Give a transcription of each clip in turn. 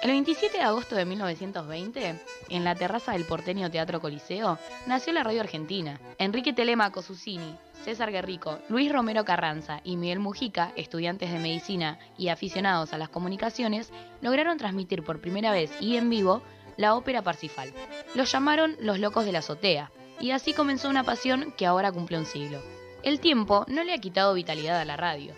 El 27 de agosto de 1920, en la terraza del porteño Teatro Coliseo, nació la radio argentina. Enrique Telemaco Susini, César Guerrico, Luis Romero Carranza y Miguel Mujica, estudiantes de medicina y aficionados a las comunicaciones, lograron transmitir por primera vez y en vivo la ópera Parsifal. Los llamaron los locos de la azotea, y así comenzó una pasión que ahora cumple un siglo. El tiempo no le ha quitado vitalidad a la radio.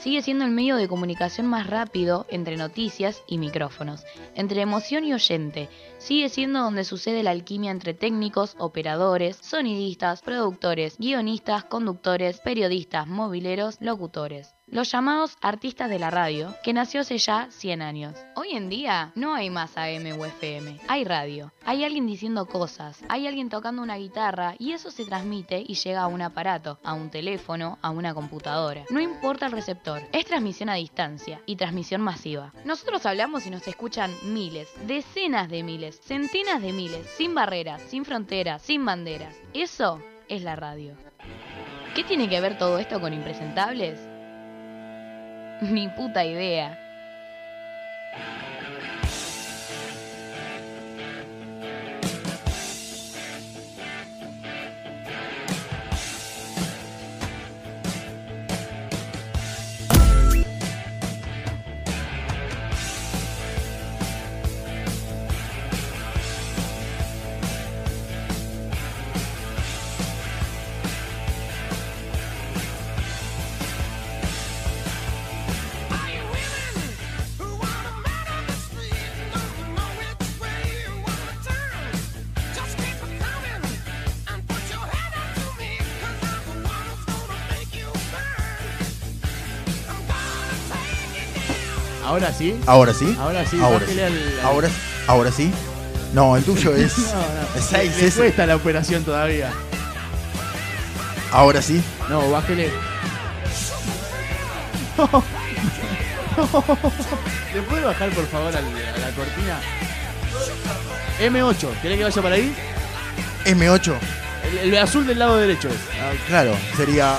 Sigue siendo el medio de comunicación más rápido entre noticias y micrófonos, entre emoción y oyente. Sigue siendo donde sucede la alquimia entre técnicos, operadores, sonidistas, productores, guionistas, conductores, periodistas, mobileros, locutores. Los llamados artistas de la radio, que nació hace ya 100 años. Hoy en día no hay más AM o FM, hay radio, hay alguien diciendo cosas, hay alguien tocando una guitarra y eso se transmite y llega a un aparato, a un teléfono, a una computadora. No importa el receptor, es transmisión a distancia y transmisión masiva. Nosotros hablamos y nos escuchan miles, decenas de miles, centenas de miles, sin barreras, sin fronteras, sin banderas. Eso es la radio. ¿Qué tiene que ver todo esto con impresentables? Ni puta idea. Ahora sí. Ahora sí. Ahora sí. Ahora bájale sí. al- al- Ahora, ahora sí. No, el tuyo es. No, no. es seis, Le- le es- cuesta la operación todavía. Ahora sí. No, bájele. ¿Le puede bajar por favor al- a la cortina? M8, ¿querés que vaya para ahí? M8. El, el azul del lado derecho es. Ah, claro, sería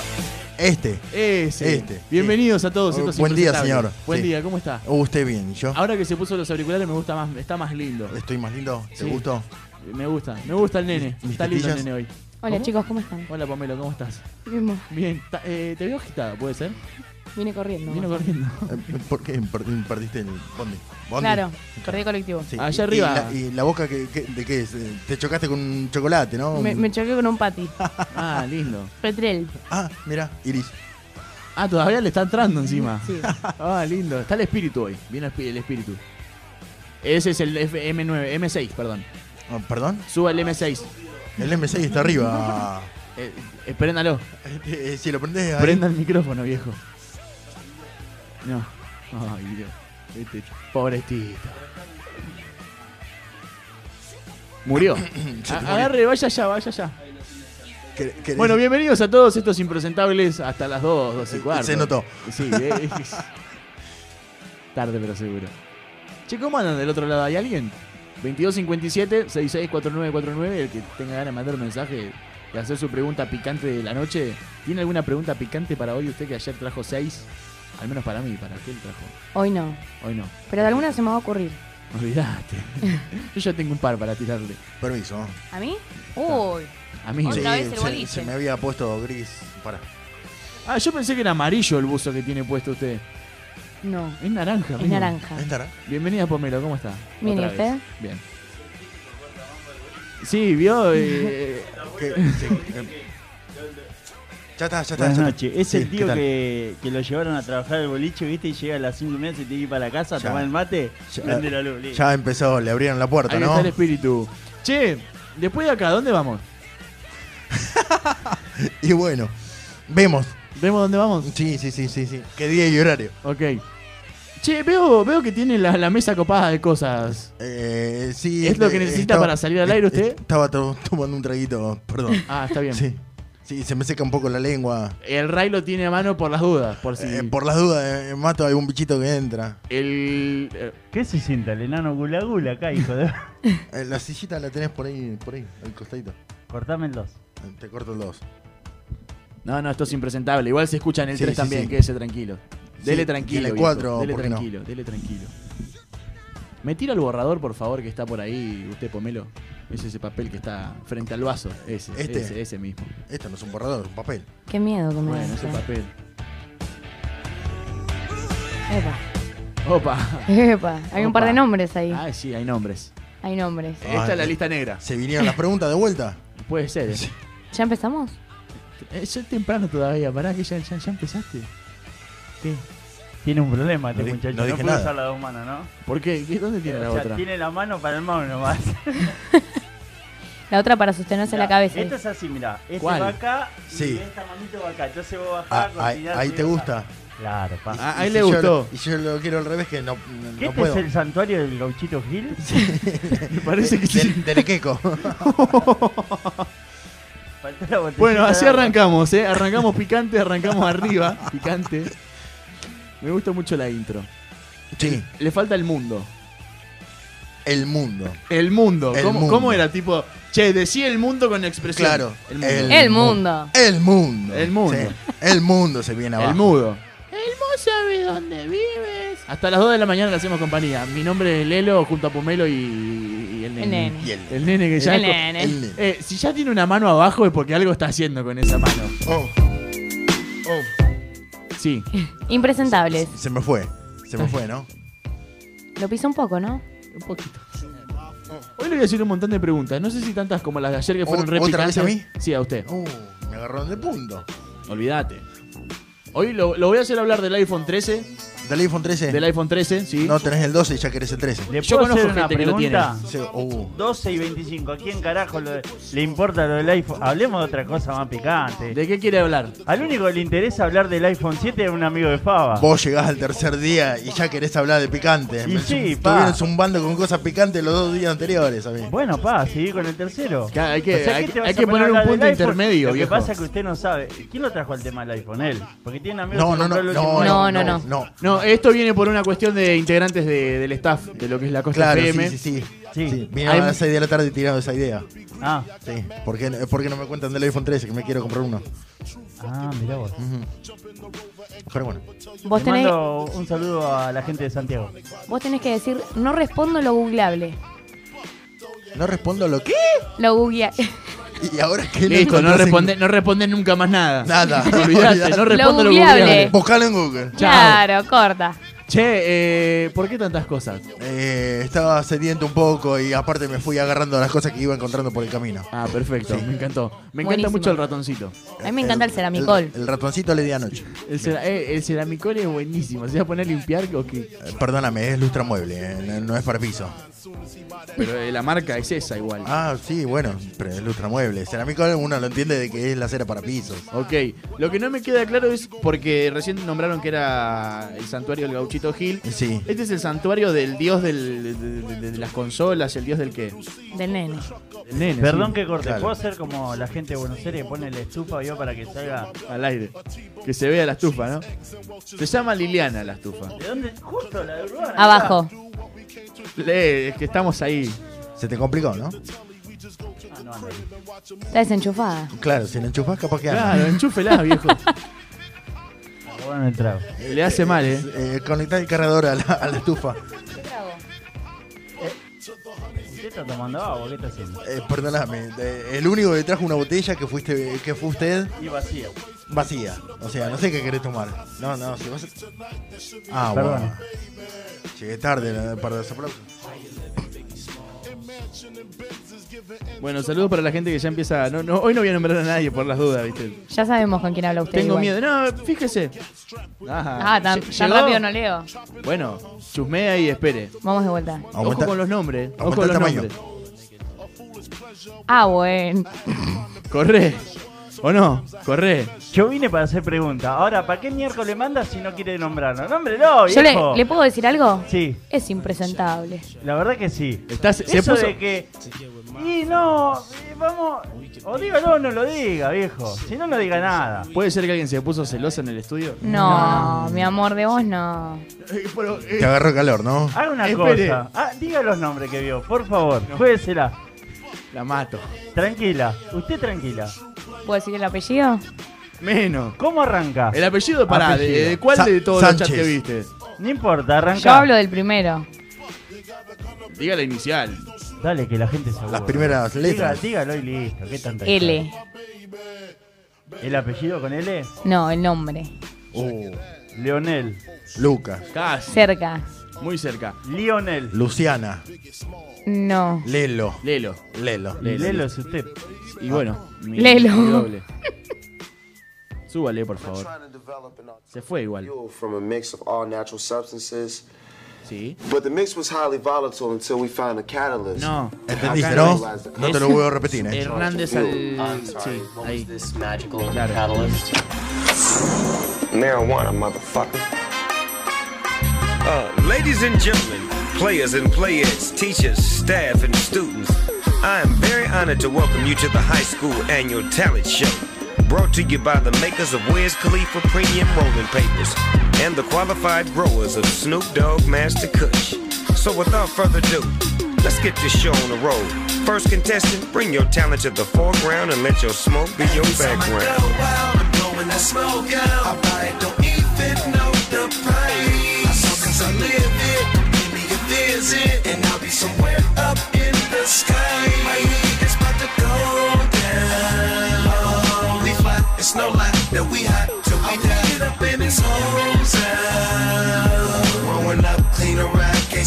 este. Ese. Este. Bienvenidos a todos. Eh, estos buen día, impresentables. señor. Buen Sí. Uh, día, ¿cómo está? Usted bien, ¿y yo? Ahora que se puso los auriculares me gusta más, está más lindo. ¿Estoy más lindo? ¿Te Sí. gustó? Me gusta, me gusta el nene. ¿Mis Está lindo el tetillas? nene hoy. Hola ¿Cómo? chicos, ¿cómo están? Hola Pamelo, ¿cómo estás? Bien, Bien, ta- eh, te veo agitada, ¿puede ser? Vine corriendo. Vino corriendo. Eh, ¿Por qué per- perdiste el bondi? ¿Bondi? Claro, perdí colectivo. Sí, Allá y- y arriba. la- ¿Y la, boca que, que- de qué es? Eh, Te chocaste con un chocolate, ¿no? Me, me choqué con un pati. Ah, lindo. Petrel. Ah, mira, Iris. Ah, todavía le está entrando encima. Sí. Ah, lindo. Está el espíritu hoy. Viene el espi- el espíritu. Ese es el F- M9, M6, perdón. Ah, ¿Perdón? Suba el M6. El M6 está arriba. Eh, eh, préndalo. Este, eh, si lo prendés ahí. Prenda el micrófono, viejo. No. Ay, Dios. Este pobrecito. Murió. Ah, te A- murió. agarre, vaya allá, vaya allá. ¿Quer- querés- Bueno, bienvenidos a todos estos impresentables hasta las 2, 2 y Eh, cuarto. se notó. Sí, eh, es- tarde pero seguro. Che, ¿cómo andan del otro lado? ¿Hay alguien? 2257-664949, el que tenga ganas de mandar un mensaje y hacer su pregunta picante de la noche. ¿Tiene alguna pregunta picante para hoy usted que ayer trajo 6? Al menos para mí, para aquel trajo. Hoy no. Hoy no. Pero de alguna se me va a ocurrir. Olvidate. Yo ya tengo un par para tirarle. Permiso. ¿A mí? Uy, A mí. Otra vez el se, boliche. se me había puesto gris. Para. Ah, yo pensé que era amarillo el buzo que tiene puesto usted. No. Es naranja, Es amigo. naranja. Bienvenida Pomelo, ¿cómo está? Bien, Otra ¿y usted? vez. Bien. Sí, vio. eh, Ya está, ya está. Buenas ya está. noches. Es Sí, el ¿qué tío tal? que, que lo llevaron a trabajar el boliche, ¿viste? Y llega a las 5 y media, se tiene que ir para la casa a Ya. tomar el mate, Ya. eh, prende la luz. listo. Ah, Ya em- empezó, le abrieron la puerta, ahí ¿no? está el espíritu. Che, después de acá, ¿dónde vamos? Y bueno, vemos. ¿Vemos dónde vamos? Sí, sí, sí, sí, sí. ¿Qué día y horario? Ok. Che, veo, veo que tiene la, la mesa copada de cosas. Eh, sí, ¿Es lo este, que necesita para salir al eh, aire eh, usted? Estaba to- tomando un traguito, perdón. Ah, está bien. Sí. Sí, se me seca un poco la lengua. El Ray lo tiene a mano por las dudas, por si. Eh, por las dudas, eh, mato a algún bichito que entra. El. eh, ¿Qué se sienta el enano gula gula acá, hijo de.? Eh, la sillita la tenés por ahí, por ahí, al costadito. Cortame el dos. Eh, Te corto el dos. No, no, esto es impresentable. Igual se escucha en el Sí, 3 sí, también, sí. quédese tranquilo. Dele Sí, tranquilo. y en el viejo, cuatro, Este dele ¿por qué no? tranquilo, dele tranquilo. Me tira el borrador, por favor, que está por ahí, usted pomelo. Es ese papel que está frente al vaso. Ese, ¿Este? ese, ese mismo. Esto no es un borrador, es un papel. Qué miedo que me Bueno, des, ese eh. papel. Epa. Opa. Epa. Hay un par de Opa. nombres ahí. Ah, sí, hay nombres. Hay nombres. Ay, Ah. Esta es la sí. lista negra. ¿Se vinieron las preguntas de vuelta? Puede ser. eh. ¿Ya empezamos? Es Eh, es temprano todavía, pará que ya, ya, ya empezaste. ¿Qué? Tiene un problema No este di- muchacho. no No, dije puede nada. usar las dos manos, ¿no? ¿Por qué? ¿Qué- ¿Dónde tiene la o sea, otra? tiene la mano para el mano nomás. La otra para sostenerse Mirá, la cabeza. Esta es así, mirá. Este ¿Cuál? va acá y Sí. esta manito va acá. Entonces vos bajás, Ah, cocinás, ahí, ahí subís, te gusta. bajás. Claro, pa. Ah, Y- ahí y le si yo gustó. lo- Y yo lo quiero al revés, que no, no ¿Qué este puedo. es el santuario del gauchito Gil? Me parece que sí. Del, del queco. Faltó la botellita Bueno, así de agua. arrancamos, ¿eh? Arrancamos picante, arrancamos arriba, picante. Me gusta mucho la intro. sí, Le falta el mundo. el mundo. El mundo. El ¿Cómo, mundo. cómo era? Tipo, che, decía el mundo con expresión. Claro. El mundo. El- El mundo. El mundo. El mundo. Sí, el mundo se viene abajo. El mudo. sabe dónde vives. Hasta las 2 de la mañana le hacemos compañía. Mi nombre es Lelo, junto a Pomelo y, y el nene. El nene. Y el, El nene que ya. El nene. el nene. Eh, si ya tiene una mano abajo es porque algo está haciendo con esa mano. Oh, oh. Sí. Impresentables. Se me fue. Se me fue, ¿no? Lo pisa un poco, ¿no? Un poquito. Hoy le voy a hacer un montón de preguntas. No sé si tantas como las de ayer que fueron ¿Otra repicantes. vez a mí? Sí, a usted. Uh, me agarraron de punto. Olvídate. Hoy lo, lo voy a hacer hablar del iPhone 13. ¿Del iPhone 13? Del iPhone 13, sí. No, tenés el 12 y ya querés el 13. ¿Le Yo puedo conozco hacer una gente que lo tiene. pregunta? Sí, uh. 12 y 25. ¿A quién carajo lo- le importa lo del iPhone? Hablemos de otra cosa más picante. ¿De qué quiere hablar? Al único que le interesa hablar del iPhone 7 es un amigo de Fava. Vos llegás al tercer día y ya querés hablar de picante. Y Me sí, zum- pa. Estuvieron zumbando con cosas picantes los dos días anteriores a mí. Bueno, pa, seguí con el tercero. Claro, hay que, O sea, hay ¿qué que- te vas hay a que poner a poner un hablar punto del iPhone? intermedio, Lo que viejo. pasa es que usted no sabe. ¿Quién lo trajo el tema del iPhone? Él. Porque tiene amigos No, que no, no, compró el último no, iPhone. No, no, no. No, esto viene por una cuestión de integrantes de- del staff, de lo que es la Costa Claro, FM. sí, sí, sí. Sí. Sí, Vinieron Hay- a las 6 de la tarde y tiraron esa idea. Ah, Sí. ¿Por qué, por qué no me cuentan del iPhone 13? Que me quiero comprar uno. ah, mirá vos. Ujú. Pero bueno. Vos Le tenés, mando un saludo a la gente de Santiago. vos tenés que decir, no respondo lo googleable. No respondo lo que. Lo googlea. ¿Y ahora qué? lo Listo, no encontrás en- responde, no responde nunca más nada. Nada. Olvídate, no responde lo googleable. googleable. Buscalo en Google. Chao. Claro, corta. Che, eh, ¿por qué tantas cosas? Eh, estaba sediento un poco y aparte me fui agarrando las cosas que iba encontrando por el camino. Ah, perfecto, me encantó. Me encanta Buenísimo. mucho el ratoncito. A mí me encanta el ceramicol. El, el ratoncito le di anoche. El, cera- eh, el ceramicol es buenísimo. ¿Se va a poner a limpiar o qué? Eh, Perdóname, es lustramueble, eh, no, no es para piso. Pero eh, la marca es esa igual. Ah, sí, bueno, pero es lustramueble. Ceramicol uno lo entiende de que es la cera para pisos. Ok, lo que no me queda claro es porque recién nombraron que era el santuario del gauchito Gil. Eh, Sí. Este es el santuario del dios del- de, de- de las consolas, el dios del qué? Del nene. El nene. Perdón que corte. Claro. ¿Puedo hacer como la gente de Buenos Aires que pone la estufa yo para que salga? Al aire. Que se vea la estufa, ¿no? Se llama Liliana la estufa. ¿De dónde? Justo la de Urbana. Abajo. Le- es que estamos ahí. Se te complicó, ¿no? Ah, no, no. Está desenchufada. Claro, si lo enchufás, capaz que anda. Claro, enchúfela, viejo. Bueno, el trago. Le hace mal, ¿eh? Eh, conectá el cargador a la, a la estufa. ¿Usted está tomando agua? Eh, ¿Qué está haciendo? Eh, perdóname, eh, el único que trajo una botella que fuiste que fue usted Y vacío. vacía. O sea, no sé qué querés tomar. No, no, si vas a- Ah, Perdón. bueno. Llegué tarde eh, para los aplausos. Bueno, saludos para la gente que ya empieza. No, no, hoy no voy a nombrar a nadie por las dudas, ¿viste? Ya sabemos con quién habla usted. igual. Tengo miedo. No, fíjese. Ajá. Ah, tan, Lle- tan llegó. rápido no leo. Bueno, chusmea y espere. Vamos de vuelta. Aumenta- Ojo con los nombres. Ojo aumenta con el los tamaño. nombres. Ah, bueno. Corre. ¿O no? Corre. Yo vine para hacer preguntas. Ahora, ¿para qué miércoles manda si no quiere nombrarnos? ¡Nómbrelo, ¿Yo le, Oh, viejo! le puedo decir algo? Sí, Es impresentable. la verdad que sí. Está- se Eso puso- de que... Y no, eh, vamos... O dígalo o no lo diga, viejo. Si no, no diga nada. ¿Puede ser que alguien se puso celoso en el estudio? No, mi amor de vos no. Eh, pero, eh, Te agarró calor, ¿no? Haga una Espere. cosa. Ah, diga los nombres que vio, por favor. Juéguesela. la mato. Tranquila. Usted tranquila. ¿Puedo decir el apellido? Menos. ¿Cómo arranca? El apellido, pará, ¿de- Apellido. ¿de, cuál Sa- de todos los chats Sánchez. que viste? No importa, arranca. Yo hablo del primero. Diga la inicial. Dale, que la gente se aburra. Las primeras Diga- letras. Dígalo y listo. ¿Qué tanta L. ¿El apellido con L? No, el nombre. Uh, Leonel. Lucas, Casi. Cerca. Muy cerca. Lionel. Luciana, No. Lelo, Lelo. Lelo. Lelo. Lelo es usted. Y bueno. mi- Lelo. mi doble. Súbale, por favor. Se fue igual. fuel from a mix of all natural substances. Sí. But the mix was highly volatile until we found a catalyst. No. ¿Entendiste, Acá no? es- No te lo es vuelvo a repetir, ¿eh? Hernández al. Sí, ahí. Claro. Marijuana, motherfucker. Uh, ladies and gentlemen, players and players, teachers, staff, and students, I am very honored to welcome you to the high school annual talent show, brought to you by the makers of Wiz Khalifa Premium Rolling Papers and the qualified growers of Snoop Dogg Master Kush. So without further ado, let's get this show on the road. First contestant, bring your talent to the foreground and let your smoke be your background.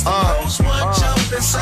Uh,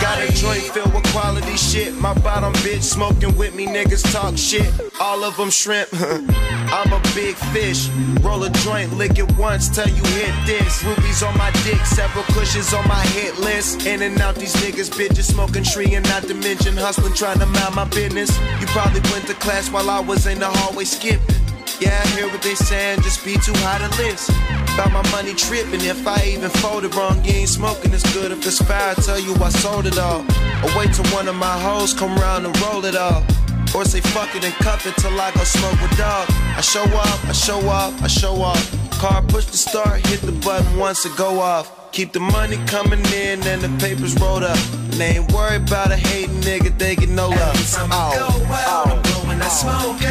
Got a joint filled with quality shit. My bottom bitch smoking with me, niggas talk shit. All of them shrimp. I'm a big fish. Roll a joint, lick it once till you hit this. Rubies on my dick, several cushions on my hit list. In and out these niggas, bitches smoking tree and not to mention hustling, trying to mind my business. You probably went to class while I was in the hallway skipping. Yeah, I hear what they saying, just be too high to list. About my money tripping, if I even folded wrong, you ain't smoking as good. If it's fire, I tell you I sold it all. Or wait till one of my hoes come round and roll it all. Or say fuck it and cuff it till I go smoke with dog. I show up, I show up, I show up. Car push the start, hit the button once it go off. Keep the money coming in and the papers rolled up. And they ain't worried about a hating nigga, they get no love. Oh, oh.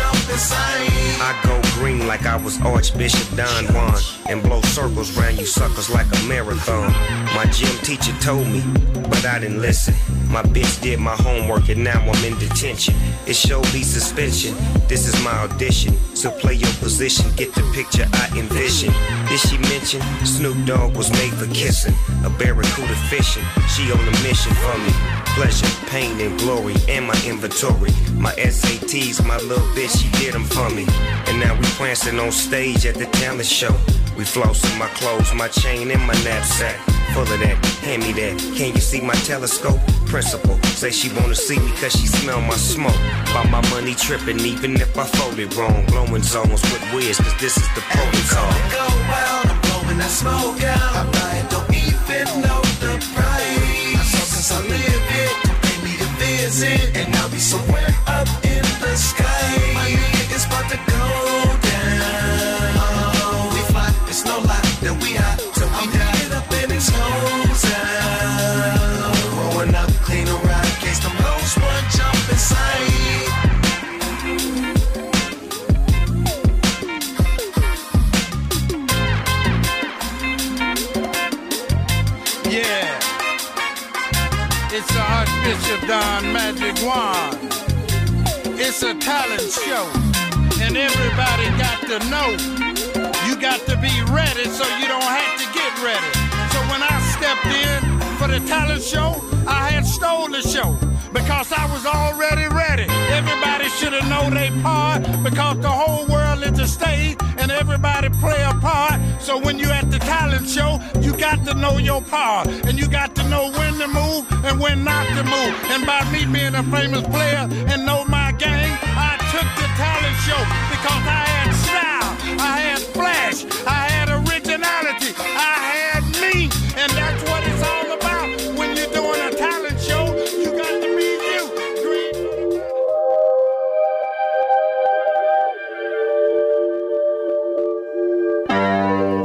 I go green like I was Archbishop Don Juan and blow circles round you suckers like a marathon. My gym teacher told me, but I didn't listen. My bitch did my homework and now I'm in detention. It showed me suspension. This is my audition. So play your position, get the picture I envision. Did she mention Snoop Dogg was made for kissing? A barracuda fishing. She on a mission for me pleasure, pain, and glory in my inventory. My SATs, my little bitch, she did them for me. And now we prancing on stage at the talent show. We flossing my clothes, my chain, and my knapsack. Full of that, hand me that. Can you see my telescope? Principal, say she wanna see me cause she smell my smoke. By my money tripping, even if I fold it wrong. Blowing zones with whiz, cause this is the protocol. Yeah. It's a Archbishop Don Magic Wand. It's a talent show, and everybody got to know. You got to be ready so you don't have to get ready. So when I stepped in for the talent show, I had stole the show because I was already ready. Everybody should have known they part because the whole world is the stage and everybody play a part. So when you at the talent show, you got to know your part and you got to know when to move and when not to move. And by me being a famous player and know my game, I took the talent show because I had style, I had flash, I had originality, I had me, and that's what it's all about. When you're doing a talent show, you got to be you. Green.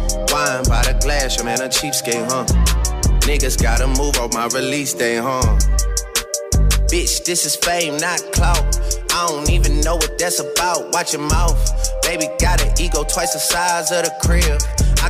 Wine by the glass, your man a cheapskate, huh? Niggas gotta move on my release day, huh? Bitch, this is fame, not clout. I don't even know what that's about. Watch your mouth. Baby got an ego twice the size of the crib. I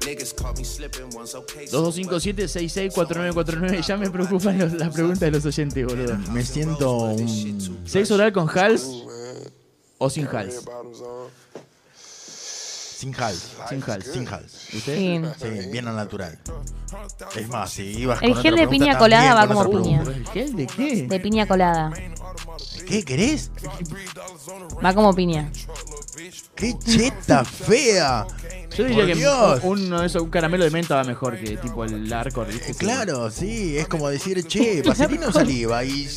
Niggas caught me slipping once, okay. so what? 2257-664949. Ya me preocupa lo- la pregunta de los oyentes, boludo. Me siento un. ¿Sexo oral con Hals o sin Hals? Sin hals. Sin Hals. Sin hals. ¿Usted? Sí. Sí, bien al natural. Es más, si ibas El con gel otra de piña pregunta, colada también va con como otra piña. ¿El gel de qué? De piña colada. pregunta. ¿Qué querés? Va como piña. ¡Qué cheta fea! Yo diría ¡Por que Dios! un, uno de esos- un caramelo de menta va mejor que tipo el arco. Eh, Claro, sí, es como decir, che, vaselina o saliva. Y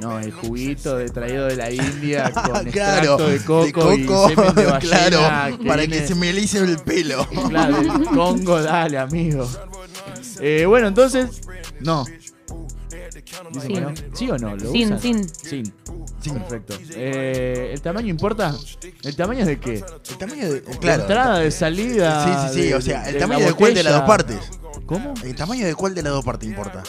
No, el juguito de traído de la India con claro, extracto de coco, y semen de ballena claro, para que viene- se me lice el pelo. Claro, el Congo, dale, amigo. Eh, bueno, entonces, no. Dicen Sí. que no. ¿Sí o no? ¿Lo Sin, usan? sin. Sin. Perfecto. Eh, ¿El tamaño importa? ¿El tamaño es de qué? El tamaño de, ¿De entrada, claro. de salida? Sí, sí, sí, de- o sea, el la tamaño de cuál de las dos botella? partes. ¿Cómo? El tamaño de cuál de las dos partes importa.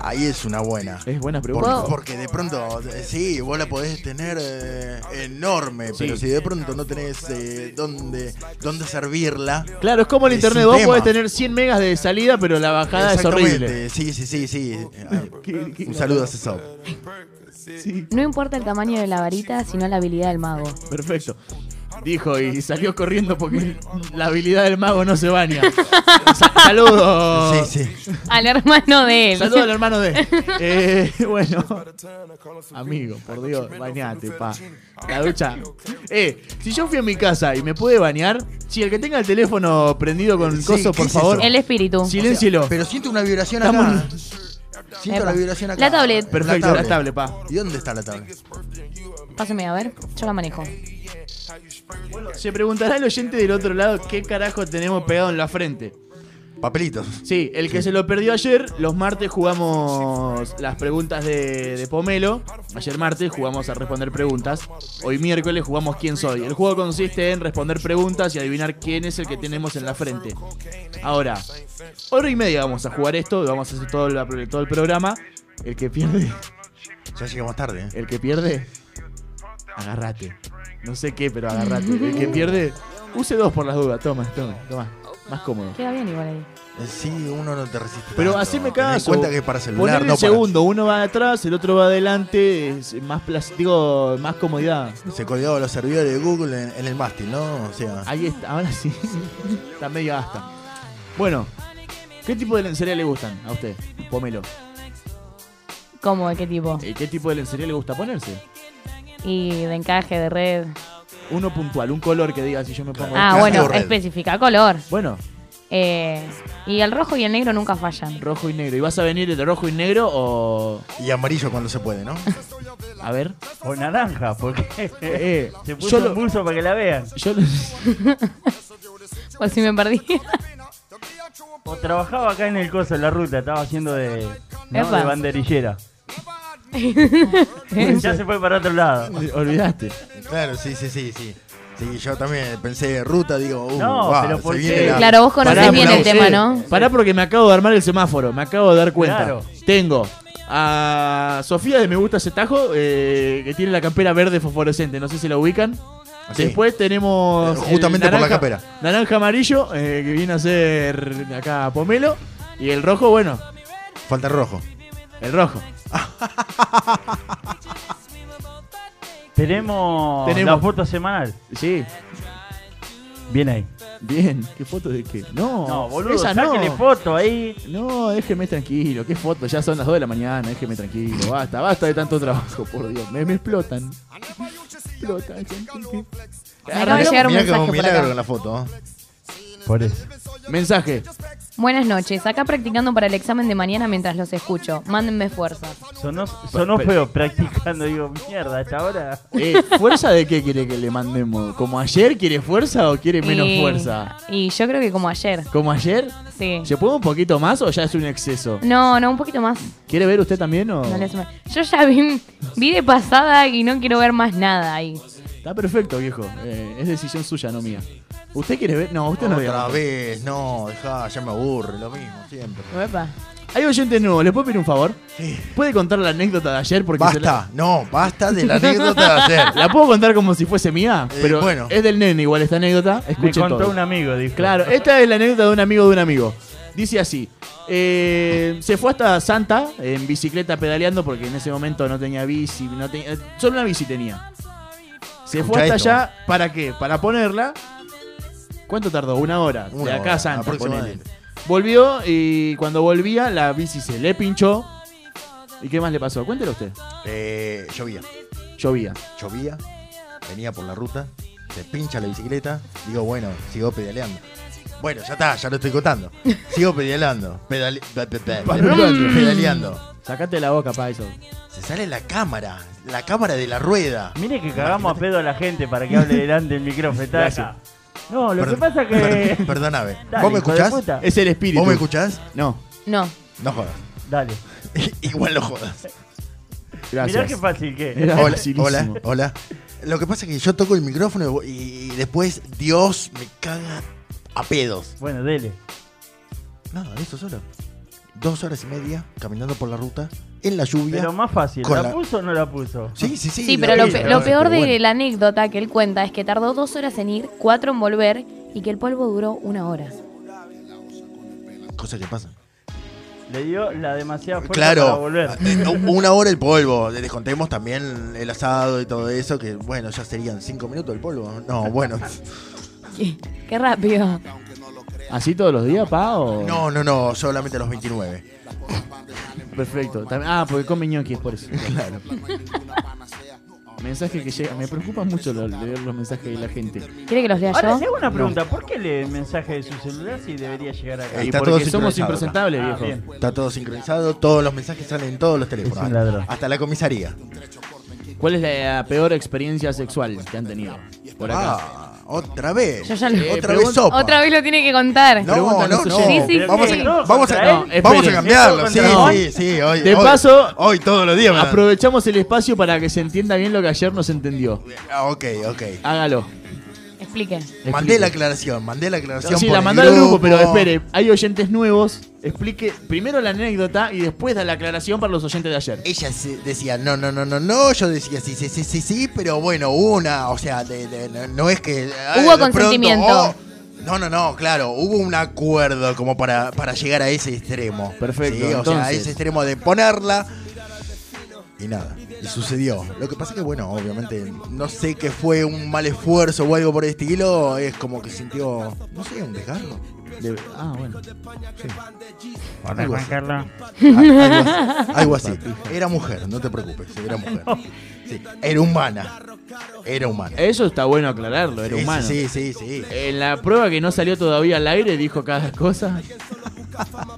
Ahí es una buena. Es buena Porque, pregunta. porque de pronto, eh, sí, vos la podés tener eh, enorme, pero Sí. si de pronto no tenés eh, dónde, dónde servirla. Claro, es como el Es internet. un Vos tema. podés tener 100 megas de salida, pero la bajada es horrible. Exactamente, sí, sí, sí, sí. Eh, ¿Qué- qué- Un saludo a César. Sí, No importa el tamaño de la varita, sino la habilidad del mago. perfecto. Dijo y salió corriendo porque la habilidad del mago no se baña. Saludos. Sí, sí. Al hermano de él. Saludos al hermano de. Eh, bueno. Amigo, por Dios, bañate, pa. La ducha. Eh, si yo fui a mi casa y me puede bañar, si el que tenga el teléfono prendido con Sí, coso, ¿qué por es favor, eso? El espíritu. siléncielo. Pero siento una vibración Estamos- acá. Siento Epa. la vibración acá. La tablet. Perfecto, la tablet, pa. ¿Y dónde está la tablet? Pásame a ver. Yo la manejo. Se preguntará el oyente del otro lado qué carajo tenemos pegado en la frente. Papelitos. Sí, el que se lo perdió ayer, los martes jugamos las preguntas de, de Pomelo. Ayer martes jugamos a responder preguntas. Hoy miércoles jugamos quién soy. El juego consiste en responder preguntas y adivinar quién es el que tenemos en la frente. Ahora, hora y media vamos a jugar esto, vamos a hacer todo, la- todo el programa. El que pierde, Ya llegamos tarde. ¿eh? el que pierde, agárrate. No sé qué, pero agárrate. El que pierde, use dos por las dudas. Toma, toma, toma. Más cómodo. Queda bien igual ahí. Eh, Sí, uno no te resiste. Pero tanto. haceme Tenés caso. en cuenta que para Poner celular, el no para- segundo, uno va atrás, el otro va adelante, es más plástico, más comodidad. Se colgaba los servidores de Google en, en el mástil, ¿no? O sea, Ahí está, ahora sí. está medio gasta. Bueno, ¿qué tipo de lencería le gustan a usted? Pomelo. ¿Cómo? ¿De qué tipo? Eh, ¿Qué tipo de lencería le gusta ponerse? Y de encaje, de red. Uno puntual, un color que diga si yo me pongo. este. Ah, Encaje o bueno, red. especifica color. Bueno, Eh, y el rojo y el negro nunca fallan. rojo y negro. ¿Y vas a venir de rojo y negro o.? y amarillo cuando se puede, ¿no? A ver. O naranja, porque Eh, se puso yo un lo. buzo para que la vean. Yo lo- Por Pues si me perdí. O trabajaba acá en el coso, en la ruta, estaba haciendo de, no, Epa. ¿Eh? de banderillera. Pues ya se fue para otro lado. Olvidaste. Claro, sí, sí, sí, sí. Sí, yo también pensé ruta, digo, uh, No, va, pero se ¿por viene qué? la- Claro, vos conocés Eh, Pará, bien pará, el sí. tema, ¿no? Pará porque me acabo de armar el semáforo, me acabo de dar cuenta. Claro. Tengo a Sofía de Me Gusta ese tajo, eh, que tiene la campera verde fosforescente, no sé si la ubican. Ah, Sí. Después tenemos. Eh, el justamente por la capera. Naranja amarillo, eh, que viene a ser de acá pomelo. Y el rojo, bueno, Falta el rojo. el rojo. Tenemos, Tenemos. la foto semanal. Sí, Bien ahí. bien. ¿Qué foto de qué? No, No, boludo, esa sáquele no. foto ahí. No, déjeme tranquilo, qué foto, ya son las 2 de la mañana, déjeme tranquilo, basta, basta de tanto trabajo, por Dios, me, me explotan. Explotan, gente. Me acaba de llegar un Mirá que mensaje un por milagro acá. con la foto. ¿eh? Por eso. Mensaje, Buenas noches, acá practicando para el examen de mañana mientras los escucho. Mándenme fuerza. Sonó, sonó Pero- feo practicando. Digo, mierda, hasta ahora. eh, ¿fuerza de qué quiere que le mandemos? ¿Como ayer quiere fuerza o quiere menos Y- fuerza? Y yo creo que como ayer, ¿Como ayer? sí. ¿Se puede un poquito más o ya es un exceso? No, no, un poquito más. ¿Quiere ver usted también o...? No le hace mal. Yo ya vi, vi de pasada y no quiero ver más nada ahí. Está perfecto, viejo, eh, es decisión suya, no mía. ¿Usted quiere ver? No, usted no ve. Otra vez, no, dejá, ya me aburre, lo mismo, siempre. Opa. Hay oyentes nuevos, ¿les puedo pedir un favor? ¿Puede contar la anécdota de ayer? Porque se la- Basta, no, basta de la anécdota de ayer. La puedo contar como si fuese mía, Eh, pero bueno. es del nene igual esta anécdota. Me Escuchen contó todo. un amigo, dijo. Claro, esta es la anécdota de un amigo de un amigo. Dice así, eh, se fue hasta Santa en bicicleta pedaleando porque en ese momento no tenía bici, no tenía, eh, solo una bici tenía. Se fue Escuchá hasta esto. allá, ¿para qué? Para ponerla. ¿Cuánto tardó? Una hora. de Una acá hora, a Santa, ponele. aproximadamente. Volvió y cuando volvía la bici se le pinchó. ¿Y qué más le pasó? Cuéntelo usted. Eh, llovía, Llovía. llovía, venía por la ruta, se pincha la bicicleta, digo, bueno, sigo pedaleando. Bueno, ya está, ya lo estoy contando. Sigo pedaleando, pedale- pe- pe- pe- Pedaleando. pedaleando. Sacate la boca, Paiso. Se sale la cámara, la cámara de la rueda. Mire que cagamos a pedo a la gente para que hable delante del micrófono. está Gracias. acá. No, lo que Perdón- pasa es per- que. Perdóname, Dale, ¿vos me hijo de escuchás? puta. Es el espíritu. ¿Vos me escuchás? No, No, No jodas. Dale. Igual no jodas. Mirá gracias. qué fácil que. es. Era Hola, facilísimo. hola, hola. Lo que pasa es que yo toco el micrófono y, y después Dios me caga a pedos. Bueno, dele. Nada, de eso solo. Dos horas y media caminando por la ruta, en la lluvia. Pero más fácil. Con ¿La la- puso o no la puso? Sí, sí, sí. sí, pero lo, vi, pe- la lo vi, peor pero de bueno. la anécdota que él cuenta es que tardó dos horas en ir, cuatro en volver y que el polvo duró una hora. Cosa que pasa. Le dio la demasiada fuerza para Claro, volver. eh, una hora el polvo. Descontemos también el asado y todo eso, que bueno, ya serían cinco minutos el polvo. No, bueno. Qué, qué rápido. ¿Así todos los días, pa? o- No, no, no, solamente a los 29. Perfecto. Tam- Ah, porque come ñoqui, es por eso. Claro. Mensaje que llega. Me preocupa mucho lo- leer los mensajes de la gente. ¿Quiere que los lea Ahora, le yo? hago una pregunta. ¿Por qué lee el mensaje de su celular si debería llegar acá? Ahí Y está todo porque somos sincronizado impresentables, Ah, viejo. bien. Está todo sincronizado, todos los mensajes salen en todos los teléfonos. Es un ladrón. Hasta la comisaría. ¿Cuál es la peor experiencia sexual que han tenido? Por acá. Ah, otra vez. Yo ya lo- Otra Eh, vez sopa. Otra vez lo tiene que contar. No, Preguntan no, los no. oyentes. Sí, sí, vamos, sí. A, vamos, a, No, esperen. vamos a cambiarlo. Sí, Eso contra- sí, sí. Hoy, De hoy- paso- Hoy todos los días. me dan. Aprovechamos el espacio para que se entienda bien lo que ayer nos entendió. Ah, ok, ok. Hágalo. Explique. Mandé la Explique. aclaración, mandé la aclaración. Sí, por la el mandó al grupo, pero espere, hay oyentes nuevos. Explique primero la anécdota y después da la aclaración para los oyentes de ayer. Ella se- decía, no, no, no, no, no. Yo decía, sí, sí, sí, sí, sí, pero bueno, hubo una. O sea, de- de- no- no es que. ah, Hubo de pronto, consentimiento. oh, no, no, no, claro, hubo un acuerdo como para, para llegar a ese extremo. Perfecto, Sí, o sea, a entonces. ese extremo de ponerla. Y nada, y sucedió. Lo que pasa es que, bueno, obviamente, no sé que fue un mal esfuerzo o algo por el estilo. Es como que sintió, no sé, un desgarro. De- ah, bueno. Hola, Juan Carlos. Algo así. Algo así. Era mujer, no te preocupes, era mujer. Sí, era humana. Era humana. Eso está bueno aclararlo, era Sí, humano. Sí, sí, sí. En la prueba que no salió todavía al aire dijo cada cosa.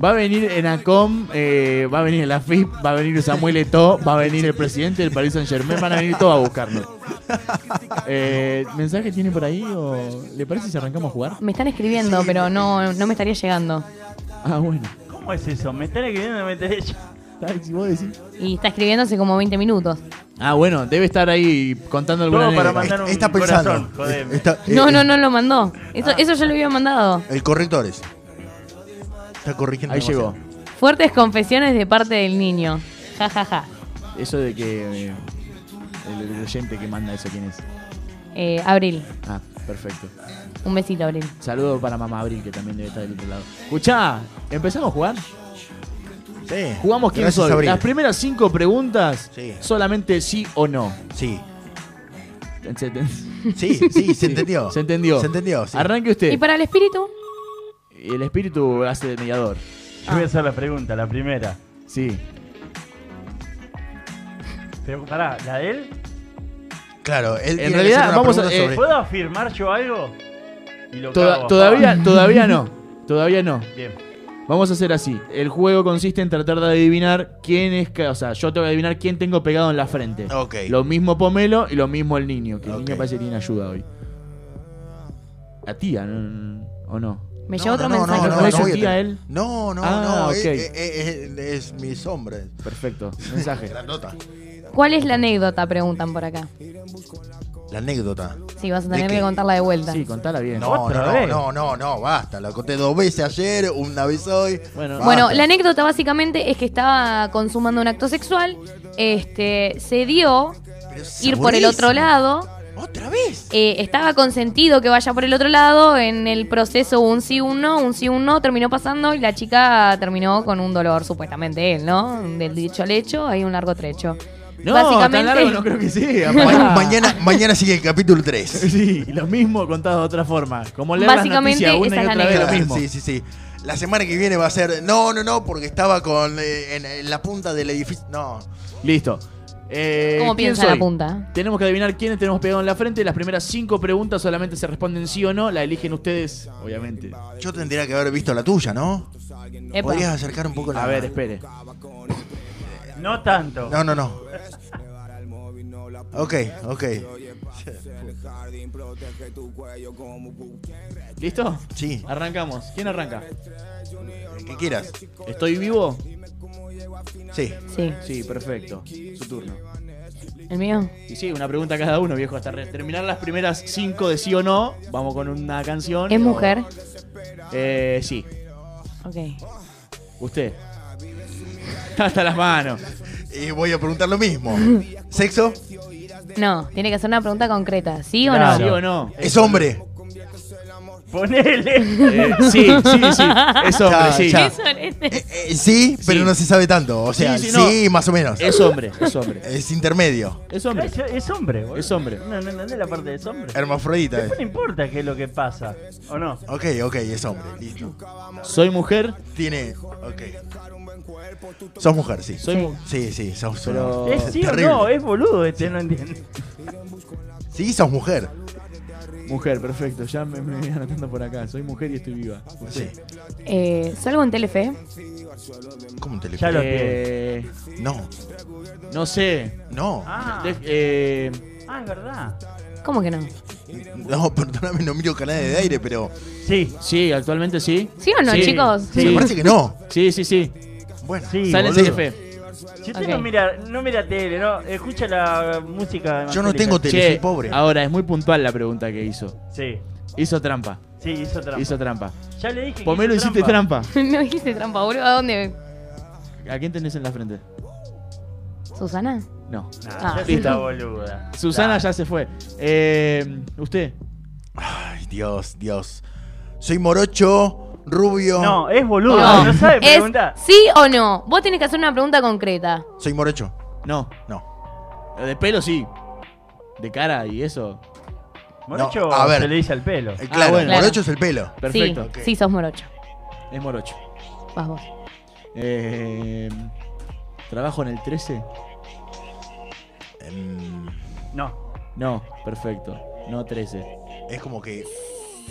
Va a venir en ACOM, eh, va a venir la FIP, va a venir Samuel Eto'o, va a venir el presidente del Paris Saint Germain, van a venir todos a buscarlo. Eh, ¿Mensaje tiene por ahí o le parece si arrancamos a jugar? Me están escribiendo, pero no, no me estaría llegando. Ah, bueno. ¿Cómo es eso? ¿Me están escribiendo me están ella? Ay, si vos decís. Y está escribiendo hace como 20 minutos. Eh, Ah, bueno, debe estar ahí contando alguna Todo para anécdota. mandar un Está pensando. corazón, jodeme. Está- No, eh, Ah. no, no lo mandó. Eso, eso ya lo había mandado. El corrector es. Está corrigiendo. Ahí demasiado. llegó. Fuertes confesiones de parte del niño. Ja, ja, ja. Eso de que eh, el el oyente que manda eso, ¿quién es? Eh, Abril. Ah, perfecto. Un besito, Abril. Saludo para mamá Abril, que también debe estar del otro lado. Escuchá, empezamos a jugar. Sí. Jugamos quién Gracias, soy. Abril. Las primeras cinco preguntas, Sí. solamente sí o no. Sí. Se Sí, sí, se entendió. Se entendió. Se entendió, sí. Arranque usted. ¿Y para el espíritu? Y El espíritu hace de mediador. Yo voy a hacer la pregunta, la primera. Sí. Pero pará, ¿la de él? Claro, él tiene que realidad, hacer una vamos a- pregunta eh, sobre- ¿Puedo afirmar yo algo? Y lo Toda- cago. todavía, todavía no. Todavía no. Bien. Vamos a hacer así. El juego consiste en tratar de adivinar quién es. ca- O sea, yo tengo que adivinar quién tengo pegado en la frente. Ok. Lo mismo Pomelo y lo mismo el niño. Que el Ok. niño parece que tiene ayuda hoy. La tía, ¿no? ¿o no? Me No, llegó otro no, no, mensaje. ¿No no, es su voy a tía tener- él? No, no, Ah, no. ok. Es, es- es- es mi sombra. Perfecto. Mensaje. Grandota. ¿Cuál es la anécdota? Preguntan por acá. La anécdota. Sí, vas a ¿De tener que qué? contarla de vuelta. Sí, contala bien. No, ¿Otra no, no, vez? no, no, no, basta. La conté dos veces ayer, una vez hoy. Bueno. Bueno, Basta. la anécdota básicamente es que estaba consumando un acto sexual, este, se dio Pero es ir por el otro saborísimo. lado, ¿Otra vez? eh, estaba consentido que vaya por el otro lado, en el proceso un sí, un no, un sí, un no, terminó pasando y la chica terminó con un dolor, supuestamente él, ¿no? Del dicho al hecho hay un largo trecho. No, tan largo no creo que sea. Ma- pará. mañana, mañana sigue el capítulo 3. Sí, lo mismo contado de otra forma. Como leer las Básicamente, noticias una esa y es la otra vez lo anécdota. Sí, mismo. sí, sí. La semana que viene va a ser. No, no, no, porque estaba con eh, en, en la punta del edificio. No. Listo. Eh, ¿Cómo ¿quién piensa la soy? punta? Tenemos que adivinar quiénes tenemos pegado en la frente. Las primeras cinco preguntas solamente se responden sí o no. La eligen ustedes, obviamente. Yo tendría que haber visto la tuya, ¿no? Epa. ¿Podrías acercar un poco la. A ver, espere. No tanto. No, no, no. Ok, Eh, ok. ¿Listo? Sí, Arrancamos. ¿Quién arranca? el que quieras. ¿Estoy vivo? Sí. Sí, Sí, perfecto. Su turno. el mío. Y sí, una pregunta a cada uno, viejo. Hasta re- terminar las primeras cinco de sí o no. Vamos con una canción. ¿Es mujer? Eh, sí. Ok. Usted. Hasta las manos. Y voy a preguntar lo mismo. ¿Sexo? No, tiene que ser una pregunta concreta, ¿sí o Claro. no? ¿Sí o no? Es hombre. Ponele. Eh, sí, sí, sí. Es hombre, Ya, sí. ya. Eso, este- Eh, eh, sí, pero Sí. no se sabe tanto. O sea, Sí, sí, sí, no. más o menos. Es hombre, es hombre. Es intermedio. Es hombre. Es, es hombre, boludo. Es hombre. No, no entendés la parte de es hombre. Hermafrodita. Después eh. no importa qué es lo que pasa, ¿o no? Ok, ok, es hombre. Listo. Soy mujer, Tiene. Ok. Sos mujer, sí. soy mu- Sí, sí, sos Pero- sos- Es sí terrible. o no, es boludo este, no entiendo. Sí, sos mujer. mujer, perfecto. Ya me, me voy anotando por acá. Soy mujer y estoy viva. Sí. Eh, ¿Salgo en Telefe? ¿Cómo te le Ya lo tiene. Eh, No, no sé. no. Ah, De- eh, ah, es verdad. ¿Cómo que no? No, perdóname, no miro canales de aire, pero. Sí, sí, actualmente sí. ¿Sí o no, chicos? Me Sí, parece que no. sí, sí. sí. Bueno, Sí, Sale en boludo. CTF. Si usted Ok. no, mira, no mira tele, no, escucha la música. yo no evangélica. tengo tele, Che, Ah. soy pobre. ahora es muy puntual la pregunta que hizo. Sí, Hizo trampa, sí, hizo trampa. hizo trampa. Ya le dije que Pomelo, hizo hiciste trampa. no hice trampa, boludo. ¿A dónde? ¿A quién tenés en la frente? ¿Susana? No. Nah, Ah. ya soy Listo. una boluda. Susana Nah. ya se fue. Eh, usted. Ay, Dios, Dios. Soy morocho, rubio. No, es boludo, No. no, sabe ¿Es preguntar. sí o no? Vos tenés que hacer una pregunta concreta. Soy morocho. No. No. De pelo sí. De cara y eso. Ah, Morocho No, a ver. se le dice al pelo. Eh, claro, bueno. morocho es el pelo. Perfecto. Sí, sí sos morocho. Es morocho. Vas vos. Eh, ¿Trabajo en el 13? Em, No, No, perfecto. No 13. es como que.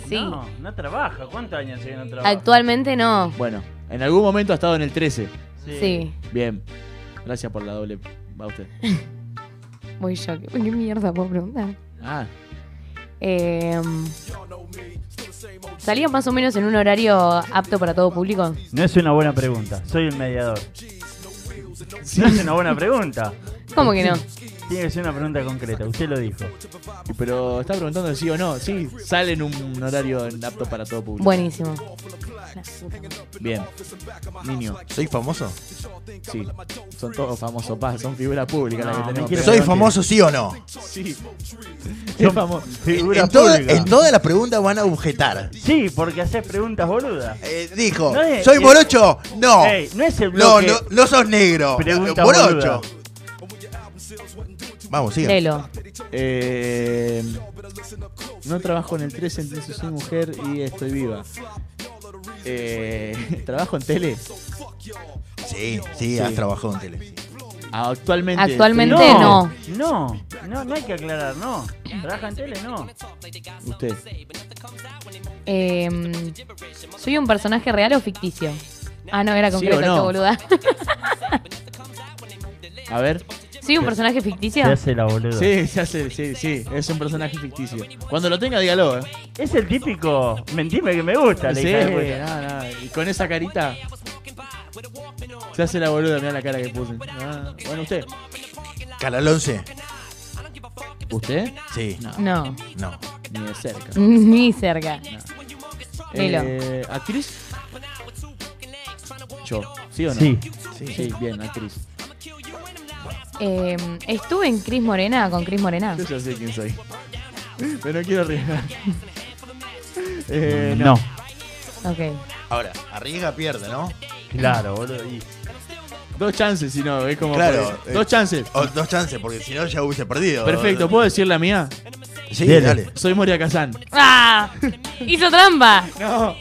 Sí. no, no trabaja. ¿Cuántos años se que no trabaja? Actualmente no. Bueno, en algún momento ha estado en el 13. Sí. Bien. Gracias por la doble. Va usted. Voy yo. ¿Qué, qué mierda puedo preguntar? Ah, Eh, ¿Salía más o menos en un horario apto para todo público? No es una buena pregunta, soy el mediador. No es una buena pregunta. ¿Cómo que no? Tiene que ser una pregunta concreta, usted lo dijo. pero está preguntando si sí o no. Sí, sale en un horario apto para todo público. Buenísimo. Bien. Niño, ¿Soy famoso? sí. Son todos famosos, pa, son figuras públicas. las que No, tenés no, que ir a ¿Soy preguntar. famoso sí o no? Sí. Son famosos. En, Figura en toda- pública. en todas las preguntas van a objetar. Sí, porque haces preguntas boludas. Eh, dijo, No es- ¿soy y- morocho? No. Ey, no es el No, bloque. no, no sos negro. Eh, Pregunta morocho. boluda. Vamos, siga. Lelo. Eh, no trabajo en el 13, entonces soy mujer y estoy viva. Eh, ¿Trabajo en tele? Sí, sí, has trabajado en tele. Ah, Actualmente. Actualmente estoy- no. No, no, no hay que aclarar, no. Trabaja en tele, no. Usted. Eh, ¿Soy un personaje real o ficticio? Ah, no, era ¿Sí concreto, o no? esta boluda. A ver. ¿Soy un personaje ficticio? Se hace la boluda. Sí, se hace, sí, sí. Es un personaje ficticio. Cuando lo tenga, dígalo. eh. Es el típico. Mentime que me gusta, le Sí, hija de puta. no, no, Y con esa carita. Se hace la boluda, mira la cara que puse. Ah, bueno, usted. Canal 11. ¿Usted? Sí, No, No, no. ni de cerca. ni cerca. Melo. Eh, ¿Actriz? Yo. ¿Sí o no? Sí. Sí, bien, actriz. Eh, ¿Estuve en Cris Morena con Cris Morena? Yo ya sé quién soy. Pero no quiero arriesgar. Eh, No, Ok. Ahora, arriesga, pierde, ¿no? claro, boludo. y- Dos chances, si no, es como. Claro, por- dos eh, chances. O dos chances, porque si no ya hubiese perdido. Perfecto, ¿puedo decir la mía? Sí, Dele. dale. Soy Moria Kazan. ¡Ah! ¡Hizo trampa! No,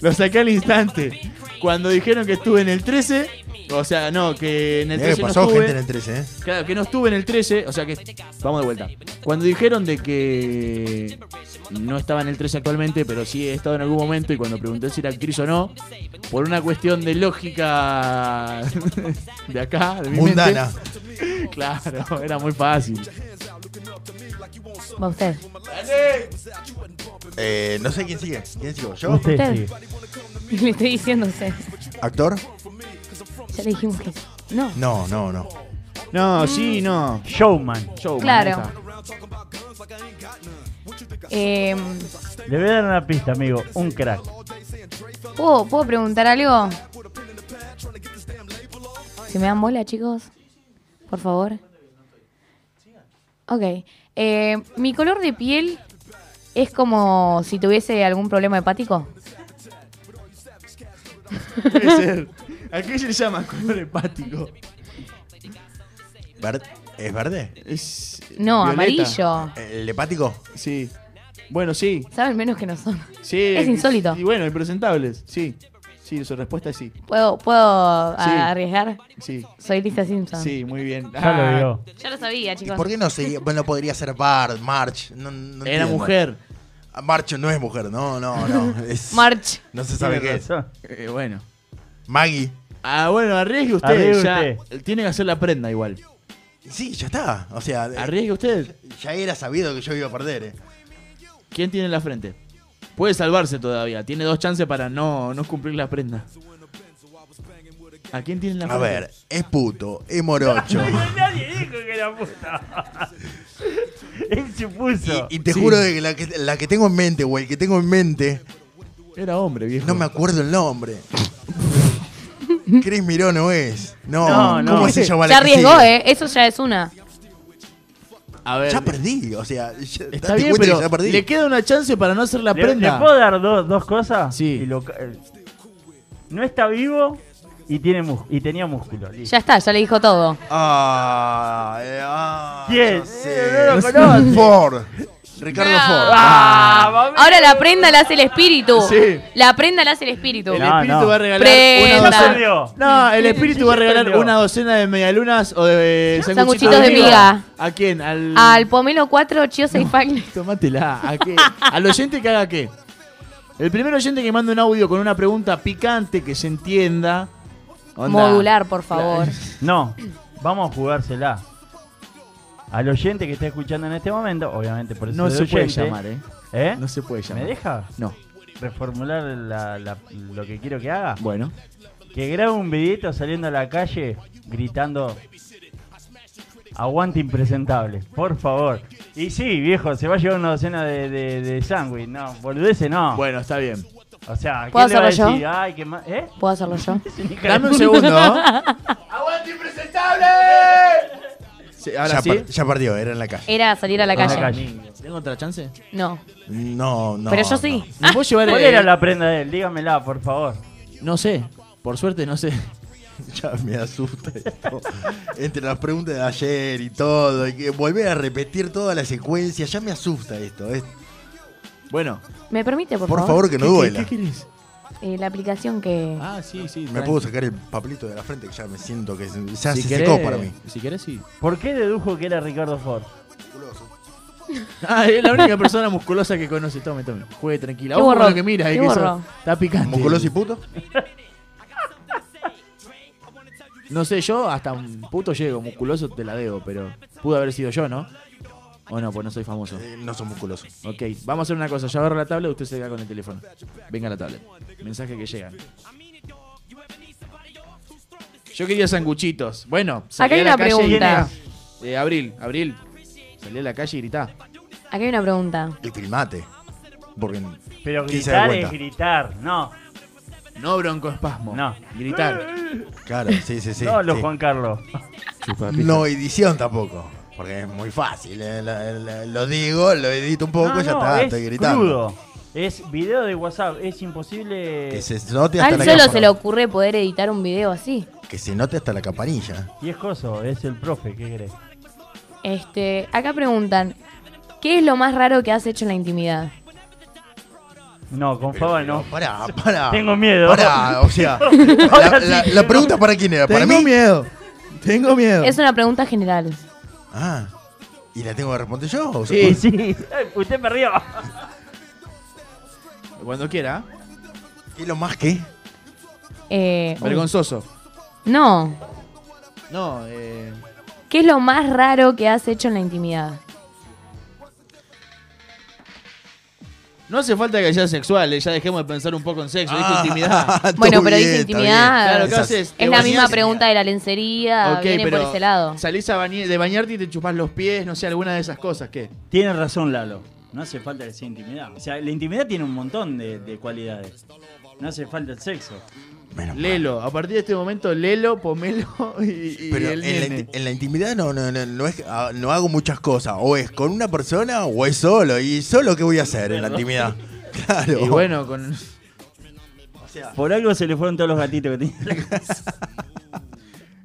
lo saqué al instante. Cuando dijeron que estuve en el 13, o sea, no, que en el Mirá 13 que no pasó estuve. gente en el 13, ¿eh? Claro, que no estuve en el 13, o sea que. Vamos de vuelta. Cuando dijeron de que no estaba en el 13 actualmente, pero sí he estado en algún momento, y cuando pregunté si era actriz o no, por una cuestión de lógica de acá, de mi mente, Mundana. claro, era muy fácil. Va usted. Eh, no sé quién sigue. ¿Quién sigo? ¿Yo? Usted Usted. sí. Le estoy diciendo a usted. ¿Actor? Ya le dijimos que no. No, no, no. No, sí, no. Mm. Showman. Showman, Claro. ahí está. Eh, Le voy a dar una pista, amigo. Un crack. ¿puedo, puedo preguntar algo? ¿Se me dan bola, chicos? Por favor. Ok. Eh, ¿Mi color de piel es como si tuviese algún problema hepático? Puede ser. ¿A qué se le llama color hepático? Ver- ¿Es verde? Es No, violeta. amarillo. ¿El hepático? Sí. Bueno, sí. Saben menos que nosotros. sí. Es insólito. Y bueno, impresentables. Sí. Sí, su respuesta es sí. ¿Puedo, puedo a- arriesgar? Sí. Soy Lisa Simpson. Sí, muy bien. Ah. Ya lo vio. Ya lo sabía, ¿Y chicos. por qué no sería, bueno, podría ser Bart, March? No, no Era entiendo. mujer. Ah, March no es mujer, no, no, no. Es, March. No se sabe qué Tiene es. razón. Eh, bueno. Maggie. Ah, bueno, arriesgue usted. Arriesgue ya. Tiene que hacer la prenda igual. Sí, ya está. O sea, eh, Arriesgue usted. ya era sabido que yo iba a perder. eh. ¿Quién tiene la frente? Puede salvarse todavía. Tiene dos chances para no, no cumplir la prenda. ¿A quién tiene la A frente? ver, es puto, es morocho. Nadie dijo que era puta. Él se puso. Y, y te Sí. juro de que la, que la que tengo en mente, güey, que tengo en mente, Era hombre, viejo. no me acuerdo el nombre. Chris Miró no es. No, No, no. ¿cómo se llama la Ya que arriesgó, sigue? ¿eh? Eso ya es una. A ver. Ya perdí, o sea, ya, Está date bien, cuenta que pero ya perdí. le queda una chance para no hacer la ¿Le, prenda. le puedo dar do- dos cosas? Sí. Y lo ca- eh, no está vivo y, tiene mus- y tenía músculo. listo. Ya está, ya le dijo todo. Ah, eh, ah, ¿Quién? No Eh, no lo sé. conoce. Ford. Ricardo No. Ford. Ah, Ah, Ah. Ahora la prenda la hace el espíritu. Sí. La prenda la hace el espíritu. El No, espíritu no. va a regalar Ah, Prenda. una docena. Perdió. No, el espíritu va a regalar perdió. una docena de medialunas o de sanguchitos, Sanguchitos de miga. Ah. ¿A quién? Al, Al pomelo 4, Chio 6 Tómatela. ¿A qué? Al oyente que haga qué. El primer oyente que manda un audio con una pregunta picante que se entienda. Onda. Modular, por favor. No, vamos a jugársela. Al oyente que está escuchando en este momento, obviamente por eso No de se puede oyente, llamar, ¿eh? ¿eh? No se puede llamar. ¿Me deja No. reformular la- la- lo que quiero que haga? Bueno. Que grabe un videito saliendo a la calle gritando Aguante impresentable, por favor. Y sí, viejo, se va a llevar una docena de, de, de sándwich. No, boludece no. Bueno, está bien. O sea, ¿qué ¿Puedo le va a hacerlo yo? decir? Ay, qué ma- ¿Eh? ¿Puedo hacerlo yo? Es un hija de Dame un puta. segundo. ¡Aguante impresentable! Sí, Ya, ahora sí. par- ya perdió, era en la calle. Era salir a la calle. Ah, niño. ¿Tengo otra chance? No. No, no. Pero yo sí. no. ¿Me puedo llevar ¿Cuál eh, era la prenda de él? Dígamela, por favor. No sé. Por suerte, no sé. Ya me asusta esto. Entre las preguntas de ayer y todo, y que volver a repetir toda la secuencia, ya me asusta esto. es- Bueno, ¿Me permite, por, por favor, que no ¿qué- qué- duela. ¿qué querés? Eh, la aplicación que. Ah, sí, sí. Me tranqui. puedo sacar el papelito de la frente que ya me siento que se- ya Si se querés- secó para mí. Si querés, sí. ¿Por qué dedujo que era Ricardo Ford? Ah, es la única persona musculosa que conoce. Tome, tome. Juegue tranquila. ¿Qué Ojo con borró? lo que mira, eh, ¿Qué que eso borró? está picante. ¿Musculoso y puto? No sé, yo hasta un puto llego. Musculoso te la debo, pero pudo haber sido yo, ¿no? O no, pues no soy famoso. Eh, no son musculosos. Ok, vamos a hacer una cosa. Yo agarro la tablet, usted se queda con el teléfono. Venga la tablet. Mensaje que llega. Yo quería sanguchitos. Bueno, salí Acá hay a la una calle y- pregunta. Eh, abril, abril. Salí a la calle y gritá. Acá hay una pregunta. Y filmate. Porque Pero ¿Quién se da gritar es cuenta? gritar, no. No broncoespasmo. No. Gritar. Claro, sí, sí, sí. no, los sí. Juan Carlos. Chupapija. No edición tampoco. Porque es muy fácil. eh, la- la- lo digo, lo edito un poco, no, ya no, está, es estoy gritando. crudo. Es video de WhatsApp, es imposible. Que se note A hasta él la solo campa- se le ocurre poder editar un video así. Que se note hasta la campanilla. Y es coso, es el profe, ¿qué crees? Este, acá preguntan, ¿qué es lo más raro que has hecho en la intimidad? No, con Faba no. Pará, pará. Tengo miedo. Pará, o sea. la, la- la pregunta para quién era, para mí. miedo. Tengo miedo. Es una pregunta general. Ah. ¿Y la tengo que responder yo? o Sí, sea, Sí, Ay, usted perdió. Cuando quiera. ¿Qué es lo más que? Eh, uy, Vergonzoso. no. No, eh. ¿Qué es lo más raro que has hecho en la intimidad? No hace falta que sea sexual, eh, ya dejemos de pensar un poco en sexo, dije Ah, intimidad. todo Bueno, pero dice bien, está bien. intimidad. Claro, ¿qué Esas- haces? Te Es la bañás misma y- pregunta de la lencería, Ok, viene por pero ese lado. Salís a bañe- de bañarte y te chupás los pies, no sé, alguna de esas cosas, ¿qué? Tienes razón, Lalo. No hace falta que sea intimidad. O sea, la intimidad tiene un montón de, de cualidades. No hace falta el sexo. Menos mal. Lelo, a partir de este momento, Lelo, Pomelo y, y Pero el en la, nene. inti- en la intimidad no, no, no, no, es, ah, no hago muchas cosas. O es con una persona o es solo. ¿Y solo qué voy a hacer en la intimidad? Claro. Y bueno, con... Por algo se le fueron todos los gatitos que tenía.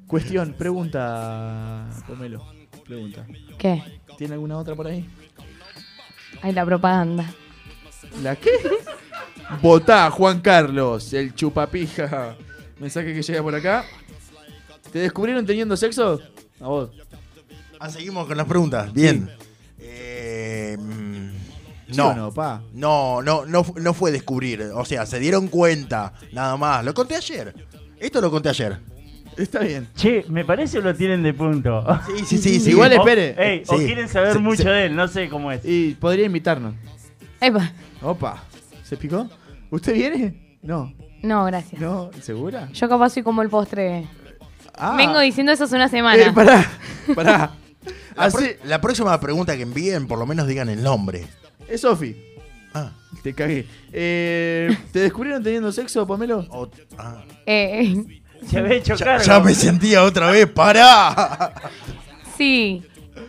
Cuestión, pregunta, Pomelo. Pregunta. ¿Qué? ¿Tiene alguna otra por ahí? Hay la propaganda. ¿La qué? Votá, Juan Carlos, el chupapija. Mensaje que llega por acá. ¿Te descubrieron teniendo sexo? A vos. Ah, seguimos con las preguntas. Bien. Eh, mm, ¿Sí no. o no, pa? No, no, no, fu- no fue descubrir. O sea, se dieron cuenta, nada más. Lo conté ayer. Esto lo conté ayer. Está bien. Che, me parece lo tienen de punto. Sí, sí, sí. sí. Igual O- espere. Ey, o Sí. quieren saber Sí, mucho sí. de él, no sé cómo es. Y podría invitarnos. Epa. Opa, ¿se picó? ¿Usted viene? No, No, gracias. no, ¿segura? Yo capaz soy como el postre. Ah, Vengo diciendo eso hace una semana. eh, pará, pará. La, pro- Así- la próxima pregunta que envíen, por lo menos digan el nombre. es Sofi. Ah, Te cagué. Eh, ¿Te descubrieron teniendo sexo, Pomelo? o- ah. Eh, eh, Se había hecho Ya, cargo. ya me sentía otra vez. ¡Pará! sí.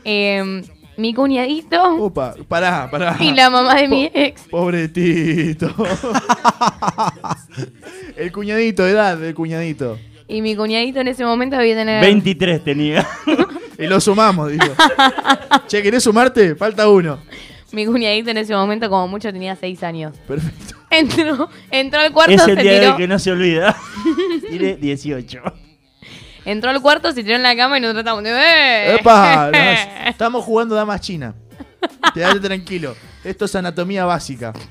Em, mi cuñadito Opa, pará, pará. y la mamá de mi Po- ex. Pobre Tito. el cuñadito, edad del cuñadito. Y mi cuñadito en ese momento debía tener 23 tenía. Y lo sumamos, dijo. che, ¿querés sumarte? Falta uno. Mi cuñadito en ese momento como mucho tenía 6 años. Perfecto. Entró, entró al cuarto, es se el día tiró. del que no se olvida. Tiene 18. Entró al cuarto, se tiró en la cama y nos tratamos de ¡Eh! Epa, no, estamos jugando damas china. Quédate tranquilo. Esto es anatomía básica.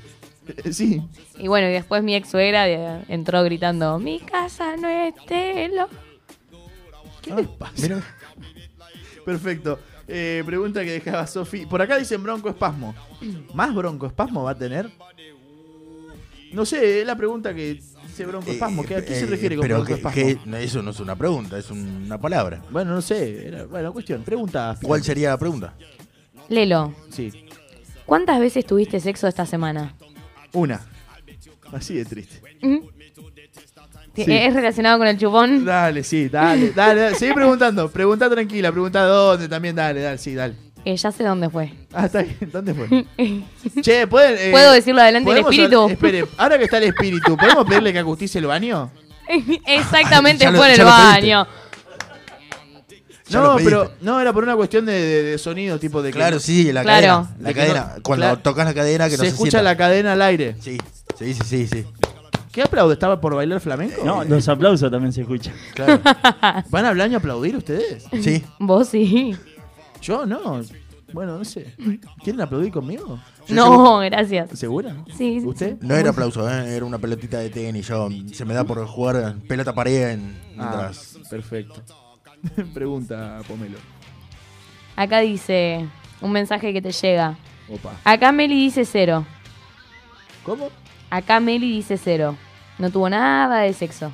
Eh, Sí. Y bueno, y después mi ex suegra de- entró gritando, mi casa no es telo. ¿Qué les pasa? Mira, Perfecto. Eh, pregunta que dejaba Sofi. Por acá dicen broncoespasmo. ¿Más broncoespasmo va a tener? No sé, es la pregunta que dice broncoespasmo. ¿Qué- ¿A qué se eh, refiere con pero que- broncoespasmo? que- no, eso no es una pregunta, es una palabra. Bueno, no sé. Era, bueno, cuestión. Pregunta. ¿Cuál sería la pregunta? Lelo, Sí. ¿cuántas veces tuviste sexo esta semana? Una. Así de triste. Ujú. Eh, Sí. ¿Es relacionado con el chupón? Dale, sí, dale, dale, dale. Seguí preguntando. Pregunta tranquila, pregunta dónde también, dale, dale, sí, dale. Eh, ya sé dónde fue. Ah, está bien. ¿Dónde fue? che, ¿pueden, eh, ¿Puedo decirlo adelante del podemos espíritu? hablar- espere, ahora que está el espíritu, ¿podemos pedirle que acustice el baño? Exactamente, Ya lo- fue en ya el lo pediste. baño. Ya lo No, pediste. pero no, era por una cuestión de, de- de sonido, tipo de que Claro, sí, la Claro. cadena. La De que cadena. no- Cuando claro. tocas la cadena que se, no se escucha sienta. la cadena al aire. Sí, sí, sí, sí, sí. ¿Qué aplaude? ¿Estaba por bailar flamenco? No, los aplausos también se escuchan. Claro. ¿Van al baño a aplaudir ustedes? Sí. Vos sí. Yo no. Bueno, no sé. ¿Quieren aplaudir conmigo? No, Oh, gracias. ¿Segura? Sí, sí, ¿Usted? No era aplauso, ¿eh? era una pelotita de tenis. Yo, se me da por jugar pelota pared en, Ah, mientras. perfecto. Pregunta, Pomelo. Acá dice un mensaje que te llega. Opa. Acá Meli dice cero. ¿Cómo? Acá Meli dice cero. No tuvo nada de sexo.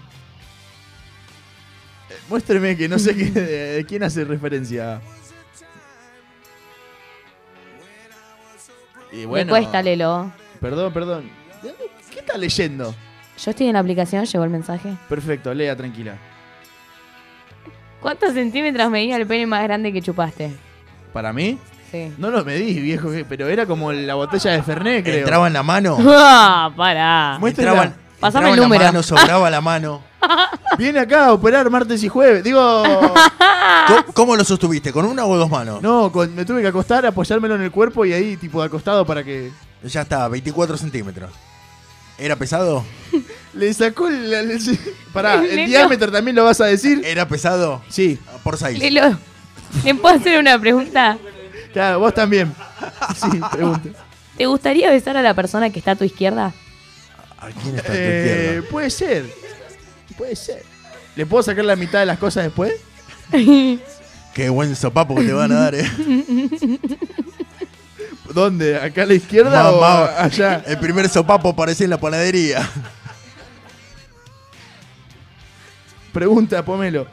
Eh, Muéstreme que no sé qué- de quién hace referencia. Y Me cuesta, Lelo. Perdón, perdón. ¿De dónde- ¿Qué está leyendo? Yo estoy en la aplicación, llegó el mensaje. Perfecto, lea tranquila. ¿Cuántos centímetros medía el pene más grande que chupaste? ¿Para mí? Sí. No lo medí, viejo, que- pero era como la botella de Fernet, creo. Entraba en la mano. ¡Ah, pará! Muéstrela. Entraban, Pasame entraba el la número. mano, sobraba la mano. Viene acá a operar martes y jueves. Digo, Ah. ¿Cómo, cómo lo sostuviste? ¿Con una o dos manos? no, con- me tuve que acostar, apoyármelo en el cuerpo y ahí, tipo, acostado para que. Ya está, 24 centímetros. ¿Era pesado? Le sacó el. el- pará, el Lelo. diámetro también lo vas a decir. ¿Era pesado? Ah, Sí, Por 6. Lelo, ¿le puedo hacer una pregunta? claro, vos también. Sí, pregunta. ¿Te gustaría besar a la persona que está a tu izquierda? ¿A quién está a tu Eh, izquierda? puede ser. Puede ser. ¿Le puedo sacar la mitad de las cosas después? Qué buen sopapo que te van a dar, eh. ¿Dónde? ¿Acá a la izquierda o Mamá, allá? El primer sopapo aparece en la panadería. Pregunta, Pomelo.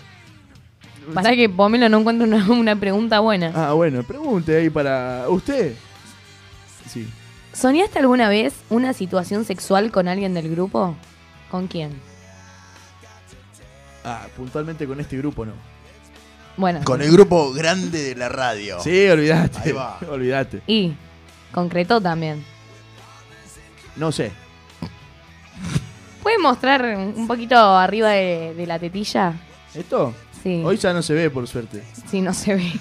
Para que Pomelo no encuentre una, una pregunta buena. Ah, bueno, pregunte ahí para usted. Sí. ¿Soñaste alguna vez una situación sexual con alguien del grupo? ¿Con quién? Ah, puntualmente con este grupo no. Bueno. Con el grupo grande de la radio. Sí, olvídate. Ahí va. Olvídate. Y concretó también. No sé. ¿Puede mostrar un poquito arriba de, de la tetilla? ¿Esto? Sí. Hoy ya no se ve, por suerte. Sí, no se ve.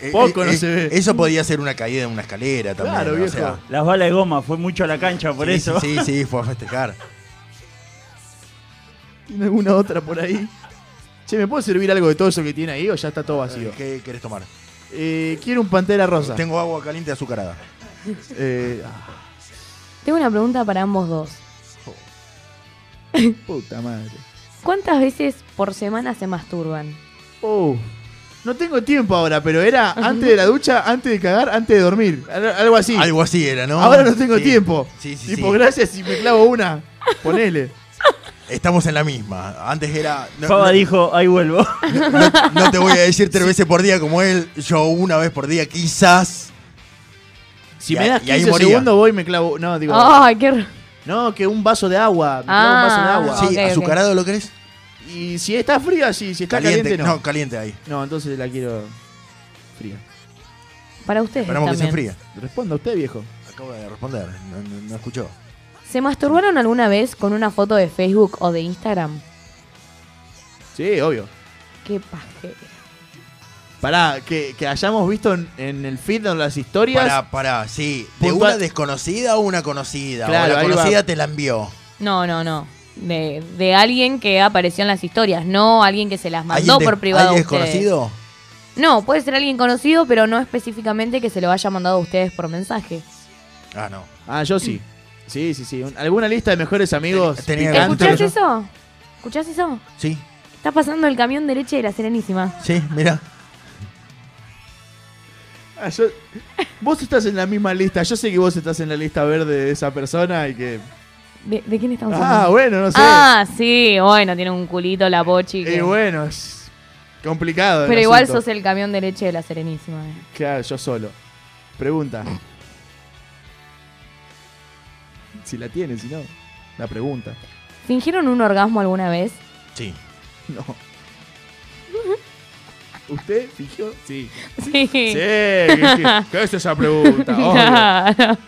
Eh, Poco eh, no eh, se ve. Eso podía ser una caída en una escalera también. Claro, o viejo. sea, Las balas de goma, fue mucho a la cancha por sí, eso. Sí, sí, fue a festejar. ¿Tiene alguna otra por ahí? Che, ¿me puedo servir algo de todo eso que tiene ahí o ya está todo vacío? ¿Qué querés tomar? Eh, quiero un pantera rosa. Tengo agua caliente azucarada. Eh, ah, Tengo una pregunta para ambos dos. puta madre. ¿Cuántas veces por semana se masturban? Oh. No tengo tiempo ahora, pero era antes de la ducha, antes de cagar, antes de dormir. Al- Algo así. Algo así era, ¿no? Ahora no tengo Sí. tiempo. Sí, sí, tipo, sí. gracias si me clavo una. Ponele. Estamos en la misma. Antes era. No, Faba no- dijo, ahí vuelvo. no te voy a decir tres veces por día como él. Yo una vez por día, quizás. Si Y me ahí- das y ahí 15 moría. segundos voy y me clavo. No, digo. ¡Ay, qué r- No, que un vaso de agua. Me clavo un vaso de Ah. agua. Sí, ok, ok. azucarado lo querés. Y si está fría, sí. Si está caliente, no. No, caliente ahí. No, entonces la quiero fría. Para ustedes Esperamos que se también. enfría. Responda usted, viejo. Acabo de responder. No, no- no escuchó. ¿Se masturbaron alguna vez con una foto de Facebook o de Instagram? Sí, obvio. ¡Qué paje! Pará, que, que hayamos visto en, en el feed o en las historias. Pará, pará, sí. ¿De Puntual- una desconocida o una conocida? Claro, o la ahí va. conocida te la envió. No, no, no. De, de alguien que apareció en las historias, no alguien que se las mandó ¿Alguien de- por privado. a ¿Alguien ustedes. desconocido? No, puede ser alguien conocido, pero no específicamente que se lo haya mandado a ustedes por mensaje. Ah, no. Ah, yo sí. Sí, sí, sí. Un- ¿Alguna lista de mejores amigos? Tenía- picantes? Antes, ¿Escuchás ¿no? eso? ¿Escuchás eso? Sí, Está pasando el camión de leche de la Serenísima. sí, mira. Ah, yo- Vos estás en la misma lista. Yo sé que vos estás en la lista verde de esa persona y que. ¿De, de quién estamos Ah, hablando? bueno, no sé. Ah, sí, bueno, tiene un culito la pochi. y que- bueno, es complicado. el pero igual asunto. sos el camión de leche de la Serenísima. eh. Claro, yo solo. Pregunta. Si la tiene, si no. La pregunta. ¿Fingieron un orgasmo alguna vez? Sí. No. ¿Usted fingió? Sí. Sí. Sí. ¿Qué, qué es esa pregunta? Obvio. Claro.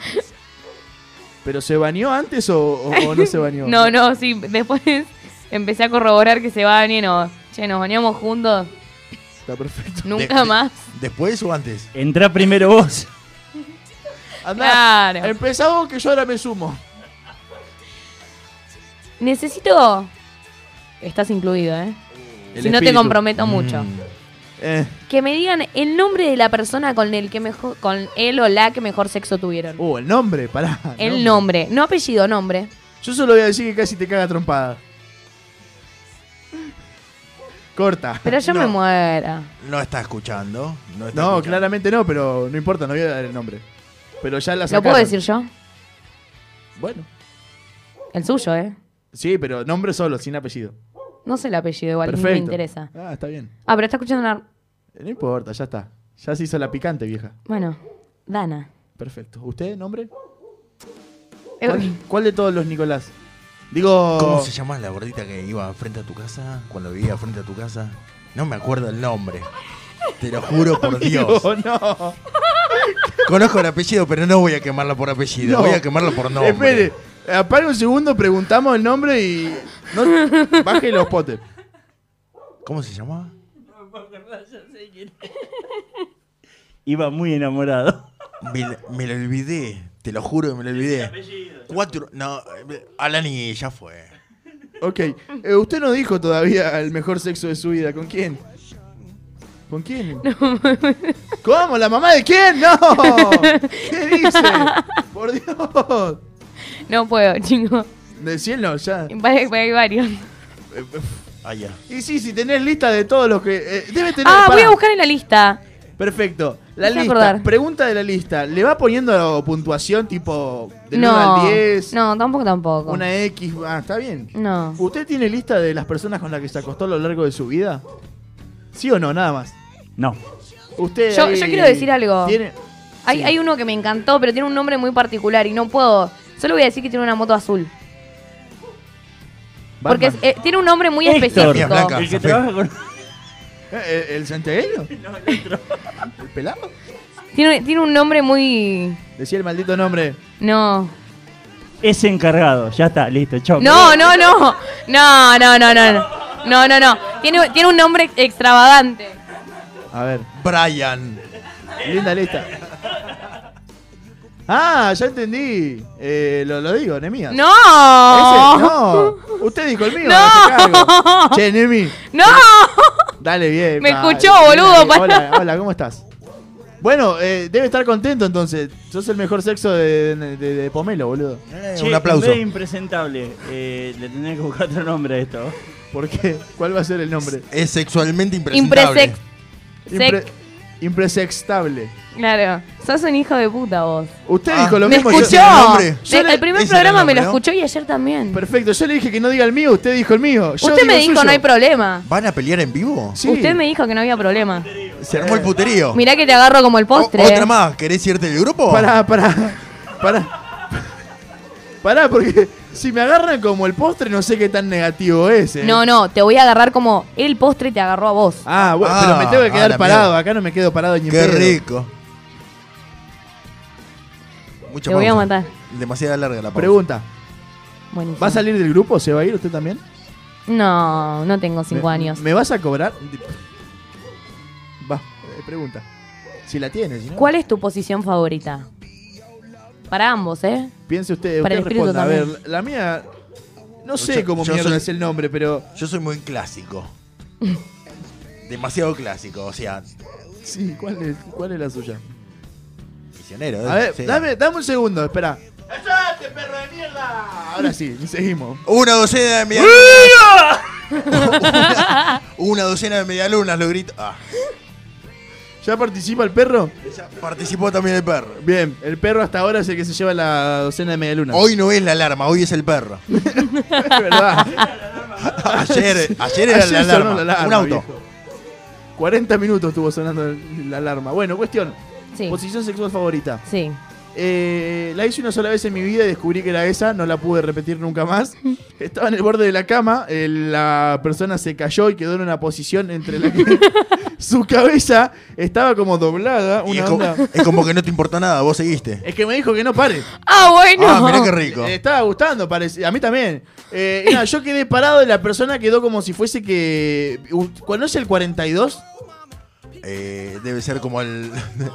¿Pero se bañó antes o, o- o no se bañó? No, no, sí. Después empecé a corroborar que se bañen o. Che, nos bañamos juntos. Está perfecto. Nunca De- más. ¿Después o antes? Entrá primero vos. Andá, Claro. empezamos que yo ahora me sumo. Necesito. Estás incluido, ¿eh? El si no te espíritu. Mm. comprometo mucho. Eh, Que me digan el nombre de la persona con el que mejor, con él o la que mejor sexo tuvieron. uh, el nombre, pará. el nombre, no apellido, nombre. Yo solo voy a decir que casi te caga trompada. Corta. Pero yo No. me muera. No está escuchando. No, está No, escuchando. claramente no, pero no importa, no voy a dar el nombre. Pero ya la ¿Lo sacaron. puedo decir yo? Bueno. El suyo, ¿eh? Sí, pero nombre solo, sin apellido. No sé el apellido igual, Perfecto. ni me interesa. Ah, está bien. Ah, pero está escuchando una... No importa, ya está. Ya se hizo la picante, vieja. Bueno, Dana. Perfecto. ¿Usted, nombre? Eh, ¿Cuál, cuál de todos los Nicolás? Digo. ¿Cómo se llama la gordita que iba frente a tu casa? Cuando vivía frente a tu casa. No me acuerdo el nombre. Te lo juro por Digo, Dios. no. Conozco el apellido, pero no voy a quemarla por apellido. No. Voy a quemarla por nombre. Espere, eh, pare un segundo, preguntamos el nombre y. No, baje los potes. ¿Cómo se llamaba? Iba muy enamorado. Me, la- me lo olvidé. Te lo juro que me lo olvidé. Cuatro. No, eh, Alani ya fue. Ok, eh, usted no dijo todavía el mejor sexo de su vida. ¿Con quién? ¿Con quién? ¿Cómo? ¿La mamá de quién? ¡No! ¿Qué dice? ¡Por Dios! Eh, No puedo, chicos. Decíelo ya. Hay varios. eh, Allá. Y sí, si tenés lista de todos los que. eh, debe tener. Ah, voy pará. a buscar en la lista. Perfecto. La Voy a lista. acordar. Pregunta de la lista. ¿Le va poniendo puntuación tipo del 1 no, al 10? no, tampoco, tampoco. Una X. Ah, está bien. No. ¿Usted tiene lista de las personas con las que se acostó a lo largo de su vida? ¿Sí o no? Nada más. No. Usted. Yo- ahí yo quiero decir algo. tiene- Hay, sí. hay uno que me encantó, pero tiene un nombre muy particular y no puedo. Solo voy a decir que tiene una moto azul. Porque Batman. es- eh, tiene un nombre muy Héctor. Mía específico. Blanca. El que Café. trabaja con. Eh, eh, ¿El santiagueño? No, el otro. ¿El pelado? Tiene, tiene un nombre muy. Decía el maldito nombre. No. Es encargado. Ya está, listo, chao. No, no, no. No, no, no, no. no. No, no, no. Tiene, tiene un nombre extravagante. A ver. Brian. Linda lista. Ah, ya entendí. Eh, lo, lo digo, Nemías. ¡No! Ese- no. Usted dijo el mío. No. hace cargo. Che, Nemi. ¡No! Dale bien. Me pa. escuchó, Bien, boludo, bien. pará. Hola, hola, ¿cómo estás? Bueno, eh, debe estar contento entonces. Sos el mejor sexo de, de- de- de Pomelo, boludo. Eh, Che, un aplauso. en vez de impresentable. eh, le tendría que buscar otro nombre a esto. ¿Por qué? ¿Cuál va a ser el nombre? Es sexualmente impresentable. Impresex. Sec. impresextable. Claro. Sos un hijo de puta vos. Usted Ah. dijo lo Me mismo. yo- escuchó. el nombre. Me- Yo el le- primer ese era programa el me lo nombre, ¿no? escuchó y ayer también. Perfecto, yo le dije que no diga el mío, usted dijo el mío. Yo Usted me digo el dijo suyo. no hay problema. ¿Van a pelear en vivo? Sí. Usted me dijo que no había problema. Se armó el puterío. Eh, Mirá que te agarro como el O- postre. otra eh. más, ¿querés irte del grupo? Pará, Ah, pará, pará. Pará, porque si me agarran como el postre, no sé qué tan negativo es. ¿eh? No, no, te voy a agarrar como el postre te agarró a vos. Ah, bueno, Ah, pero me tengo que ah, quedar la parado. mierda. Acá no me quedo parado ni en Qué pedo. rico. Mucha Te voy a pausa. matar. Demasiada larga la pausa. Pregunta: Buenísimo. ¿va a salir del grupo? ¿Se va a ir usted también? No, no tengo cinco Me- años. ¿Me vas a Ah, cobrar? Va, eh, pregunta. Si la tienes, si no. ¿Cuál es tu posición favorita? Para ambos, ¿eh? Piense usted, Para el usted espíritu responda. A ver, también. la mía. No sé Yo- cómo yo mierda soy- es el nombre, pero. Yo soy muy clásico. Demasiado clásico, o sea, Sí, ¿cuál es, cuál es la suya? misionero. ¿eh? A ver, Sí. dame, dame un segundo, espera. ¡Cállate, perro de mierda! Ahora sí, seguimos. Una docena de medialunas. Una docena de medialunas lo grito. Ah, ¿Ya participa el perro? participó también el perro. Bien, el perro hasta ahora es el que se lleva la docena de medialunas. Hoy no es la alarma, hoy es el perro. es verdad. Ayer, ayer era la, sonó alarma. Un auto. viejo. 40 minutos estuvo sonando el- la alarma. Bueno, cuestión. Sí. Posición sexual favorita. Sí. Eh, la hice una sola vez en mi vida y descubrí que era esa, no la pude repetir nunca más. Estaba en el borde de la cama, eh, la persona se cayó y quedó en una posición entre la que su cabeza estaba como doblada. Y Una es, co- onda- es como que no te importó nada, vos seguiste. Es que me dijo que no pare. Ah, bueno. Ah, mirá qué rico. Le estaba gustando, parece. A mí también. Eh, y nada, yo quedé parado y la persona quedó como si fuese que. ¿Conoce el 42? Eh, debe ser como el.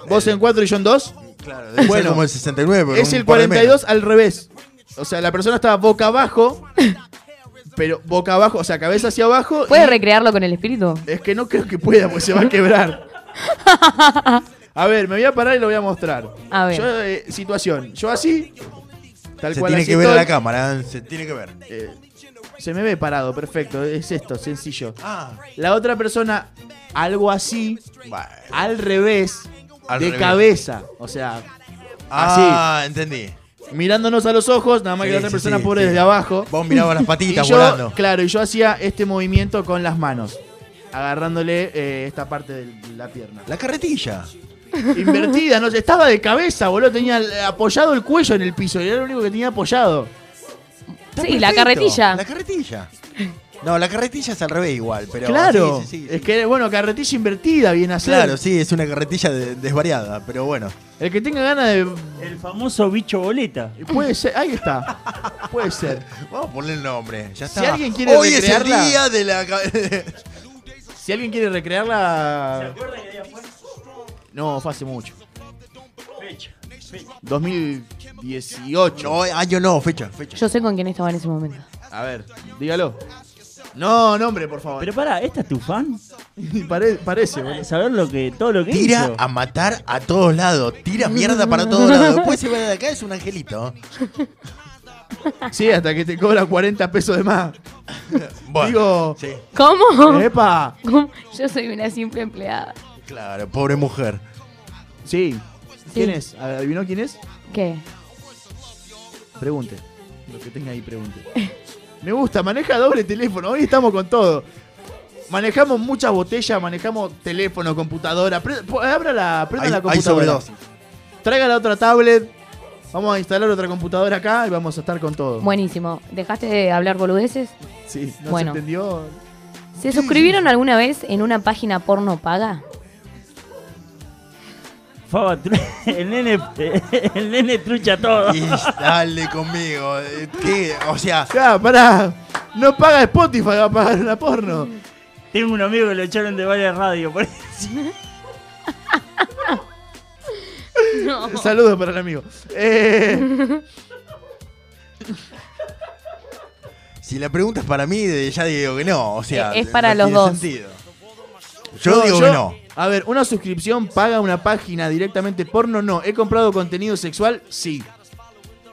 Vos en 4 y yo en 2. Claro, debe Bueno, ser como el 69. pero Es un el par de menos. 42 al revés. O sea, la persona estaba boca abajo. Pero boca abajo, o sea, cabeza hacia abajo. y- ¿Puedes recrearlo con el espíritu? Es que no creo que pueda, porque se va a quebrar. A ver, me voy a parar y lo voy a mostrar. A ver. Yo, eh, situación. Yo así. Tal Se cual tiene así que ver a estoy. la cámara, se tiene que ver. Eh, se me ve parado, perfecto. Es esto, sencillo. Ah, La otra persona, algo así, va. al revés, Al de revés. cabeza. O sea, Ah, entendí. mirándonos a los ojos, nada más que Sí, la otra sí, persona sí, por sí. desde abajo. Vos mirabas las Y patitas yo, volando. claro, y yo hacía este movimiento con las manos, agarrándole eh, esta parte de la pierna. La carretilla. Invertida, no sé, estaba de cabeza, boludo, tenía el- apoyado el cuello en el piso, era lo único que tenía apoyado. Está Sí, la perfecto. carretilla. La carretilla. No, la carretilla es al revés igual, pero. claro, sí, sí, sí, sí. es que, bueno, carretilla invertida, bien así. Claro, sí, es una carretilla de- desvariada, pero bueno. El que tenga ganas de Eh, El famoso bicho boleta. Puede ser, ahí está. Puede ser. Vamos a poner el nombre. Ya Si está. alguien quiere Ah. Hoy es el recrearla- día de la. ca- Si alguien quiere recrearla. No, fue hace mucho. Fecha, fecha. 2018. no, año no, fecha, fecha. Yo sé con quién estaba en ese momento. A ver, dígalo. No, nombre, por favor. Pero para, ¿esta es tu fan? Pare- parece, Para boludo. saber lo que, todo lo que Tira hizo. a matar a todos lados. Tira mierda para todos lados. Después se va de acá, es un angelito. Sí, hasta que te cobra 40 pesos de más. Bueno, Digo. sí, ¿Cómo? ¡Epa! ¿Cómo? Yo soy una simple empleada. claro, pobre mujer. Sí. ¿Quién es? ¿Adivinó quién es? ¿Qué? Pregunte. Lo que tenga ahí, pregunte. Me gusta, maneja doble teléfono. Hoy estamos con todo. Manejamos muchas botellas, manejamos teléfono, computadora. Pre- po- abra la, prenda Hay- la hay computadora. sobredosis. Traiga la otra tablet. Vamos a instalar otra computadora acá y vamos a estar con todo. Buenísimo. ¿Dejaste de hablar boludeces? Sí, ¿no Bueno. se entendió? ¿Se suscribieron alguna vez en una página porno paga? Faba, tru- el nene, el nene trucha todo. Y dale conmigo. eh, ¿Qué? O sea, Ya, Ah, pará. No paga Spotify, va a pagar una porno. Tengo un amigo que lo echaron de varias radios. por eso. Saludos para el amigo. Eh, si la pregunta es para mí, desde ya digo que no. O sea, Eh, Es- es para los no tiene dos. sentido. Yo digo que no. A ver, una suscripción paga una página directamente porno, no. He comprado contenido sexual, sí.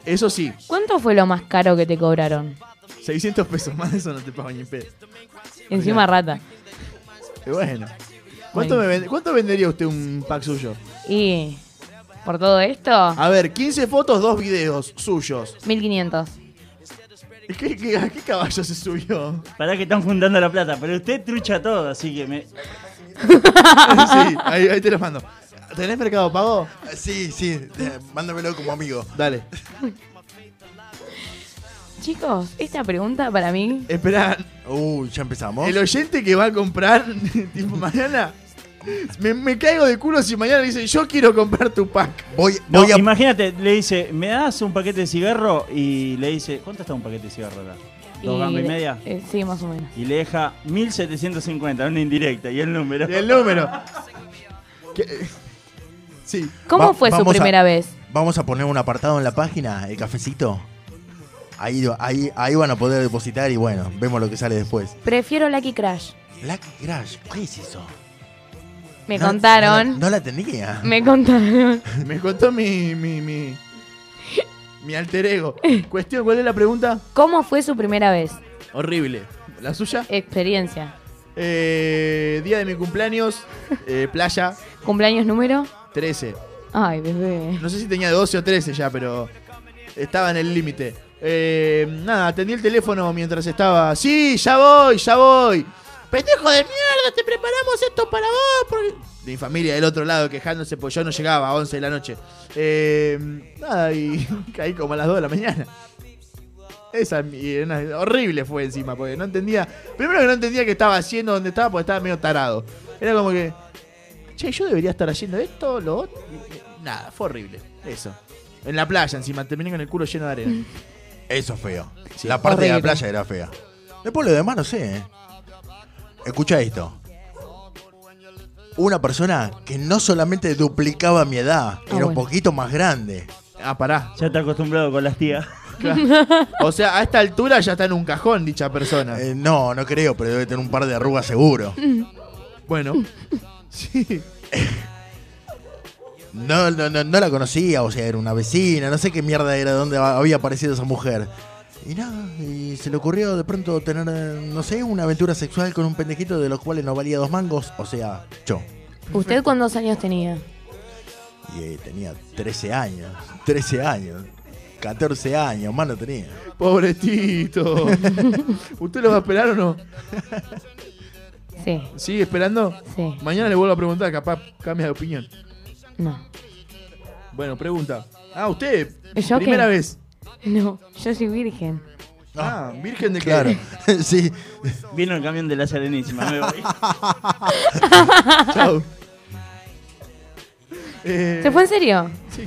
Eso sí, ¿Cuánto fue lo más caro que te cobraron? 600 pesos más de eso no te pago ni en pedo. Encima rata. Y Bueno. ¿Cuánto, Bueno. me vende- ¿Cuánto vendería usted un pack suyo? Y por todo esto, A ver, 15 fotos, 2 videos suyos. 1500. ¿Qué, qué, a qué caballo se subió? Pará que están juntando la plata. Pero usted trucha todo, así que me... sí, ahí, ahí te los mando. ¿Tenés Mercado Pago? Sí, sí, eh, mándamelo como amigo. Dale. Chicos, esta pregunta para mí. Esperá, Uy, Uh, ya empezamos. el oyente que va a comprar, tipo mañana, me, me caigo de culo si mañana le dicen, yo quiero comprar tu pack. Voy, No, voy a. Imagínate, le dice, ¿me das un paquete de cigarro? Y le dice, ¿cuánto está un paquete de cigarro acá? ¿Dos gambas y media? eh, sí, más o menos. Y le deja 1750, una indirecta y el número. Y el número. Que- Sí. ¿Cómo Va- fue su vamos a- primera vez? Vamos a poner un apartado en la página, el cafecito. Ahí, ahí, ahí van a poder depositar y bueno, vemos lo que sale después. Prefiero Lucky Crash. Black Crash, ¿qué es eso? Me No- contaron. No, la- no la tenía. Me contaron. Me contó mi, mi, mi, mi alter ego. Cuestión, ¿cuál es la pregunta? ¿Cómo fue su primera vez? Horrible. ¿La suya? Experiencia. Eh, día de mi cumpleaños, eh, playa, ¿Cumpleaños número? 13. Ay, bebé. No sé si tenía 12 o 13 ya, pero estaba en el límite. Eh, nada, atendí el teléfono mientras estaba. Sí, ya voy, ya voy. Pendejo de mierda, te preparamos esto para vos. porque-". de mi familia del otro lado quejándose, pues yo no llegaba a 11 de la noche. Eh, nada, y caí como a las 2 de la mañana. Esa es mi- una- horrible fue encima, porque no entendía. Primero que no entendía qué estaba haciendo, dónde estaba, porque estaba medio tarado. Era como que. Che, yo debería estar haciendo esto, lo otro. Nada, fue horrible. Eso. En la playa encima, terminé con el culo lleno de arena. Eso es feo. la parte de la horrible. playa era fea. Después lo demás no sé. ¿eh? Escucha esto. Una persona que no solamente duplicaba mi edad, era un bueno. poquito más grande. Ah, pará. Ya está acostumbrado con las tías. O sea, a esta altura ya está en un cajón dicha persona. Eh, no, no creo, pero debe tener un par de arrugas seguro. Bueno. Sí. No, no, no, no la conocía, o sea, era una vecina, no sé qué mierda era, dónde había aparecido esa mujer. Y nada, y se le ocurrió de pronto tener, eh, no sé, una aventura sexual con un pendejito de los cuales no valía dos mangos, o sea, yo. ¿Usted cuántos años tenía? Y eh, tenía 13 años, 13 años, 14 años, más no tenía. Pobrecito. ¿Usted lo va a esperar o no? Sí, ¿Sigue esperando? sí, Mañana le vuelvo a preguntar, capaz cambia de opinión. no. Bueno, pregunta. Ah, usted. ¿Yo qué? Primera vez. No, yo soy virgen. Ah, virgen de qué? Claro, sí, Vino el camión de la Serenísima, me voy. Ah. Chau. Eh, ¿Se fue en serio? Sí.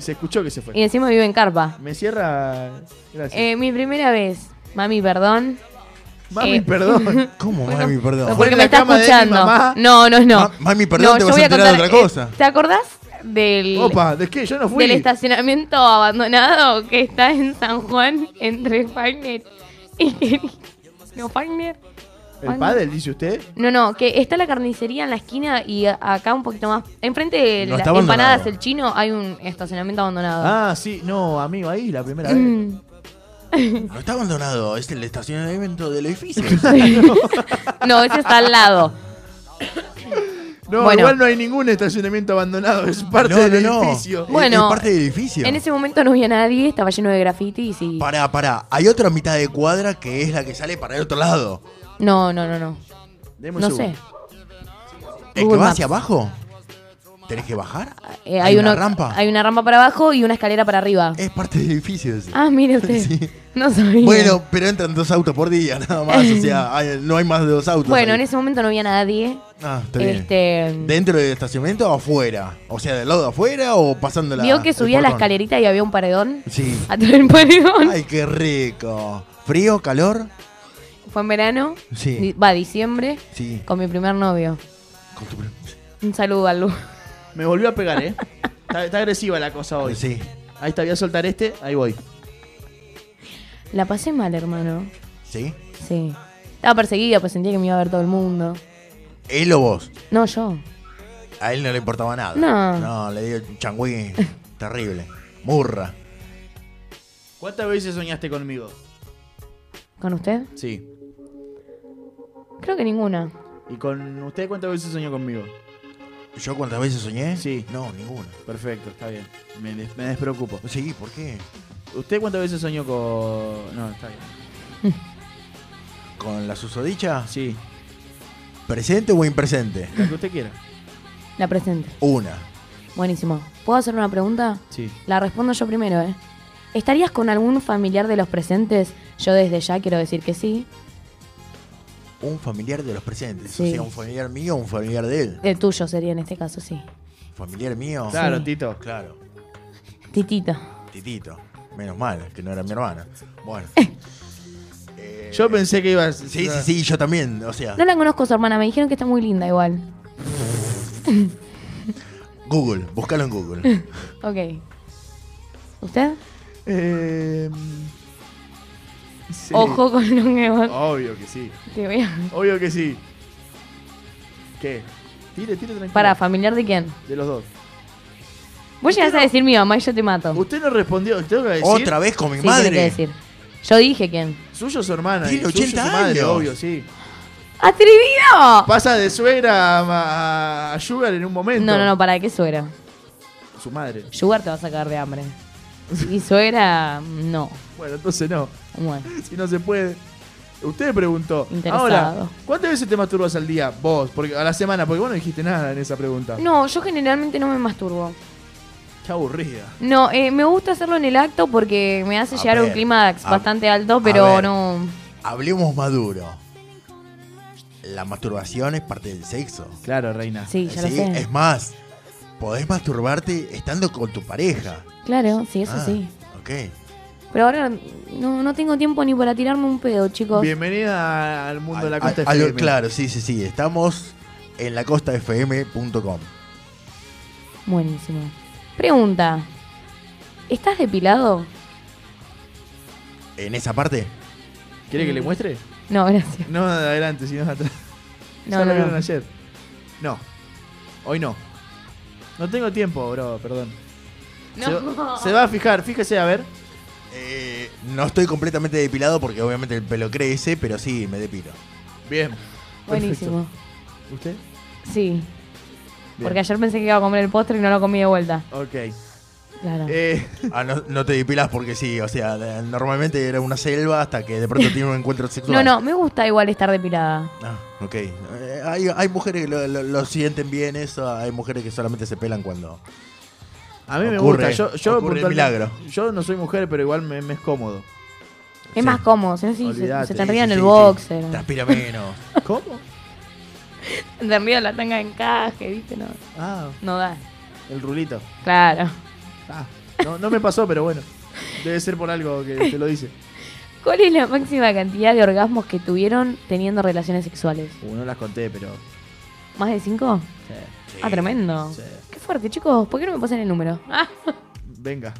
Se escuchó que se fue. Y encima vive en carpa. Me cierra. Gracias. Eh, mi primera vez. Mami, perdón. Mami, eh, perdón. ¿cómo, mami? No, Perdón. fue porque me en la está cama de mi escuchando. mamá. No, no, no. Ma- mami, perdón, No, te yo vas a voy enterar de contar, otra eh, cosa. ¿Te acordás del, Opa, ¿de qué? Yo no fui. del estacionamiento abandonado que está en San Juan entre Fagner y no Fagner? ¿El pádel, dice usted? No, no, que está la carnicería en la esquina y a- acá un poquito más. Enfrente de No las está abandonado. empanadas el chino hay un estacionamiento abandonado. Ah, sí. No, amigo, ahí la primera vez. Mm. No está abandonado, es el estacionamiento del edificio. No, ese está al lado. No, Bueno. igual no hay ningún estacionamiento abandonado. Es parte No, no, del no. edificio. Es- Bueno, es parte del edificio. En ese momento no había nadie, estaba lleno de grafitis y. Pará, pará. Hay otra mitad de cuadra que es la que sale para el otro lado. No, no, no, no. Deme un No segundo. sé. ¿El que Google va Maps. hacia abajo? ¿Tenés que bajar? Eh, hay, una uno- rampa. Hay una rampa para abajo y una escalera para arriba. Es parte del edificio. ese. Ah, mire usted. Sí. No sabía. Bueno, pero entran dos autos por día, nada más. O sea, hay- no hay más de dos autos. Bueno, ahí. en ese momento no había nadie. Ah, está bien. Este. ¿Dentro del estacionamiento o afuera? O sea, ¿del lado de afuera o pasando la. Vio que el subía la portón? escalerita y había un paredón. Sí. Atrás del paredón. Ay, qué rico. ¿Frío, calor? Fue en verano. Sí. Di- Va, diciembre. Sí. Con mi primer novio. Con tu- Un saludo a Lu. Me volvió a pegar, ¿eh? está, está agresiva la cosa hoy. Sí. Ahí está, voy a soltar este. Ahí voy. La pasé mal, hermano. ¿Sí? Sí. Estaba perseguida, pues sentía que me iba a ver todo el mundo. ¿Él o vos? No, yo. A él no le importaba nada. No. No, le dio un changüí terrible. Murra. ¿Cuántas veces soñaste conmigo? ¿Con usted? Sí. Creo que ninguna. ¿Y con usted cuántas veces soñó conmigo? ¿Yo cuántas veces soñé? Sí. No, ninguna. Perfecto, está bien. Me, des- me despreocupo. Sí, ¿por qué? ¿Usted cuántas veces soñó con.? No, está bien. ¿Con la susodicha? Sí, ¿Presente o impresente? la que usted quiera. La presente. Una. Buenísimo. ¿Puedo hacer una pregunta? Sí. La respondo yo primero, ¿eh? ¿Estarías con algún familiar de los presentes? Yo desde ya quiero decir que sí. Un familiar de los presentes. O Sí. sea, un familiar mío o un familiar de él. El tuyo sería en este caso, sí. Familiar mío. Claro, Tito. Claro. Titito. Titito. Menos mal, que no era mi hermana. Bueno. Eh, Yo pensé que ibas. Sí, sí, sí, yo también. O sea, No la conozco, su hermana. Me dijeron que está muy linda igual. Google. Búscalo en Eh. Google. Ok. ¿Usted? Eh, sí. Ojo con lo que vos Obvio que sí. te veas. Obvio que sí. ¿Qué? Tire, tire tranquilo. Para, ¿familiar de quién? De los dos. Vos llegás a decir mi mamá y yo te mato. Usted no respondió. Tengo que decir. Otra vez con mi Sí, madre. tiene que decir. Yo dije quién. Suyo su hermana. Tiene y suyo 80 su madre, años. Obvio, sí. ¡Atrevido! Pasa de suegra a, a- a Sugar en un momento. No, no, no, para qué suegra. Su madre. Sugar te va a sacar de hambre. Y suegra, no. Bueno, entonces no. Bueno. Si no se puede. Usted preguntó. Interesado. Ahora, ¿cuántas veces te masturbas al día? Vos, porque a la semana, porque vos no dijiste nada en esa pregunta. No, yo generalmente no me masturbo. Qué aburrida. No, eh, me gusta hacerlo en el acto porque me hace A llegar a un ver, clímax a- bastante alto, a pero ver. no. Hablemos maduro. La masturbación es parte del sexo. Claro, reina. Sí, ya lo ¿sí? sé. Es más, podés masturbarte estando con tu pareja. Claro, sí, eso Ah, sí. Ok. Pero ahora no, no tengo tiempo ni para tirarme un pedo, chicos. Bienvenida al mundo de la A- costa a- a lo- FM. claro, sí, sí, sí. Estamos en lacostafm.com. Buenísimo. Pregunta. ¿Estás depilado? En esa parte, ¿Quiere que le muestre? No, gracias. No, adelante, sino atrás. No, ya no, lo vieron no. ayer. No. Hoy no. No tengo tiempo, bro, perdón. Se va- No. Se, va a fijar, fíjese, a ver. eh, no estoy completamente depilado porque obviamente el pelo crece, pero sí, me depilo. Bien. Buenísimo. Perfecto. ¿Usted? Sí. Bien. Porque ayer pensé que iba a comer el postre y no lo comí de vuelta. Ok. Claro. Eh, Ah, no, no te depilas porque sí, o sea, de- normalmente era una selva hasta que de pronto tiene un encuentro no, sexual. no, me gusta igual estar depilada. Ah, ok. Eh, hay, hay mujeres que lo, lo- lo sienten bien eso, hay mujeres que solamente se pelan cuando... a mí me Ocurre, gusta. Yo, yo, ocurre el puntualmente- milagro. yo no soy mujer, pero igual me, me es cómodo. Es más cómodo, si no, sí, se, Olvídate. se te Sí, enría en Sí, el sí, boxer. Transpira menos. ¿Cómo? Se te enría la tanga de encaje, ¿viste? No, Ah, no da. el rulito. Claro. Ah, no, no me pasó, pero bueno. Debe ser por algo que te lo dice. ¿Cuál es la máxima cantidad de orgasmos que tuvieron teniendo relaciones sexuales? Uh, no las conté, pero. ¿Más de cinco? sí, ah, tremendo. sí. Qué fuerte, chicos. ¿Por qué no me pasan el número? Ah. Venga.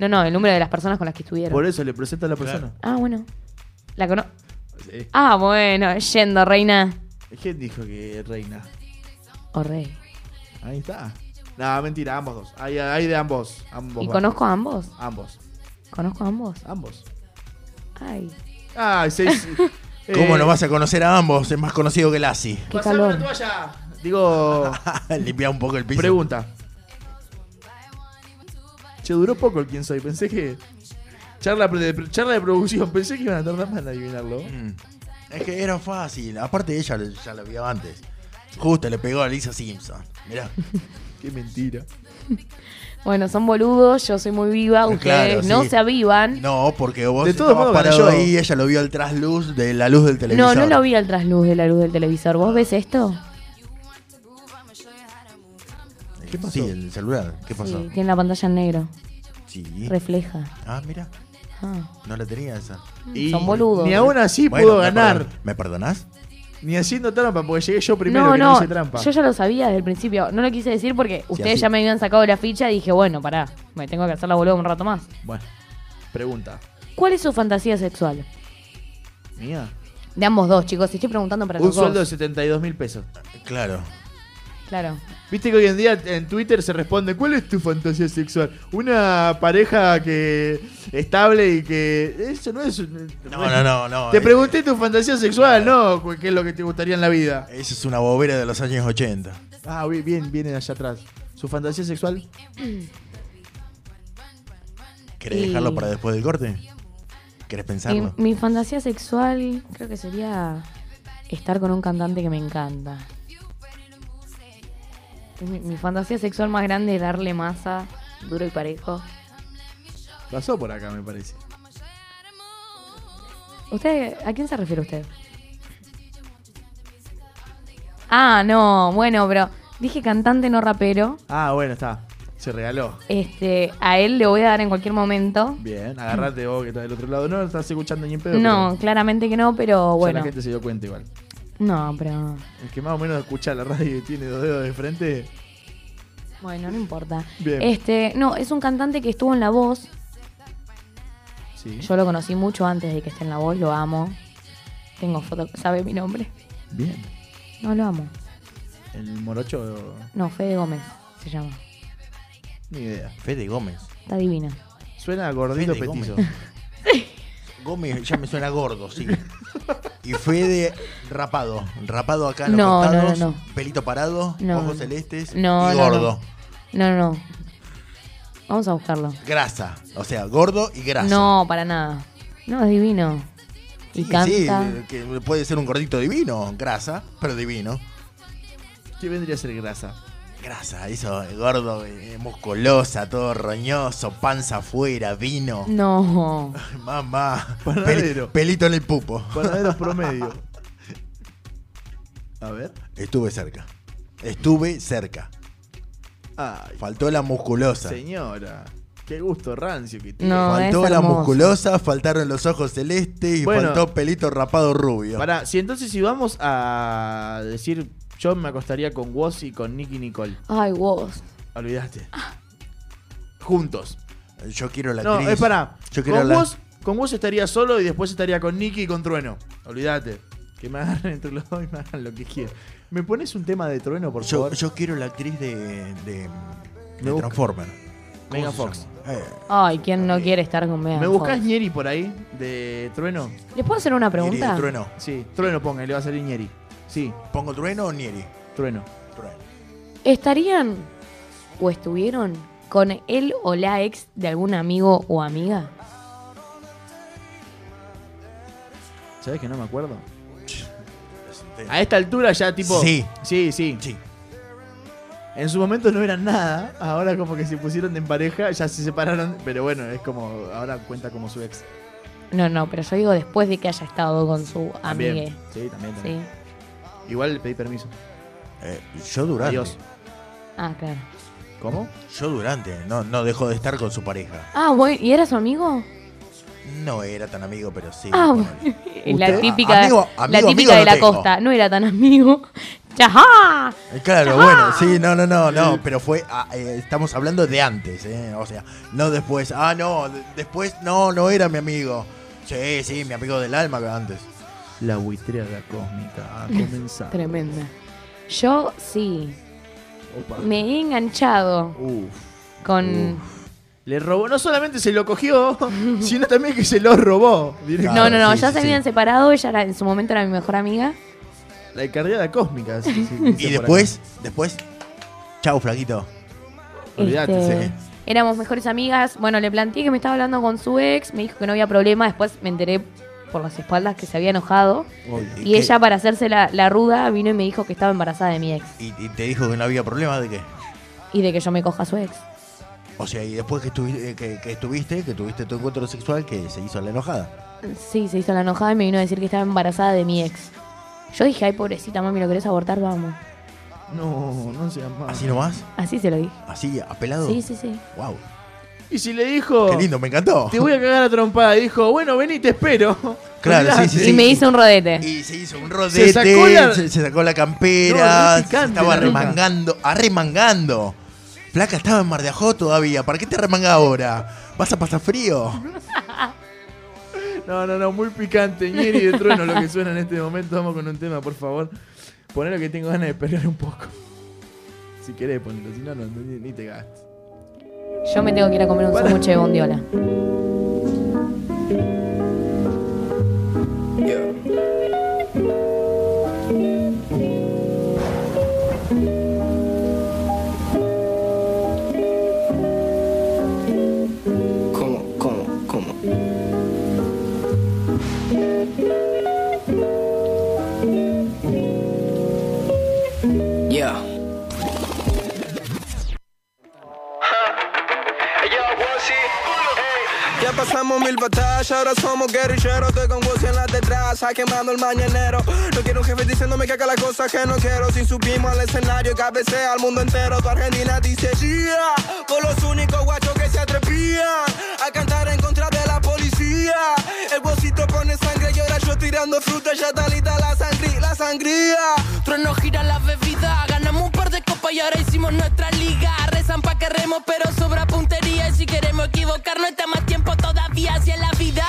No, no, el número de las personas con las que estuvieron. Por eso le presenta a la persona. Ah, bueno. La cono... Sí. Ah, bueno, yendo, reina. ¿Quién dijo que reina? O rey. Ahí está. No, mentira, ambos dos. Hay, hay de ambos. ambos ¿Y van. conozco a ambos? Ambos. ¿Conozco a ambos? Ambos. Ay, Ay, Eh, seis. ¿Cómo no vas a conocer a ambos? Es más conocido que Lassie. qué calor. Digo, Limpia un poco el piso. pregunta. Che, duró poco el quién soy. Pensé que. Charla de, charla de producción. Pensé que iban a tardar más en adivinarlo. Mm. Es que era fácil. Aparte ella lo- ya lo vio antes. Justo le pegó a Lisa Simpson. Mirá. Qué mentira. Bueno, son boludos, yo soy muy viva, Claro, ustedes no sí. se avivan. No, porque vos De todos estabas modos, parado ganó yo. ahí, ella lo vio al trasluz de la luz del No, televisor. no lo vi al trasluz de la luz del televisor. ¿Vos ves esto? ¿Qué pasó? Sí, el celular. ¿Qué pasó? Sí, tiene la pantalla en negro. Sí. Refleja. Ah, mira. Ah, No la tenía esa. Y Mm, Son boludos. Ni aún así Bueno, pudo me ganar. perdon- ¿Me perdonás? Ni haciendo trampa, porque llegué yo primero No, que no, no, hice trampa. yo ya lo sabía desde el principio. No lo quise decir porque ustedes así. ya me habían sacado la ficha y dije, bueno, pará, me tengo que hacer la boluda un rato más. Bueno, pregunta. ¿Cuál es su fantasía sexual? Mía. De ambos dos, chicos. Estoy preguntando para Un los sueldo de dos. 72 mil pesos. Claro. Claro. Viste que hoy en día en Twitter se responde, ¿cuál es tu fantasía sexual? Una pareja que estable y que... Eso no es... un- No, no, no, no. Te Eh, pregunté tu fantasía sexual, ¿no? ¿Qué es lo que te gustaría en la vida? Esa eh, es una bobera de los años 80. Ah, vi- bien, viene de allá atrás. ¿Su fantasía sexual? ¿Querés Y- dejarlo para después del corte? ¿Querés Mi, pensarlo? mi fantasía sexual creo que sería estar con un cantante que me encanta. Es Mi, mi fantasía sexual más grande es darle masa duro y parejo. Pasó por acá, me parece. ¿Usted a quién se refiere usted? Ah, no, bueno, pero dije cantante no rapero. Ah, bueno, está. Se regaló. Este, a él le voy a dar en cualquier momento. Bien, agarrate vos que estás del otro lado. No, no estás escuchando ni en pedo. No, claramente que no, pero pero ya bueno. la gente se dio cuenta igual. No, pero El que más o menos escucha la radio y tiene dos dedos de frente. bueno, no importa. Bien. Este, no, es un cantante que estuvo en La Voz. Sí. Yo lo conocí mucho antes de que esté en La Voz, lo amo. Tengo foto, sabe mi nombre. Bien. No lo amo. El morocho, No, Fede Gómez se llama. ni idea. Fede Gómez. Está divina. Suena a gordito Fede Gómez. petizo. Gómez ya me suena gordo, sí. Y Fede rapado. Rapado acá en los No, no, costados, no, no. pelito parado, No, ojos no. celestes No, y no, gordo. No, no, no. Vamos a buscarlo. Grasa. O sea, gordo y grasa. No, para nada. No, es divino. Y Sí, canta. Sí, que puede ser un gordito divino, grasa, pero divino. ¿Qué vendría a ser grasa? Grasa, eso, gordo, eh, musculosa, todo roñoso, panza afuera, vino. No. Mamá, Panadero. Pel- pelito en el pupo. Panadero promedio. A ver. Estuve cerca. Estuve cerca. Ay, Faltó la musculosa. señora. Qué gusto rancio que tiene. No, faltó es la hermoso. musculosa, faltaron los ojos celestes y Bueno. faltó pelito rapado rubio. Pará, si entonces si vamos a decir yo me acostaría con Woz y con Nicky Nicole. Ay, vos. Olvidaste. Ah. Juntos. Yo quiero la no, actriz. es pará. Yo quiero con, la- Woz, con Woz estaría solo y después estaría con Nicky y con Trueno. Olvídate. Que me agarren entre los dos y me hagan lo que quieran. ¿Me pones un tema de Trueno, por Yo, favor? yo quiero la actriz de, de, de busca- Transformer. Mega ¿Cómo Fox. se llama? Eh, Ay, ¿quién no quiere estar con Megan ¿Me Fox? buscas Ñeri por ahí? ¿De Trueno? ¿Les puedo hacer una Nieri de pregunta? Trueno. Sí, Trueno ponga, le va a salir Ñeri. Sí, ¿Pongo Trueno o Nieri? Trueno. Trueno. ¿Estarían o estuvieron con él o la ex de algún amigo o amiga? ¿Sabes que no me acuerdo? Presenté. A esta altura ya tipo... Sí. Sí, sí. Sí. En su momento no eran nada, ahora como que se pusieron en pareja, ya se separaron, pero bueno, es como, ahora cuenta como su ex. No, no, pero yo digo después de que haya estado con su amigue. También. Sí, también. Sí. también. Igual le pedí permiso. Eh, yo durante. Adiós. Ah, claro. ¿Cómo? Yo durante. No, no dejó de estar con su pareja. Ah, bueno, ¿y era su amigo? No era tan amigo, pero sí. Ah, ponele. bueno. La Usted- típica, Amigo- la amigo, típica amigo de no la tengo. costa. No era tan amigo. ¡Chajá! Eh, Claro, Ah. bueno, sí, no, no, no, no, pero fue, ah, eh, estamos hablando de antes, eh, o sea, no después, ah, no, de- después, no, no era mi amigo, sí, sí, mi amigo del alma antes. La buitreada cósmica ha comenzado. Tremenda. Yo sí. Opa. Me he enganchado Uf. con. Uh, Le robó, no solamente se lo cogió, sino también que se lo robó. No, no, no, sí, ya sí, se sí. habían separado. Ella era- en su momento era mi mejor amiga. La encargada cósmica. sí, sí, dice Y por después, después, chau, flaquito. Olvídate, Este, sí. Éramos mejores amigas. Bueno, le planteé que me estaba hablando con su ex. Me dijo que no había problema. Después me enteré por las espaldas que se había enojado. Obvio. Y ella, para hacerse la, la ruda, vino y me dijo que estaba embarazada de mi ex. Y, y te dijo que no había problema de qué. Y de que yo me coja a su ex. O sea, y después que, estuvi- eh, que, que estuviste, que tuviste tu encuentro sexual, que se hizo la enojada. Sí, se hizo la enojada y me vino a decir que estaba embarazada de mi ex. Yo dije, ay, pobrecita, mami, ¿lo querés abortar? Vamos. acá. No, no sea más. Así nomás, Así se lo dije. así, Oh. apelado. Ah. Sí, sí, sí. Wow, Y si le dijo, qué lindo, me encantó. te voy a cagar a trompada, y dijo, bueno, vení, te espero. Claro, sí, Olvidate. sí, y sí. me hizo un rodete. Y se hizo un rodete, Se se sacó sacó la- la, campera, No, re picante se estaba la ropa. remangando, arremangando. Placa estaba en Mar de Ajó todavía, ¿para qué te remanga ahora? ¿Vas a pasar frío? No, no, no, muy picante, ñeri de trueno lo que suena en este momento. Vamos con un tema, por favor. Ponelo que tengo ganas de pelear un poco. Si querés ponelo, si no, no, ni, ni te gastes. Yo me tengo que ir a comer un Para. sándwich de bondiola. ¿Cómo, cómo, cómo? Yeah. Ya pasamos mil batallas, ahora somos guerrilleros. Estoy con Woz en la detrás, quemando el mañanero. No quiero un jefe diciéndome que haga las cosas que no quiero. Si subimos al escenario, cabecea al mundo entero. Tu Argentina dice yeah. Con los únicos guachos que se atrevían a cantar en contra de la policía. El bolsito pone sangre y ahora yo tirando fruta. Ya está lista la, sangría, la sangría. Trueno gira la bebida, ganamos un par de copas y ahora hicimos nuestra liga. Rezan pa' que remos, pero sobra puntería. Y si queremos equivocarnos, está más tiempo todavía hacia la vida.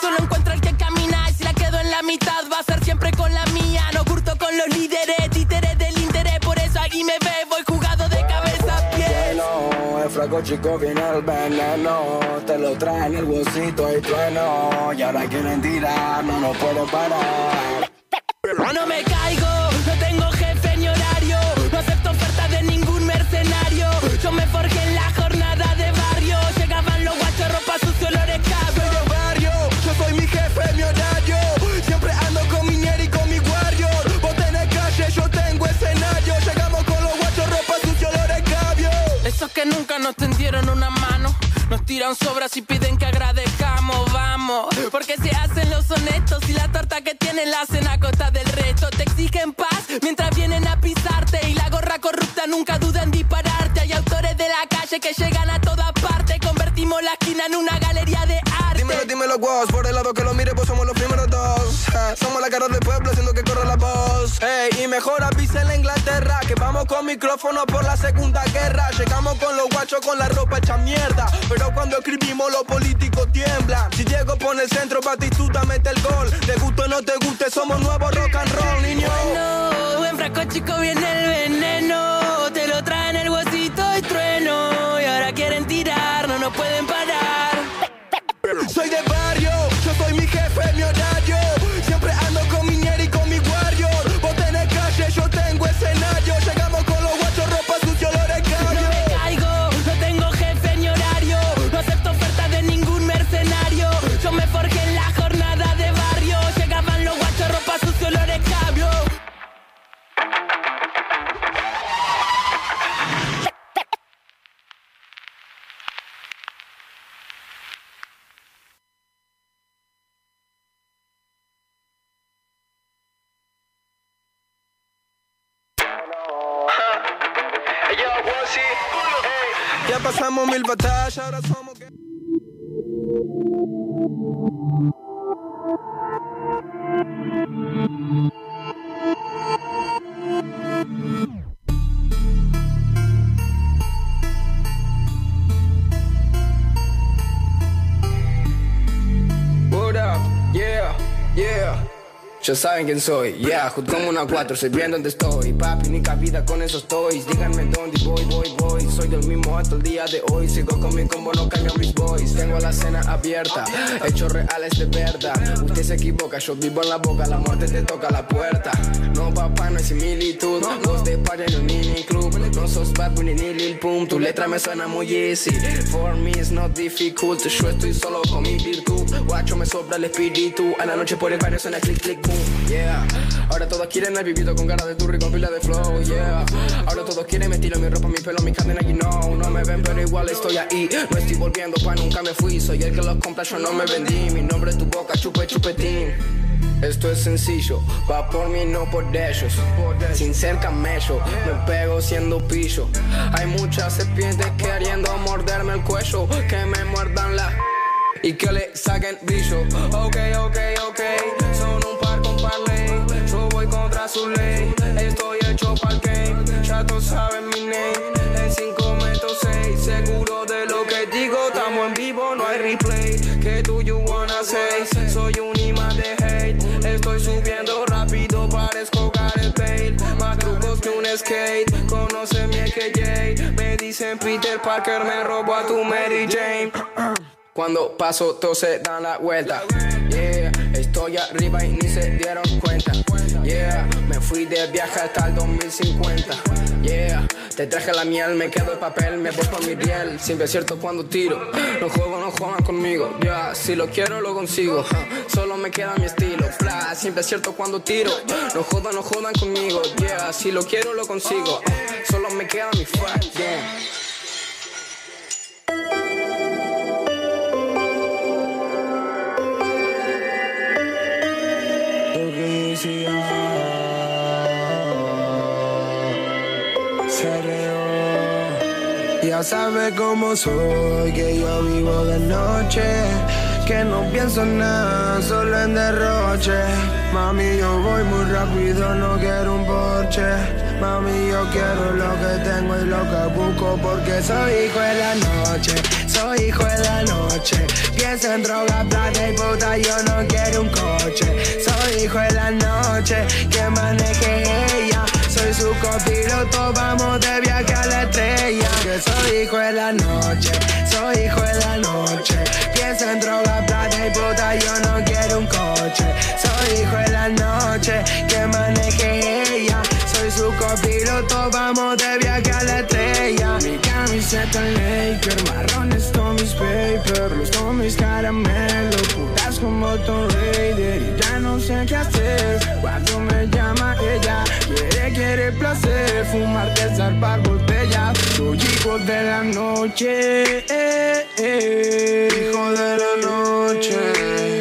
Solo encuentra el que camina y si la quedo en la mitad, va a ser siempre con la mía. No curto con los líderes, títeres del interés. Por eso ahí me ve, voy jugado de cabeza a pies. bueno, el fraco chico viene el veneno, te lo traen el bolsito y trueno, y ahora quieren tirar, no nos pueden parar. No me caigo, no tengo jefe ni horario, no acepto ofertas de ningún mercenario. Yo me forjé en la jornada de barrio, llegaban los guachos, ropa sucia, olores cabros. Soy de barrio, yo soy mi jefe, mi horario, nos tendieron una mano. Nos tiran sobras y piden que agradezcamos, vamos. Porque se hacen los honestos y la torta que tienen la hacen a costa del resto. Te exigen paz mientras vienen a pisarte. Y la gorra corrupta nunca duda en dispararte. Hay autores de la calle que llegan a todas partes. Convertimos la esquina en una galería de arte. Dímelo, dímelo, guas, por el lado que lo mire, pues somos los primeros dos. Ja, Somos la cara del pueblo haciendo que corra la voz. Ey, y mejor avisen la Inglaterra, que vamos con micrófono por la segunda guerra. Llegamos con los guachos con la ropa hecha mierda. Pero cuando escribimos, los políticos tiemblan. Si Diego pone el centro, Batistuta mete el gol. Te guste o no te guste, somos nuevos rock and roll, niño. Bueno, en frasco chico viene el veneno. Te lo traen el huesito y trueno. Y ahora quieren tirar, no nos pueden parar. Soy de barrio, yo soy mi jefe, mi horario. Siempre ando con mi ñeri y con mi warrior. Vos tenés calle, yo tengo escenario. Llegamos con los guachos, ropa sucia, olor a No cambio. me caigo, no tengo jefe ni horario. No acepto ofertas de ningún mercenario. Yo me forjé en la jornada de barrio. Llegaban los guachos, ropa sucio, olores cabio. Ya pasamos mil batallas, ahora somos. What up? Yeah, yeah. Ya saben quién soy, yeah, juntamos una cuatro, sé bien dónde estoy Papi, ni cabida con esos toys, díganme dónde voy, voy, voy Soy del mismo hasta el día de hoy, sigo con mi combo, no cambio mis boys Tengo la cena abierta, hechos reales de verdad Usted se equivoca, yo vivo en la boca, la muerte te toca la puerta No papá, no hay similitud, vos de padre no ni ni club No sos Bad Bunny ni Lil Pump, tu letra me suena muy easy For me it's not difficult, yo estoy solo con mi virtud Guacho me sobra el espíritu, a la noche por el barrio suena click click boom Yeah, ahora todos quieren el vivito con cara de turri con pila de flow Yeah, ahora todos quieren mi estilo, mi ropa, mi pelo, mis cadenas y no No me ven pero igual estoy ahí, no estoy volviendo pa' nunca me fui Soy el que los compra, yo no me vendí, mi nombre es tu boca, chupe chupetín esto es sencillo, va por mí no por ellos. Sin ser camello, me pego siendo pillo. Hay muchas serpientes queriendo morderme el cuello, que me muerdan la y que le saquen brillo. Ok, ok, ok, son un par con parlay. Yo voy contra su ley, estoy hecho para Ya todos saben mi name, en 5 metros 6. Seguro de lo que digo, estamos en vivo, no hay replay. ¿Qué do you wanna say? Soy un imán de hate, estoy subiendo rápido, parezco Gareth Bale. Más trucos que un skate, conoce mi AKJ. Me dicen Peter Parker, me robo a tu Mary Jane. Cuando paso, todos se dan la vuelta. Yeah, estoy arriba y ni se dieron cuenta. Yeah, me fui de viaje hasta el 2050. Yeah, te traje la miel, me quedo el papel, me voy pa' mi piel. Siempre acierto cuando tiro. Los juegos no juegan conmigo. Ya, si lo quiero, lo consigo. Ja, Solo me queda mi estilo. Fla, siempre acierto cuando tiro. No jodan, no jodan conmigo. Yeah, si lo quiero, lo consigo. Solo me queda mi fuck, yeah. Se reó. Ya sabe cómo soy, que yo vivo de noche. Que no pienso en nada, solo en derroche. Mami, yo voy muy rápido, no quiero un porche. Mami, yo quiero lo que tengo y lo que busco, porque soy hijo de la noche. Soy hijo de la noche. Pienso en droga, plata y puta, yo no quiero un coche. Soy hijo de la noche, que maneje ella. Soy su copiloto, vamos de viaje a la estrella. Que soy hijo de la noche, soy hijo de la noche. Pienso en droga, plata y puta, yo no quiero un coche. Soy hijo de la noche, que maneje ella. Soy su copiloto, vamos de viaje a la estrella. Mi camiseta Laker, marrones Tommy's Paper, los Tommy's Caramelo, putas somos Tomb Raider y ya no sé qué hacer. Cuando me llama ella, quiere, quiere placer. Fumarte, zarpar botellas. Soy hijo de la noche. eh, eh. Hijo de la noche.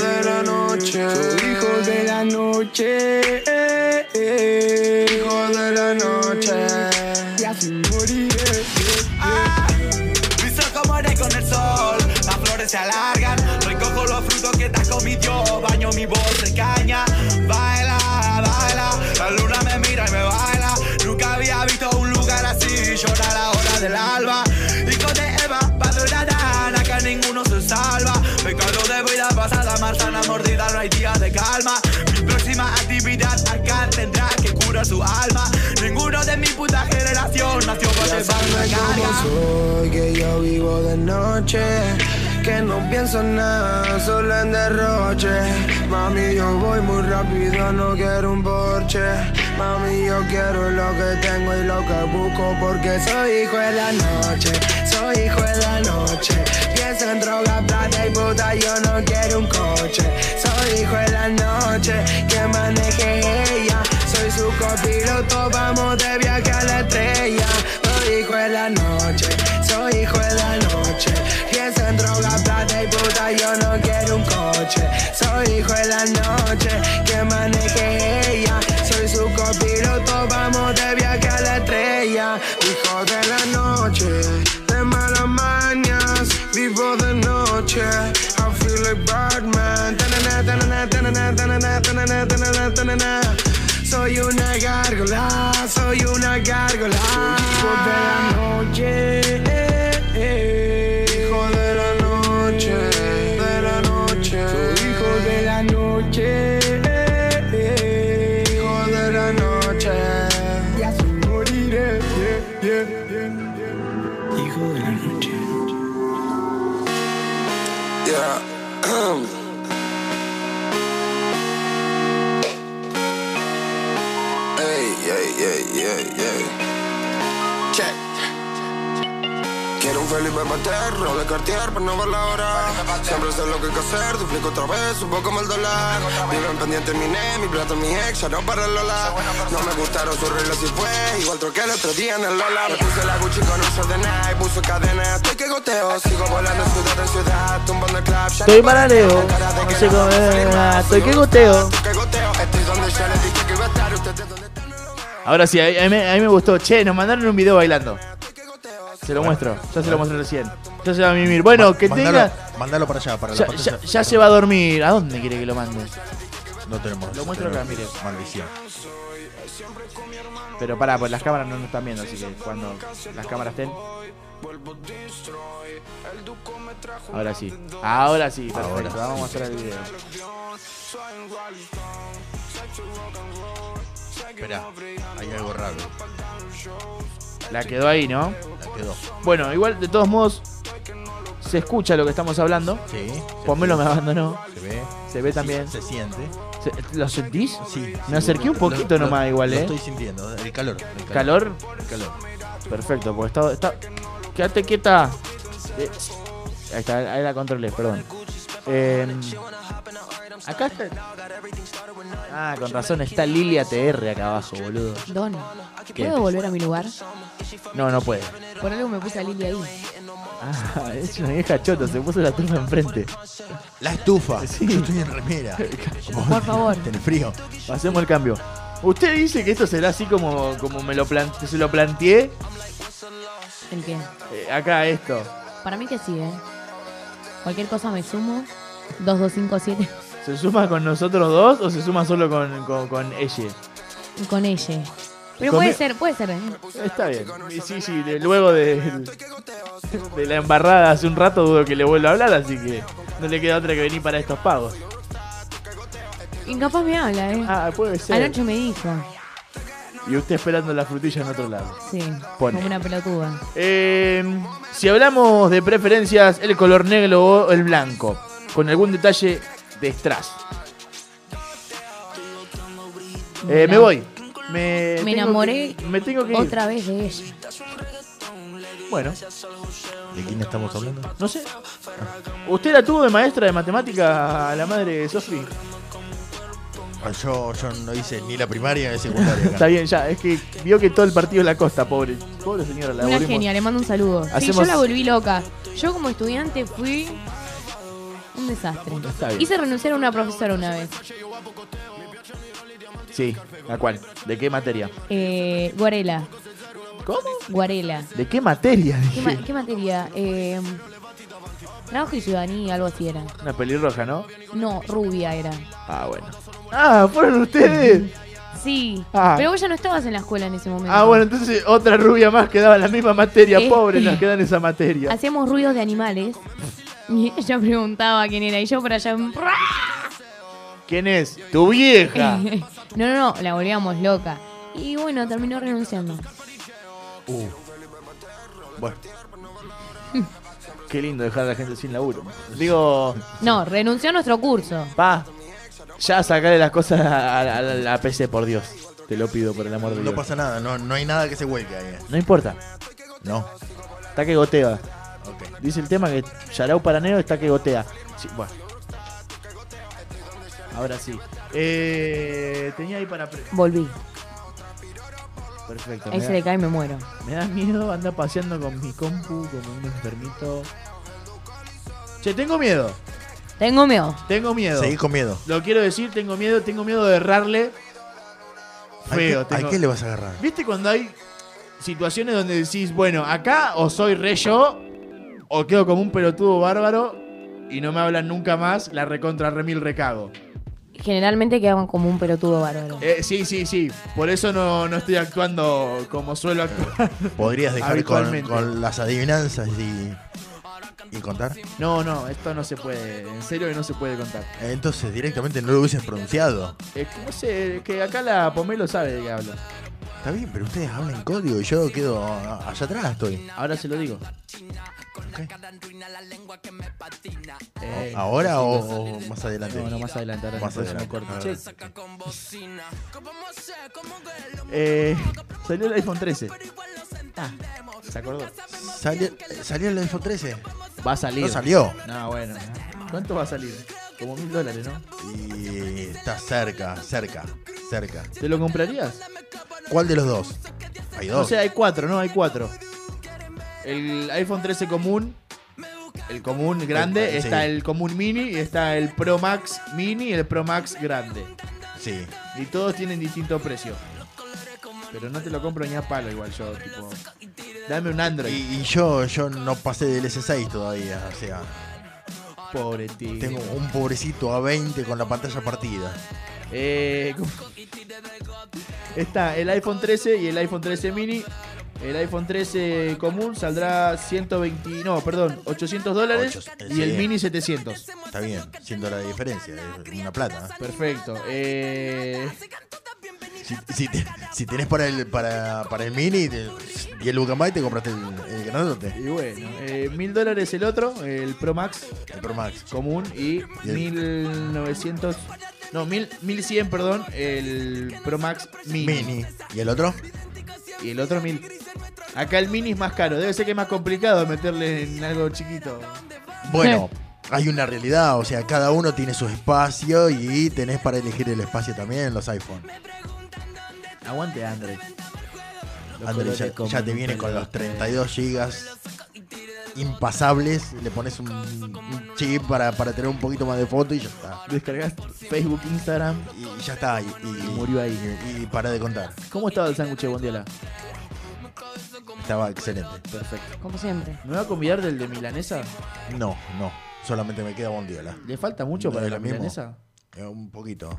De la noche. Soy hijo de la noche. eh, eh. Hijo de la noche. Y así moriré. Mis ojos mueren con el sol, las flores se alargan. Recojo los frutos que te has comido, baño mi voz en caña. Baila, baila, la luna me mira y me baila. Nunca había visto un lugar así, llora la hora del alba. Hijo de Eva, padre de Adán, acá ninguno se salva. Pecado de vida pasada, manzana mordida, no hay día de calma. Mi próxima actividad acá tendrá que curar su alma. Ninguno de mi puta generación nació con el barro de carga. como soy, que yo vivo de noche. Que no pienso en nada, solo en derroche. Mami, yo voy muy rápido, no quiero un porche. Mami, yo quiero lo que tengo y lo que busco, porque soy hijo de la noche, soy hijo de la noche. Pienso en droga, plata y puta, yo no quiero un coche. Soy hijo de la noche, que maneje ella. Soy su copiloto, vamos de viaje a la estrella. Soy hijo de la noche, soy hijo de la noche. Pienso en droga, plata y puta, yo no quiero un coche. Soy hijo de la noche, que maneje ella. Soy su copiloto, vamos de viaje a la estrella. Hijo de la noche, de malas mañas, vivo de noche. I feel like Batman. Ta-na-na, ta-na-na, ta-na-na, ta-na-na, ta-na-na, ta-na-na, ta-na-na. Soy una gárgola, soy una gárgola. Hijo de la noche, hijo de la noche, de la noche. Soy hijo de la noche, hijo de la noche. Y así moriré, yeah, yeah, yeah. hijo de la noche. Yeah. Hey, hey, hey, hey, hey. Check. Quiero un Felipe Pater, no de Cartier, pero no ver la hora. Siempre sé lo que hay que hacer, duplico otra vez, subo como el dólar. Viven pendiente mi ne, mi plata, mi ex, ya no para el Lola. No me gustaron sus reglas y fue, igual troqué el otro día en el Lola. Me puse la Gucci con un short de Nike, puse cadena, estoy que goteo. Sigo volando ciudad en ciudad, tumbando el club, ya Estoy maraleo, no sé cómo ah, estoy que goteo. Ahora sí, a a mí, me- a mí me gustó. Che, nos mandaron un video bailando. Se lo muestro, ya se lo mostré recién. Ya se va a mimir. Bueno, que Mandalo- tenga. Mandalo para allá, para la Ya, parte ya- ya se va a dormir. ¿A dónde quiere que lo mande? No tenemos. Lo muestro acá, mire. Maldición. Pero pará, pues las cámaras no nos están viendo, así que cuando las cámaras estén. Ahora sí. Ahora sí, perfecto. Ahora sí. Vamos a mostrar el video. Espera, hay algo raro. La quedó ahí, ¿no? La quedó. Bueno, igual, de todos modos, se escucha lo que estamos hablando. Sí. se Pomelo ve. me abandonó. Se ve. Se ve también. Se siente. Se- ¿Lo sentís? Sí. Me acerqué un poquito Lo- lo- nomás, igual, lo ¿eh? estoy sintiendo. El calor. El ¿Calor? El calor. Perfecto, porque está. está... Quédate quieta. Eh, Ahí está, ahí la controlé, perdón. Eh, acá está. Ah, con razón, está Lilia TR acá abajo, boludo. Don, ¿Qué? ¿puedo volver a mi lugar? No, no puede. Por algo me puse a Lili ahí. Ah, es una vieja chota, se puso la turma enfrente. La estufa. Yo estoy en remera. Por favor. Tenés frío. Hacemos el cambio. ¿Usted dice que esto será así como, como me lo plan- se lo planteé? ¿El qué? Eh, acá esto. Para mí que sí, ¿eh? Cualquier cosa me sumo. 2257. ¿Se suma con nosotros dos o se suma solo con, con, con ella? Con ella. Pero Con e- puede mi- ser, puede ser. ¿eh? Está bien. Y Sí, sí, de- luego de, de la embarrada hace un rato dudo que le vuelva a hablar, así que no le queda otra que venir para estos pagos. Y capaz me habla, ¿eh? Ah, puede ser. Anoche me dijo. Y usted esperando la frutilla en otro lado. Sí. Pone. Como una pelotuda. Eh, si hablamos de preferencias, el color negro o el blanco, con algún detalle detrás. Eh, me voy. Me, tengo Me enamoré que- me tengo que ir. otra vez de ella. Bueno, ¿De quién estamos hablando? No sé. ¿Usted la tuvo de maestra de matemática a la madre de Sofi? Ah, Yo, yo no hice ni la primaria ni la secundaria. acá. Está bien, ya. Es que vio que todo el partido es la costa, pobre. Pobre señora, la Una volvimos. genia, le mando un saludo. Sí, yo Hacemos- la volví loca. Yo como estudiante fui un desastre. Está bien. Hice renunciar a una profesora una vez. Sí, ¿a cuál? ¿De qué materia? Eh, Guarela. ¿Cómo? Guarela. ¿De qué materia? ¿Qué, Dije. ma- qué materia? Eh, trabajo y ciudadanía, algo así era. Una pelirroja, ¿no? No, rubia era. Ah, bueno. Ah, fueron ustedes. Sí. Ah. Pero vos ya no estabas en la escuela en ese momento. Ah, bueno, entonces otra rubia más que daba la misma materia. Eh. Pobre, nos quedan esa materia. Hacíamos ruidos de animales. Y ella preguntaba quién era. Y yo por allá. ¿Quién es? ¡Tu vieja! No, no, no, la volvíamos loca. Y bueno, terminó renunciando. Uh. Bueno. Qué lindo dejar a la gente sin laburo. Digo, No, renunció a nuestro curso. pa, ya sacale las cosas a, a- a la PC, por Dios. Te lo pido, por el amor de Dios. No pasa nada, no, no hay nada que se vuelque ahí. No importa. No. Está que gotea. Ok. Dice el tema que Yarau Paranero está que gotea. Sí, bueno. Ahora sí. Eh, tenía ahí para... pre- Volví. Perfecto. Ahí me se da- le cae y me muero. Me da miedo andar paseando con mi compu como un enfermito. Che, tengo miedo. Tengo miedo. Tengo miedo. Seguí con miedo. Lo quiero decir, tengo miedo, tengo miedo de errarle. ¿A Feo, qué- tengo- ¿A qué le vas a agarrar? ¿Viste cuando hay situaciones donde decís, bueno, acá o soy re yo, o quedo como un pelotudo bárbaro y no me hablan nunca más, la recontra remil recago? Generalmente quedaban como un pelotudo bárbaro. Eh, sí, sí, sí. Por eso no, no estoy actuando como suelo actuar. ¿Podrías dejar con, Habitualmente. con las adivinanzas y, y contar? No, no, esto no se puede. En serio que no se puede contar. Entonces directamente no lo hubieses pronunciado. Es que no sé, es Eh, que acá la Pomelo sabe de qué hablo. Está bien, pero ustedes hablan en código y yo quedo ah, allá atrás estoy. Ahora se lo digo. ¿Ahora o, o más adelante? Eh, No, no, más adelante. Ahora Más después se me adelante. corta. Ah, Che. Eh, salió el iPhone 13. Ah, ¿Se acordó? ¿Salió, ¿Salió el iPhone 13? Va a salir. No salió. No, bueno. ¿eh? ¿Cuánto va a salir? Como mil dólares, ¿no? Y está cerca, cerca, cerca. ¿Te lo comprarías? ¿Cuál de los dos? Hay No dos. sé, hay cuatro, ¿no? Hay cuatro. El iPhone 13 común, el común grande, Sí. está el común mini y está el Pro Max mini y el Pro Max grande. Sí. Y todos tienen distinto precio. Pero no te lo compro ni a palo igual yo, tipo. Dame un Android. Y, y yo, yo no pasé del S6 todavía, o sea, Pobre tío. tengo un pobrecito A20 con la pantalla partida. Eh, ¿cómo? está el iPhone 13 y el iPhone 13 mini. El iPhone 13 común saldrá 120, no, perdón, 800 dólares Ocho- y el sí. mini 700. Está bien, siendo la diferencia, es una plata. Perfecto. Eh, Si, si te- si tenés para el, para, para el mini, te- 10 lucas más y te compraste el, el grandote, y bueno, eh, 1000 dólares el otro, el Pro Max el Pro Max. común y 1900, no, 1000 1100, perdón, el Pro Max mini. Mini. ¿Y el otro? Y el otro 1000. Acá el mini es más caro, debe ser que es más complicado meterle en algo chiquito. Bueno, hay una realidad, o sea, cada uno tiene su espacio y tenés para elegir el espacio también en los iPhone. Aguante, André. Los André, colores ya, como ya te un viene con los pelote. 32 gigas impasables, le pones un, un chip para, para tener un poquito más de foto y ya está. Descargás Facebook, Instagram. Y ya está, y, y- Y murió ahí. y para de contar. ¿Cómo estaba el sándwich de bondiola? Estaba excelente. Perfecto. Como siempre. ¿Me va a convidar del de milanesa? No, no, solamente me queda bondiola. ¿Le falta mucho ¿No para es la lo mismo? milanesa? Ah, Eh, Un poquito,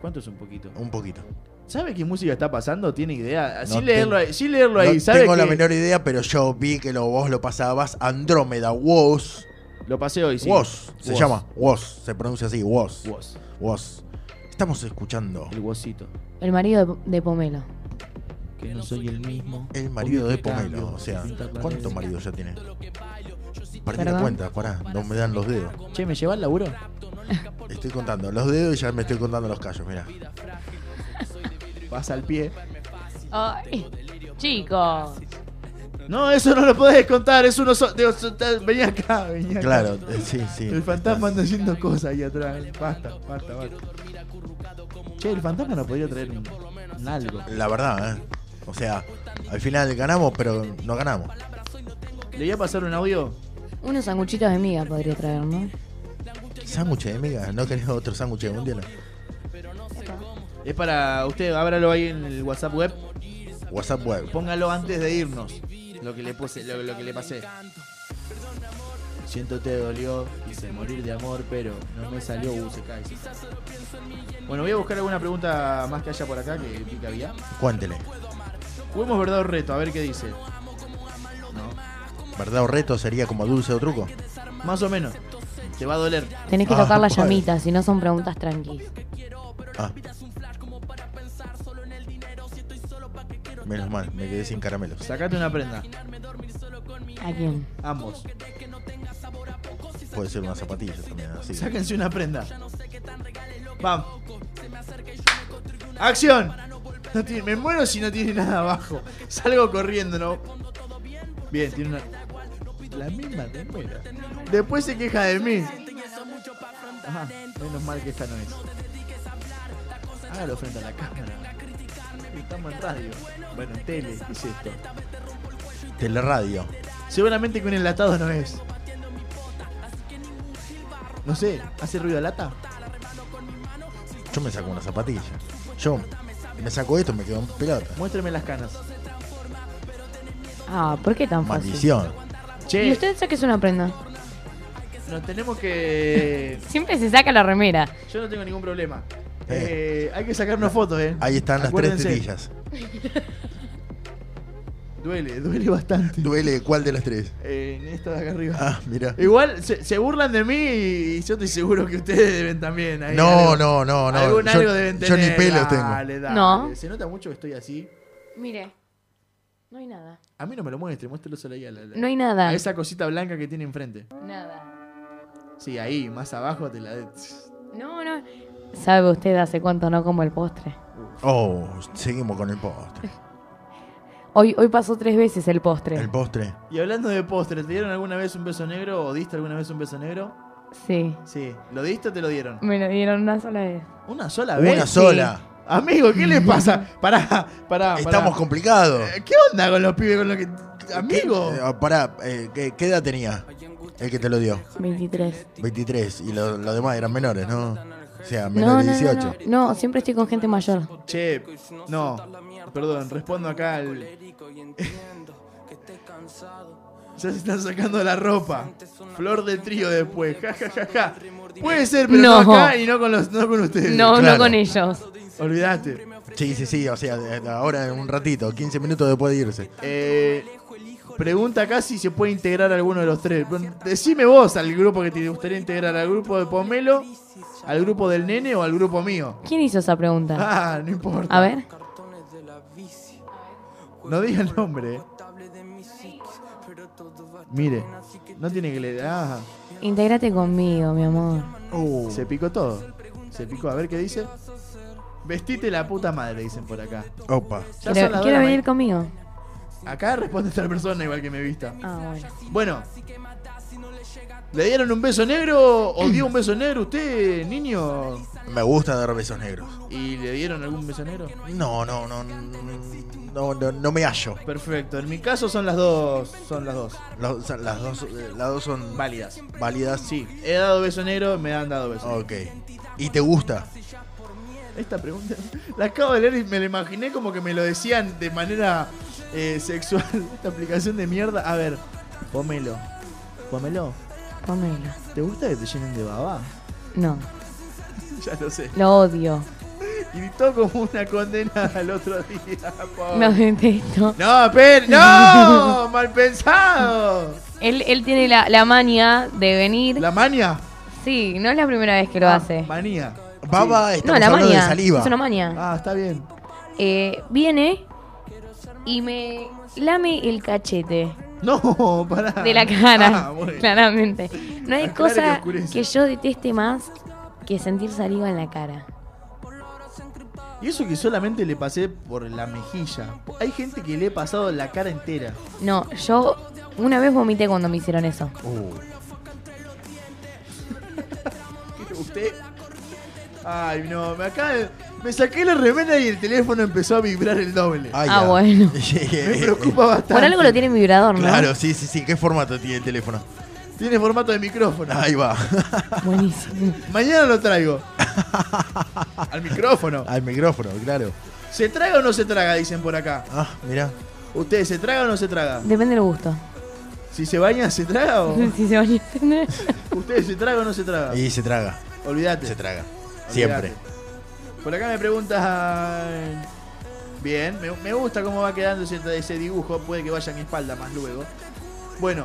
¿Cuánto es un poquito? un poquito. ¿Sabe qué música está pasando? ¿Tiene idea? No sin leerlo, tengo- ahí, sin leerlo no ahí, ¿sabe tengo la qué? menor idea, pero yo vi que lo, vos lo pasabas. Andrómeda, WOS. Lo pasé hoy, sí. WOS, se Woz. llama. WOS, se pronuncia así, WOS. Woz. WOS. Estamos escuchando El Wosito. El marido de, de Pomelo. Que no soy el mismo. el marido de Obvio que Pomelo. cambio, O sea, pinta la ¿cuántos vez. maridos ya tiene? Perdí Perdón. la cuenta, pará, no me dan los dedos. Che, ¿me lleva al laburo? Estoy contando los dedos y ya me estoy contando los callos, mirá. Vas al pie. Ay, chicos. No, eso no lo podés contar, es uno solo. Vení acá, vení acá. Claro, eh, sí, sí. El fantasma anda haciendo cosas ahí atrás. Basta, basta, basta. Che, el fantasma no podría traer un, un algo. La verdad, ¿eh? O sea, al final ganamos, pero no ganamos. Le voy a pasar un audio. Unos sanguchitos de miga podría traer, ¿no? Sándwich de miga, ¿no querés otro sándwich de mundial? Es para usted, ábralo ahí en el WhatsApp web. WhatsApp web. Póngalo antes de irnos. Lo que le puse, lo, lo que le pasé. Siento te dolió, quise morir de amor, pero no me salió uh, se cae. Bueno, voy a buscar alguna pregunta más que haya por acá que pica vía. Cuéntele. Juguemos verdad o reto, a ver qué dice. ¿Verdad o reto sería como dulce o truco? Más o menos. Te va a doler. Tenés que tocar la Ah, bueno. llamita, si no son preguntas tranquis. Ah. Menos mal, me quedé sin caramelos. Sacate una prenda. ¿A quién? Ambos. Puede ser una zapatilla también, así. Sáquense una prenda. Vamos. ¡Acción! No tiene- me muero si no tiene nada abajo. Salgo corriendo, ¿no? Bien, tiene una. La misma remera. Después se queja de mí. Ajá, menos mal que esta no es. Hágalo frente a la cámara. Estamos en radio. Bueno, en tele, ¿qué es esto? Teleradio. Seguramente que un enlatado no es. No sé, ¿hace ruido de lata? Yo me saco una zapatilla. Yo me saco esto y me quedo en pelota. Muéstrame las canas. Ah, ¿por qué tan fácil? Maldición. ¿Y usted saque una prenda? Nos tenemos que. Siempre se saca la remera. Yo no tengo ningún problema. Eh, hay que sacarnos fotos, ¿eh? Ahí están las Acuérdense. tres tetillas. Duele, duele bastante. Duele, ¿cuál de las tres? Eh, en esta de acá arriba. Ah, mira. Igual se, se burlan de mí y yo estoy seguro que ustedes deben también. ahí No, algo- no, no, no. Algún Yo- algo deben yo tener. ni pelos tengo. Dale, dale. No. Se nota mucho que estoy así. Mire, no hay nada. A mí no me lo muestre, muéstrelo solo ahí a la- la- No hay nada. A esa cosita blanca que tiene enfrente. Nada. Sí, ahí, más abajo te la. No, no. ¿Sabe usted hace cuánto no como el postre? Oh, seguimos con el postre. Hoy, hoy pasó tres veces el postre. El postre. Y hablando de postres, ¿te dieron alguna vez un beso negro o diste alguna vez un beso negro? Sí. Sí. ¿Lo diste o te lo dieron? Me lo dieron una sola vez. ¿Una sola Una vez? sola. Sí. Amigo, ¿qué le pasa? Pará, pará. Estamos pará. complicados. Eh, ¿Qué onda con los pibes con los que. Amigo. Eh, ah, pará, eh, ¿qué, qué edad tenía el que te lo dio? 23. 23. Y lo- los demás eran menores, ¿no? O sea, No, no, menos de no, 18. no, no, siempre estoy con gente mayor. Che, no. Perdón, respondo acá al. ya se están sacando la ropa. Flor de trío después. Ja, ja, ja, ja. Puede ser, pero no, No. acá y no con, los, no con ustedes. No, Claro. no con ellos. Olvídate. Sí, sí, sí. O sea, eh, ahora en un ratito, 15 minutos después de irse. Eh, pregunta acá si se puede integrar alguno de los tres. Bueno, Decime vos al grupo que te gustaría integrar, al grupo de Pomelo, al grupo del nene o al grupo mío. ¿Quién hizo esa pregunta? Ah, no importa. A ver. No diga el nombre. eh. Mire, no tiene que leer. Ah, Intégrate conmigo, mi amor. Uh. se picó todo. Se picó. A ver qué dice. Vestite la puta madre, dicen por acá. Opa. Ya son Quiero, las quiero dos de la venir conmigo. ma- Acá responde esta persona igual que me vista. Ah, bueno. Bueno. ¿Le dieron un beso negro o dio un beso negro usted, niño? Me gusta dar besos negros. ¿Y le dieron algún beso negro? No, no, no. No, no, no me hallo. Perfecto, en mi caso son las dos. Son las dos. Las, o sea, las dos, eh, las dos son Válidas. válidas. Sí. He dado beso negro, me han dado beso. Ok. ¿Y te gusta? Esta pregunta la acabo de leer y me la imaginé como que me lo decían de manera eh, sexual. Esta aplicación de mierda. A ver, pomelo. Pomelo, Pónmelo. ¿te gusta que te llenen de baba? No, Ya lo sé. lo odio. Gritó como una condena al otro día. pobre. Lo detesto. Oh. No, pero. ¡No! ¡Mal pensado! Él, él tiene la, la manía de venir. ¿La maña? Sí, no es la primera vez que lo hace. Manía. Baba, Sí. No, estamos la hablando manía. de saliva. Es una manía. Ah, está bien. Eh, viene y me lame el cachete No, pará. de la cara, Ah, bueno. claramente. No hay Aclare que cosa oscurece. que yo deteste más que sentir saliva en la cara. Y eso que solamente le pasé por la mejilla. Hay gente que le he pasado la cara entera. No, yo una vez vomité cuando me hicieron eso. Uh. Usted. Ay, no, me acaba de- Me saqué la remera y el teléfono empezó a vibrar el doble. Ah, ya. bueno. Eh, Me preocupa bastante. Por algo lo tiene en vibrador, ¿no? Claro, sí, sí, sí. ¿Qué formato tiene el teléfono? Tiene formato de micrófono. Ahí va. Buenísimo. Mañana lo traigo. Al micrófono. Al micrófono, claro. ¿Se traga o no se traga? Dicen por acá. Ah, mirá. ¿Ustedes se traga o no se traga? Depende del gusto. Si se baña, ¿se traga o.? si se baña. ¿Ustedes se traga o no se traga? Y se traga. Olvídate. Se traga. Olvídate. Siempre. Por acá me preguntas. Bien, me, me gusta cómo va quedando ese, ese dibujo. Puede que vaya a mi espalda más luego. Bueno,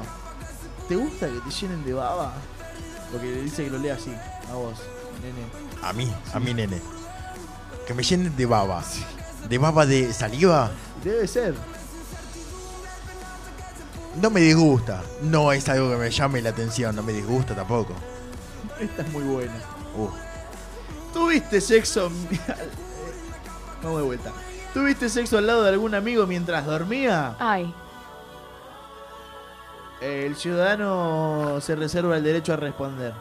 ¿te gusta que te llenen de baba? Porque dice que lo lea así, a vos, nene. A mí, a mi nene. Que me llenen de baba. ¿De baba de saliva? Debe ser. No me disgusta. No es algo que me llame la atención. No me disgusta tampoco. Esta es muy buena. Uh. ¿Tuviste sexo? eh, Vamos de vuelta. ¿Tuviste sexo al lado de algún amigo mientras dormía? Ay. El ciudadano se reserva el derecho a responder.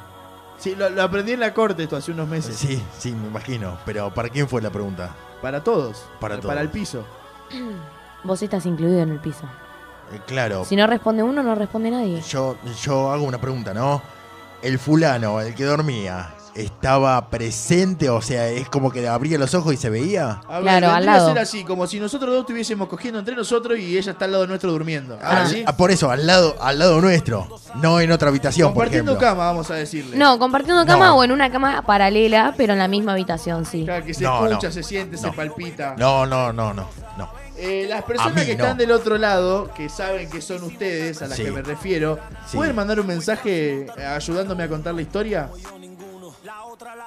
Sí, lo, lo aprendí en la corte esto hace unos meses. Sí, sí, me imagino. Pero ¿para quién fue la pregunta? Para todos. Para todos. el piso. Vos estás incluido en el piso. Eh, Claro. Si no responde uno, no responde nadie. Yo, yo hago una pregunta, ¿no? El fulano, el que dormía, ¿estaba presente? O sea, es como que abría los ojos y se veía. A ver, Claro, al vendría a lado. ser así, como si nosotros dos estuviésemos cogiendo entre nosotros y ella está al lado nuestro durmiendo. Ahora Al- sí. ah, por eso, al lado, al lado nuestro. No en otra habitación, por Compartiendo ejemplo. cama, vamos a decirle. No, compartiendo cama No. o en una cama paralela, pero en la misma habitación, sí. Claro, que se No, escucha, no. se siente, se No. palpita. No, no, no, no. no. Eh, las personas mí que no. están del otro lado, que saben que son ustedes a las Sí. que me refiero, Sí. ¿pueden mandar un mensaje eh, ayudándome a contar la historia?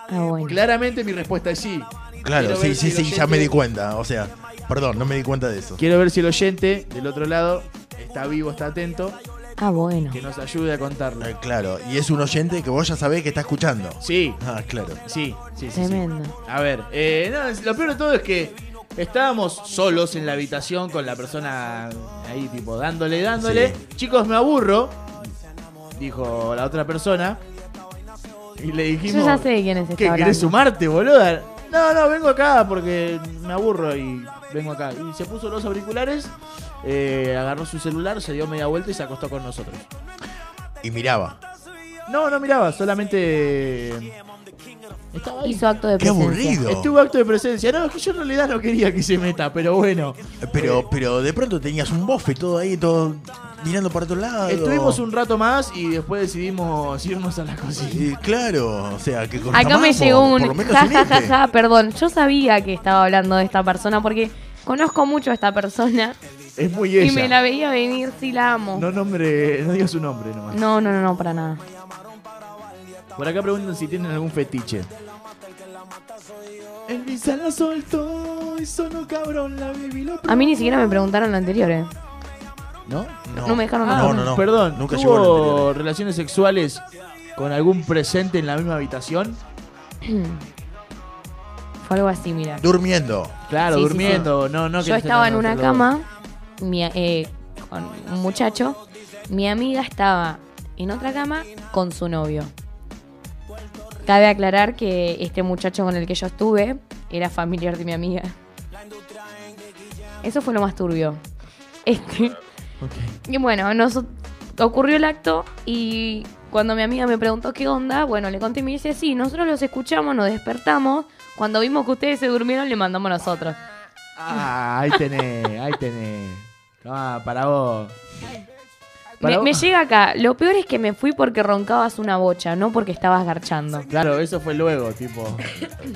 Ah, bueno. Claramente mi respuesta es sí. Claro, Quiero sí, ver si sí, el sí, ya oyente- me di cuenta. O sea, perdón, no me di cuenta de eso. Quiero ver si el oyente del otro lado está vivo, está atento, Ah, bueno. que nos ayude a contarlo. Eh, Claro, y es un oyente que vos ya sabés que está escuchando. Sí, Ah, claro. sí, sí, sí, sí. Tremendo. A ver, eh, no, es- lo peor de todo es que estábamos solos en la habitación con la persona ahí, tipo, dándole, dándole. Chicos, me aburro, dijo la otra persona. Y le dijimos, Yo ya sé quién es ¿qué? este. ¿Querés sumarte, boluda? No, no, vengo acá porque me aburro y vengo acá. Y se puso los auriculares, eh, agarró su celular, se dio media vuelta y se acostó con nosotros. Y miraba. No, no miraba, solamente... Estaba ahí. Hizo acto de Qué presencia. aburrido. Estuvo acto de presencia. No, es que yo en realidad no quería que se meta, pero bueno. Pero, pero de pronto tenías un bofe todo ahí, todo mirando para otro lado. Estuvimos un rato más y después decidimos irnos a la cocina. Y claro, o sea, que con Acá me Jamambo, llegó Por lo un menos ja, un ja, ja, este. ja, perdón. Yo sabía que estaba hablando de esta persona porque conozco mucho a esta persona Es muy y me ella. la veía venir, sí la amo. No nombre, no diga su nombre nomás. No, no, no, no, para nada. Por acá preguntan si tienen algún fetiche. El visa la soltó y sonó cabrón la baby lo A mí ni siquiera me preguntaron lo anterior, ¿eh? ¿No? No, No me dejaron Ah, hablar. no, no, no. Perdón, Nunca Nunca llegó al anterior. ¿tuvo relaciones sexuales con algún presente en la misma habitación? Fue algo así, mira. Durmiendo. Claro, Sí, sí, durmiendo. No, no, que Yo no estaba en tengan una otro lado. cama mi- eh, con un muchacho. Mi amiga estaba en otra cama con su novio. Cabe aclarar que este muchacho con el que yo estuve era familiar de mi amiga. Eso fue lo más turbio. Este, y bueno, nos ocurrió el acto y cuando mi amiga me preguntó qué onda, bueno, le conté y me dice, sí, nosotros los escuchamos, nos despertamos. Cuando vimos que ustedes se durmieron, le mandamos nosotros. Ah, ahí tenés, ahí tenés. Ah, para vos. Para Me, vos- me llega acá. Lo peor es que me fui porque roncabas una bocha, no porque estabas garchando. Claro, eso fue luego, tipo.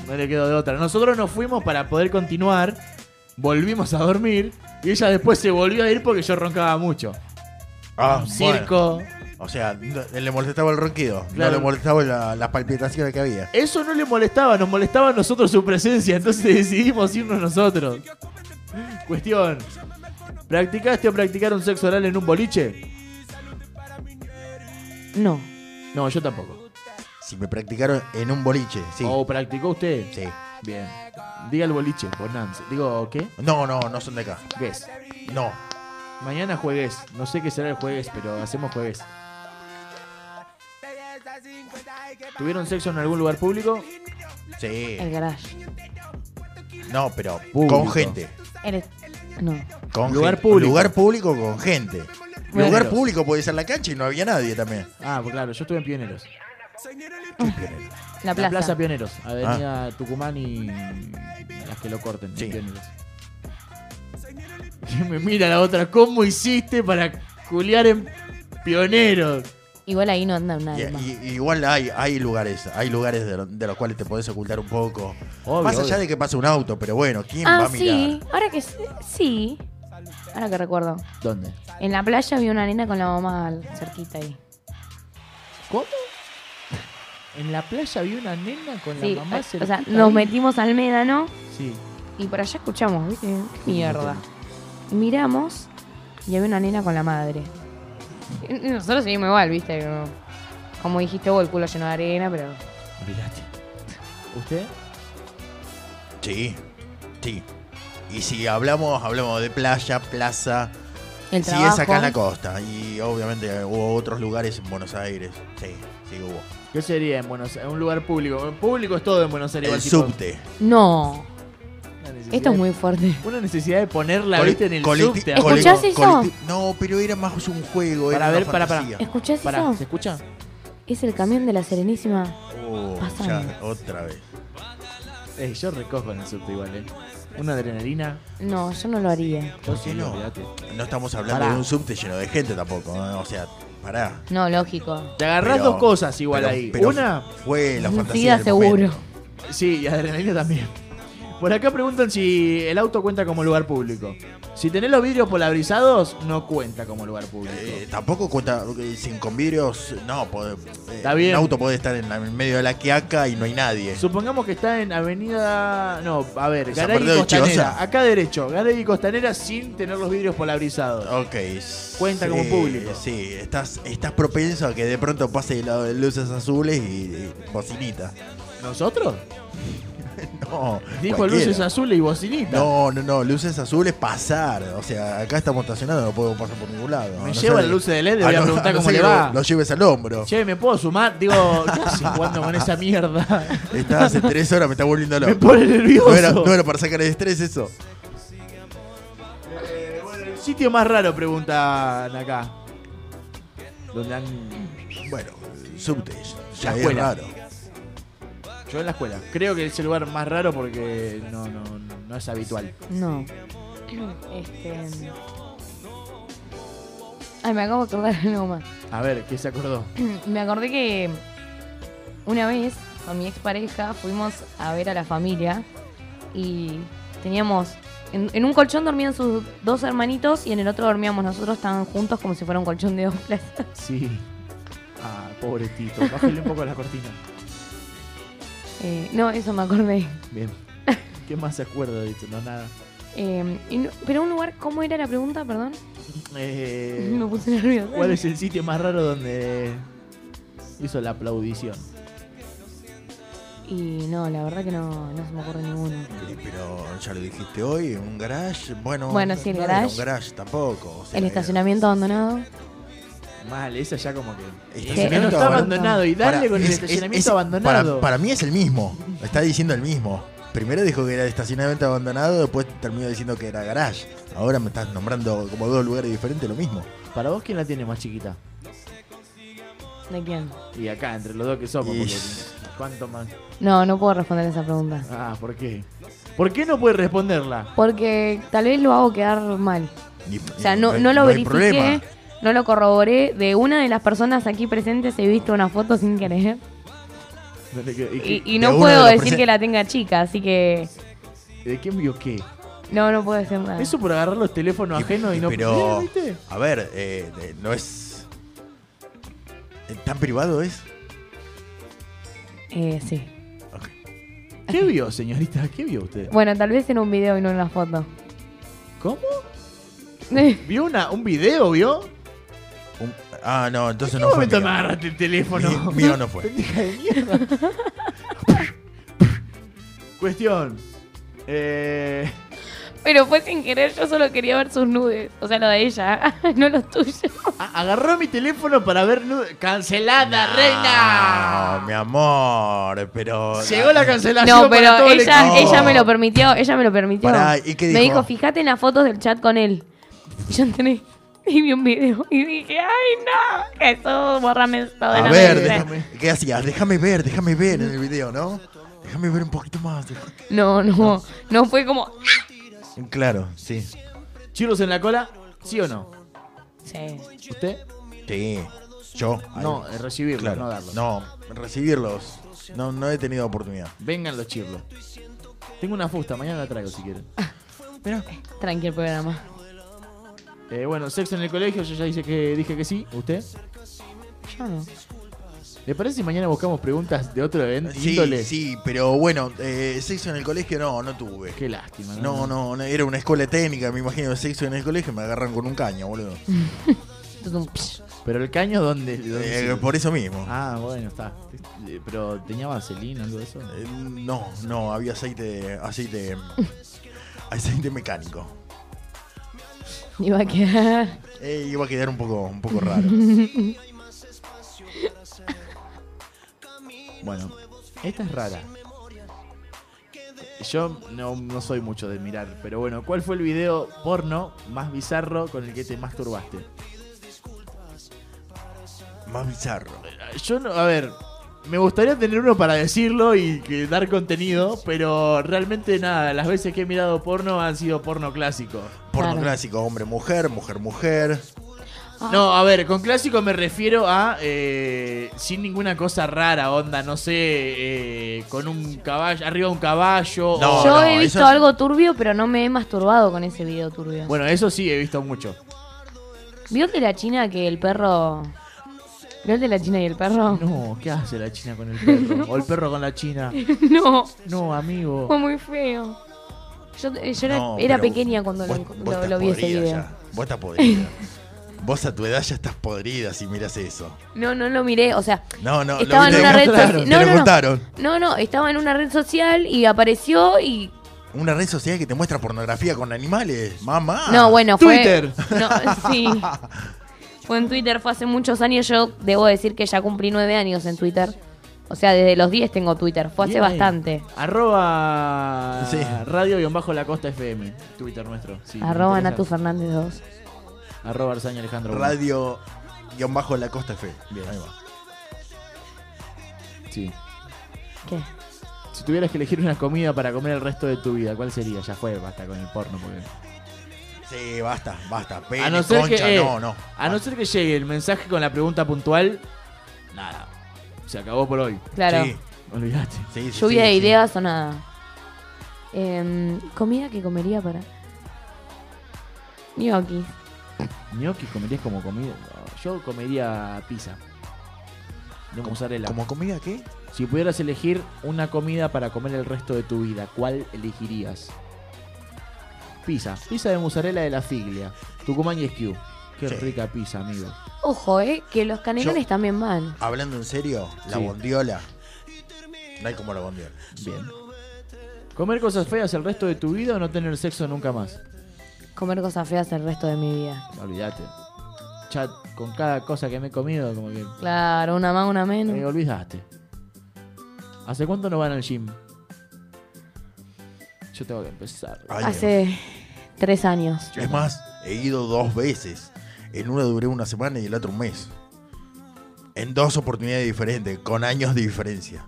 No le quedó de otra. Nosotros nos fuimos para poder continuar. Volvimos a dormir. Y ella después se volvió a ir porque yo roncaba mucho. Ah, Un bueno. circo. O sea, no- le molestaba el ronquido. Claro. No le molestaba la- las palpitaciones que había. Eso no le molestaba, nos molestaba a nosotros su presencia. Entonces decidimos irnos nosotros. Cuestión. ¿Practicaste o practicaron sexo oral en un boliche? No. No, yo tampoco. Si me practicaron en un boliche, sí. ¿O practicó usted? Sí. Bien. Diga el boliche, Bonanza. Digo, ¿qué? No, no, no son de acá. Guess. No. Mañana juegues. No sé qué será el juegues, pero hacemos juegues. ¿Tuvieron sexo en algún lugar público? Sí. El garage. No, pero Público. con gente. El est- No. Con Lugar gen- público. Lugar público con gente. Bueno. Lugar público puede ser la cancha y no había nadie también. Ah, pues claro, yo estuve en Pioneros. La plaza. Pioneros, Ah. Avenida Tucumán y las que lo corten. Pioneros. Y me mira la otra, ¿cómo hiciste para culiar en Pioneros? Igual ahí no anda nada. Ah, Y- más. y- igual hay, hay lugares, hay lugares de, lo- de los cuales te podés ocultar un poco. Más allá obvio. de que pase un auto, pero bueno, ¿quién va Ah, a mirar? sí. Ahora que sí- sí. Ahora que recuerdo. ¿Dónde? En la playa vi una nena con la mamá al- cerquita ahí. ¿Cómo? En la playa había una nena con Sí, eh, la mamá o sea, cerquita nos ahí. metimos al médano Sí. y por allá escuchamos, ¿viste? ¿Qué mierda? Miramos y había una nena con la madre. Y Nosotros seguimos igual, ¿viste? Como, como dijiste vos, el culo lleno de arena, pero... Olvídate. ¿Usted? Sí, sí. Y si hablamos, hablamos de playa, plaza. El si trabajo. es acá en la costa. Y obviamente hubo otros lugares en Buenos Aires. Sí, sí hubo. ¿Qué sería en Buenos Aires? Un lugar público. En público es todo en Buenos Aires. El igual, tipo, subte. No. una necesidad Esto es de- muy fuerte. Una necesidad de ponerla, Cole- viste, en el coleti- subte. cole- ¿Escuchás eso? coleti- No, pero era más un juego. Para era una ver, para, para. fantasía. ¿Escuchás Pará, eso? ¿se escucha? Es el camión de la Serenísima. Oh, Pasame. ya, otra vez. Eh, yo recojo en el subte igual, eh. Una adrenalina. No, yo no lo haría. ¿Por qué no? No estamos hablando Pará. de un subte lleno de gente tampoco. ¿no? O sea, pará. No, lógico. Te agarrás Pero- dos cosas igual pero- ahí. pero Una. Fue la fantasía. Sida del seguro. momento. Sí, y adrenalina también. Por acá preguntan si el auto cuenta como lugar público. Si tenés los vidrios polarizados, no cuenta como lugar público. Eh, tampoco cuenta eh, sin con vidrios. No, puede- eh, Está bien. un auto puede estar en, la- en medio de la quiaca y no hay nadie. Supongamos que está en Avenida. No, a ver, San Garay y Bernardo de Costanera. Chigosa. Acá derecho, Garay y Costanera sin tener los vidrios polarizados. Ok. Cuenta sí, como público. Sí, estás, estás propenso a que de pronto pase el lado de luces azules y, y bocinita. ¿Nosotros? No. Dijo cualquiera. luces azules y bocinita. No, no, no, luces azules pasar. O sea, acá estamos estacionados, no podemos pasar por ningún lado. Me A no lleva ser- la luz de LED, le a voy a no- preguntar a no cómo ser le que va. lo- Lo lleves al hombro. Che, ¿me puedo sumar? Digo, ¿qué haces jugando con esa mierda? Estás hace tres horas, me está volviendo loco. Me pone nervioso. No era, no era para sacar el estrés eso. El sitio más raro, preguntan acá. Donde han Bueno, subtes. Ya La es escuela. raro. Yo en la escuela. Creo que es el lugar más raro porque no, no, no es habitual. No. Este... Ay, me acabo de acordar de algo más. A ver, ¿qué se acordó? Me acordé que una vez con mi expareja fuimos a ver a la familia y teníamos... En, en un colchón dormían sus dos hermanitos y en el otro dormíamos nosotros, estaban juntos como si fuera un colchón de dos plazas. Sí. Ah, pobre Tito. Bájale un poco la cortina. Eh, no, eso me acordé. Bien. ¿Qué más se acuerda de esto? No, nada. Eh, y no- pero un lugar, ¿cómo era la pregunta? Perdón. Eh, Me puse nerviosa. ¿Cuál es el sitio más raro donde hizo la aplaudición? Y no, la verdad que no, no se me ocurre ninguno. Eh, Pero ya lo dijiste hoy, un garage. Bueno, Bueno, sí, el no era garage. un garage tampoco. o sea, El era- estacionamiento abandonado. Mal, esa ya como que. Estacionamiento está abandonado y dale Pará, con el es- es- es- estacionamiento abandonado. Para, para mí es el mismo. Está diciendo el mismo. Primero dijo que era estacionamiento abandonado, después terminó diciendo que era garage. Ahora me estás nombrando como dos lugares diferentes lo mismo. Para vos, ¿quién la tiene más chiquita? ¿De quién? Y acá, entre los dos que somos. Y- porque ¿Cuánto más? No, no puedo responder esa pregunta. Ah, ¿por qué? ¿Por qué no puede responderla? Porque tal vez lo hago quedar mal. Y- O sea, y no, hay- no lo hay verifiqué, no lo corroboré. De una de las personas aquí presentes he visto una foto sin querer. Y, y De no uno puedo de los decir presen- que la tenga chica, así que ¿De quién vio qué? no, no puedo decir nada. Eso por agarrar los teléfonos ajenos y no. Pero, Eh, ¿viste? a ver, eh, eh, no es... eh, ¿Tan privado es? Eh, sí. ¿Qué vio, señorita? ¿Qué vio usted? Bueno, tal vez en un video y no en una foto. ¿Cómo? ¿Vio una, un video, vio? Un- ah, no, entonces ¿En no qué fue momento me mío. agarraste el teléfono? Mí- mío no fue. Pendeja de mierda. Cuestión. Eh, Pero fue sin querer, yo solo quería ver sus nudes. O sea, lo de ella, no los tuyos. agarró mi teléfono para ver nudes. ¡Cancelada, reina! No, Ah, mi amor, pero. Llegó la cancelación. No, para pero todo el ella, equipo. ella me lo permitió, ella me lo permitió. Pará, ¿y qué Me dijo? dijo, fíjate en las fotos del chat con él. Y yo entré y vi un video y dije, ay no, Jesús, borrame todo de A la ver, mente". déjame. ¿Qué hacías? Déjame ver, déjame ver en el video, ¿no? Déjame ver un poquito más. déjame- No, no, no fue como... Claro, sí. ¿Churros en la cola? ¿Sí o no? Sí. ¿Usted? Sí. Yo. ahí. No, eh, recibirlos, Claro. no darlos. No, recibirlos. No, no he tenido oportunidad. Vengan los chirlos. Tengo una fusta, mañana la traigo si quieren. Tranqui el programa. Eh, bueno, sexo en el colegio, yo ya dije que, dije que sí. ¿Usted? Yo no. ¿Le parece si mañana buscamos preguntas de otro evento? Eh, Sí, índole? sí, pero bueno, eh, sexo en el colegio no, no tuve. Qué lástima. No, no, no, era una escuela técnica, me imagino, sexo en el colegio, me agarran con un caño, boludo. Pero el caño, ¿dónde? dónde Eh, sirve? por eso mismo. Ah, bueno, está. Eh, Pero tenía vaselina, algo de eso. Eh, No, no, había aceite, aceite, aceite mecánico. Iba a quedar... Eh, iba a quedar un poco, un poco raro. Bueno, esta es rara. Yo no, no soy mucho de mirar, pero bueno, ¿cuál fue el video porno más bizarro con el que te masturbaste? Más bizarro. Eh, Yo no, a ver, me gustaría tener uno para decirlo y que dar contenido, pero realmente nada, las veces que he mirado porno han sido porno clásico. Porno clásico, hombre, mujer, mujer, mujer. Ah. No, a ver, con clásico me refiero a eh, sin ninguna cosa rara, onda, no sé, eh, con un caballo, arriba un caballo. o- Yo he visto algo turbio, pero no me he masturbado con ese video turbio. Bueno, eso sí he visto mucho. ¿Vio el de la China que el perro... ¿Vio el de la China y el perro? No, ¿qué hace la China con el perro? O el perro con la China. No. No, amigo. Fue muy feo. Yo, eh, yo era, No, era pero pequeña cuando lo, enco- Vos lo- estás lo vi ese podrida video. ya, Vos estás podrida. vos a tu edad ya estás podrida si miras eso. No, no lo miré, o sea, No, no, lo estaba en viste- una red Claro, social. te No, lo no, no. contaron. No, no, estaba en una red social y apareció y. Una red social que te muestra pornografía con animales. Mamá. no, bueno, fue. Twitter. No, sí. Fue en Twitter, fue hace muchos años. Yo debo decir que ya cumplí nueve años en Twitter. O sea, desde los 10 tengo Twitter. Fue hace Bien. bastante. Arroba Sí. radio y bajo la costa FM. Twitter nuestro. Sí, me Arroba interesa. Natu Fernández 2. Arroba Arzaña Alejandro. Guzmán. Radio guión bajo la costa fe. Bien. Ahí va. Sí. ¿Qué? Si tuvieras que elegir una comida para comer el resto de tu vida, ¿cuál sería? Ya fue, basta con el porno. Porque... Sí, basta, basta. Pene, a no ser concha, que. eh, no, no. A no ser que llegue el mensaje con la pregunta puntual, nada. Se acabó por hoy. Claro. Sí. Olvidaste. Sí, sí, Lluvia sí, de sí. ideas o nada. Em, comida que comería para. Gnocchi. ¿Gnocchi comerías como comida? No, Yo comería pizza. No mozzarella. ¿Como comida qué? Si pudieras elegir una comida para comer el resto de tu vida, ¿cuál elegirías? Pizza. Pizza de mozzarella de la Figlia. Tucumán y Esquiú. Qué Sí. rica pizza, amigo. Ojo, eh, que los canelones Yo- también van. Hablando en serio, la Sí. bondiola. No hay como la bondiola. Bien. ¿Comer cosas feas el resto de tu vida o no tener sexo nunca más? Comer cosas feas el resto de mi vida. Olvídate. Ya con cada cosa que me he comido, como que Claro, una más, una menos. me olvidaste. ¿Hace cuánto no van al gym? Yo tengo que empezar. Años. Hace tres años. Es más, he ido dos veces. En una duré una semana y el otro un mes. En dos oportunidades diferentes, con años de diferencia.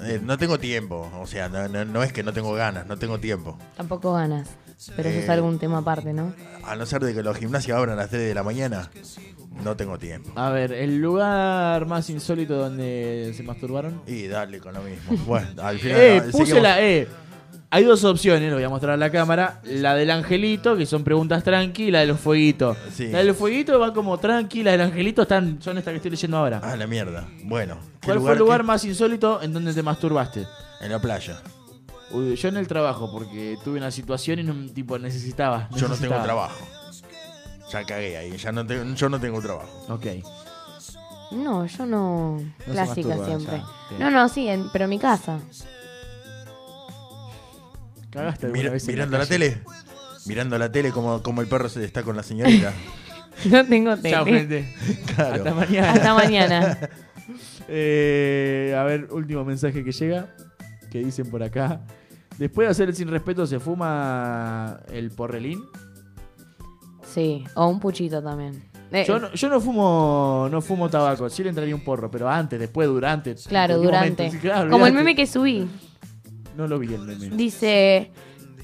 Eh, no tengo tiempo, o sea, no, no- no es que no tengo ganas, no tengo tiempo. Tampoco ganas. Pero eso es Eh. algún tema aparte, ¿no? A no ser de que los gimnasios abran a las 3 de la mañana, no tengo tiempo. A ver, el lugar más insólito donde se masturbaron. Y dale con lo mismo. Bueno, al final. Eh, no, puse seguimos. la E. Hay dos opciones, lo voy a mostrar a la cámara. La del angelito, que son preguntas tranqui, y la de los fueguitos. Sí. La de los fueguitos va como tranqui, la del angelito están, son estas que estoy leyendo ahora. Ah, la mierda. Bueno, ¿qué ¿Cuál fue el lugar que- más insólito en donde te masturbaste? En la playa. Uy, yo en el trabajo, porque tuve una situación y no, tipo, necesitaba. Yo no tengo necesitaba. trabajo. Ya cagué ahí, ya no tengo, yo no tengo trabajo. Ok. No, yo no. se Clásica masturba, siempre. ya, bien. No, no, sí, en- pero en mi casa. ¿Cagaste alguna Mira- vez en mirando la, calle? tele. Mirando la tele como, como el perro se está con la señorita. No tengo tele. Chao, gente. Claro. Hasta mañana. Hasta mañana. Eh, a ver, último mensaje que llega. Que dicen por acá. Después de hacer el sin respeto, ¿se fuma el porrelín? Sí, o un puchito también. Eh, Yo, no, yo no fumo no fumo tabaco. Sí le entraría un porro, pero antes, después, durante. Claro, en cualquier durante. momento. Sí, claro, Como el olvidate. meme que subí. No lo vi el meme. Dice,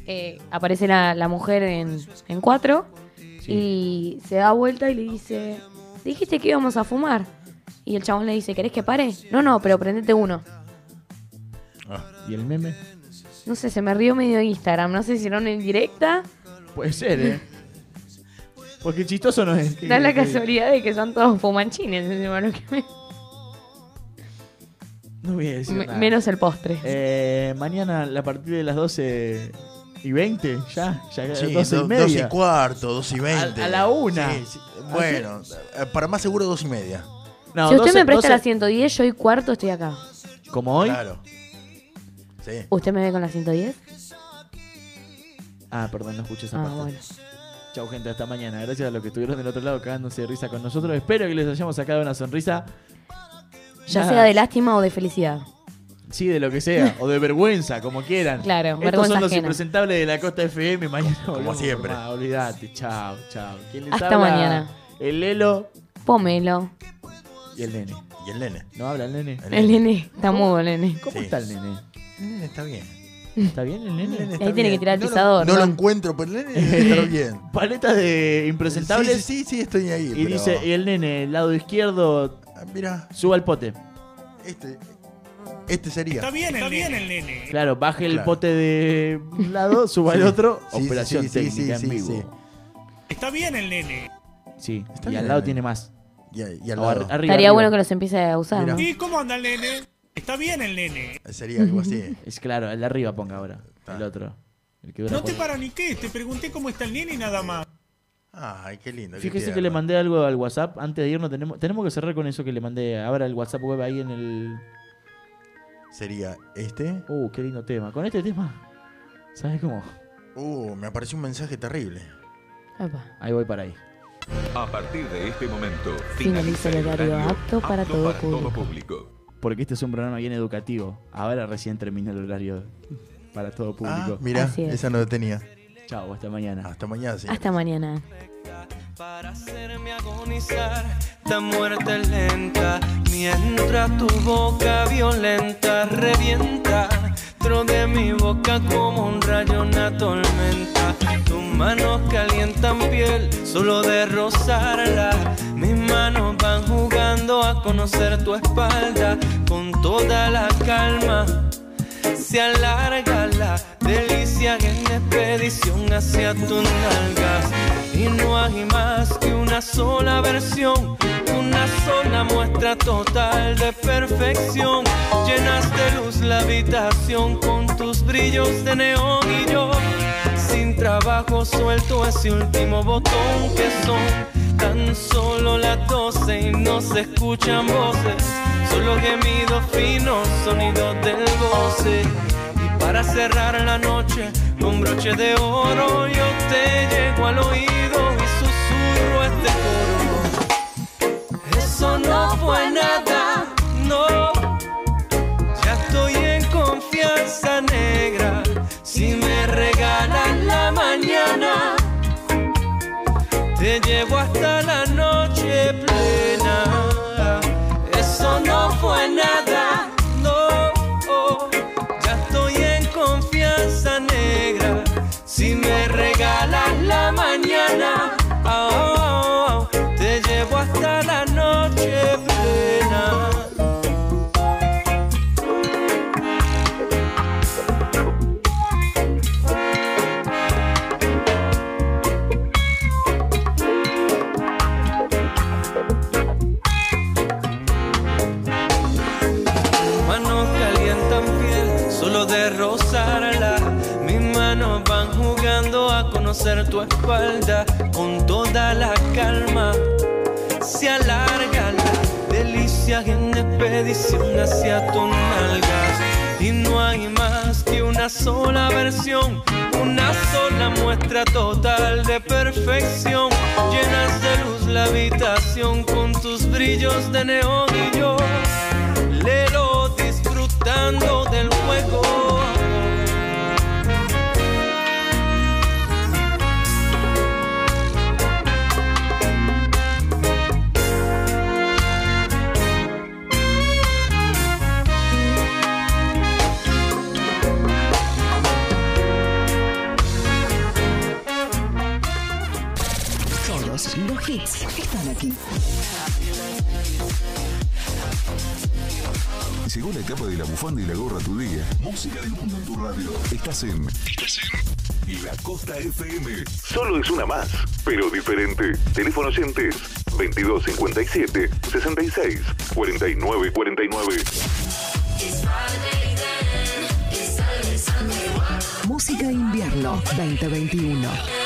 eh, aparece la, la mujer en, en cuatro y se da vuelta y le dice, dijiste que íbamos a fumar. Y el chabón le dice, ¿querés que pare? No, no, pero prendete uno. ¿Y el meme? No sé, se me rió medio Instagram, no sé si era una indirecta. Puede ser, ¿eh? Porque chistoso no es. Da la casualidad de que son todos fumanchines. encima, lo que me- No voy a decir Me- nada. menos el postre. Eh, mañana, a partir de las 12 y 20, ya. ya Sí, 12 do- y media. dos y cuarto, 2 y 20. A- a la una. Sí, sí. Bueno, eh, para más seguro, 2 y media. No, si usted 12, me presta 12, la 110, yo y cuarto estoy acá. Como hoy. Claro. Sí. ¿Usted me ve con la 110? Ah, perdón, no escuché esa Ah, parte. bueno. Chau, gente, hasta mañana. Gracias a los que estuvieron del otro lado cagándose de risa con nosotros. Espero que les hayamos sacado una sonrisa. Ya Nada. sea de lástima o de felicidad. Sí, de lo que sea. o de vergüenza, como quieran. Claro, Estos vergüenza son los ajena. impresentables de la Costa FM. Mañana Como siempre. olvídate. Chao, chao. ¿Quién les Hasta habla? mañana. El Lelo Pomelo. y el nene. Y el nene. ¿No habla el nene? El nene. Está mudo el nene. ¿Cómo está el nene? El nene está bien. ¿Está bien el nene? El nene Ahí está tiene bien. que tirar el No lo- pisador, No, ¿no? lo encuentro, pero el nene debe estar bien. Paleta de impresentables. Sí, sí, sí, sí, estoy ahí. Y dice, y el nene, el lado izquierdo, mira, suba al pote. este, este sería. Está bien, está bien el nene. Claro, baje el Claro. pote de un lado, suba al Sí. otro. Sí, sí, Operación sí, sí, técnica sí, en sí, vivo. Está bien el nene. Sí, Está y bien al el lado nene. tiene más. Y, a- y al O lado. ar- arriba, Estaría arriba. bueno que los empiece a usar. ¿no? ¿Y cómo anda el nene? Está bien el nene. Sería algo así. Es claro, el de arriba ponga ahora. El otro. El que dura No te poco. para ni qué, te pregunté cómo está el nene y nada más. Ay, qué lindo. qué Fíjese que tierno. le mandé algo al WhatsApp antes de irnos. Tenemos, tenemos que cerrar con eso que le mandé. Ahora el WhatsApp web ahí en el. Sería este. Uh, qué lindo tema. Con este tema, ¿sabes cómo? Uh, me apareció un mensaje terrible. Ahí voy para ahí. A partir de este momento, Finaliza el horario apto para todo público. Porque este es un programa bien educativo. Ahora recién termina el horario para todo público. Mirá, Ah, esa no la tenía. Chao, hasta mañana. Hasta mañana, señor. Hasta mañana. esta muerte lenta mientras tu boca violenta revienta dentro de mi boca como un rayo una tormenta tus manos calientan piel solo de rozarla mis manos van jugando a conocer tu espalda con toda la calma se alarga la delicia en expedición hacia tus nalgas. Y no hay más que una sola versión, una sola muestra total de perfección. Llenas de luz la habitación con tus brillos de neón y yo, sin trabajo, suelto ese último botón que son tan solo las doce y no se escuchan voces, solo gemidos finos, sonidos del goce. Y para cerrar la noche con broche de oro, yo te llego al oído y susurro este coro. Eso no fue nada, no. Ya estoy en confianza negra. Si me regalas la mañana, te llevo hasta la noche plena. Eso no fue nada, no. Ya estoy en confianza negra. Si me regalas la mañana, ah, ah, ah, te llevo hasta la noche plena. manos calientan piel solo de rozarla. Mis manos van jugando a conocer tu espalda con toda la calma. Se alarga la delicia en expedición hacia tus nalgas. Y no hay más que una una sola versión, una sola muestra total de perfección. Llenas de luz la habitación con tus brillos de neón y yo lelo disfrutando del juego. Todos los hits están aquí. Llegó la etapa de la bufanda y la gorra a tu día. Música del mundo en tu radio. Estás en. Estás en. La Costa FM. Solo es una más, pero diferente. Teléfono oyentes 2257 66 49 49. Música Invierno 2021.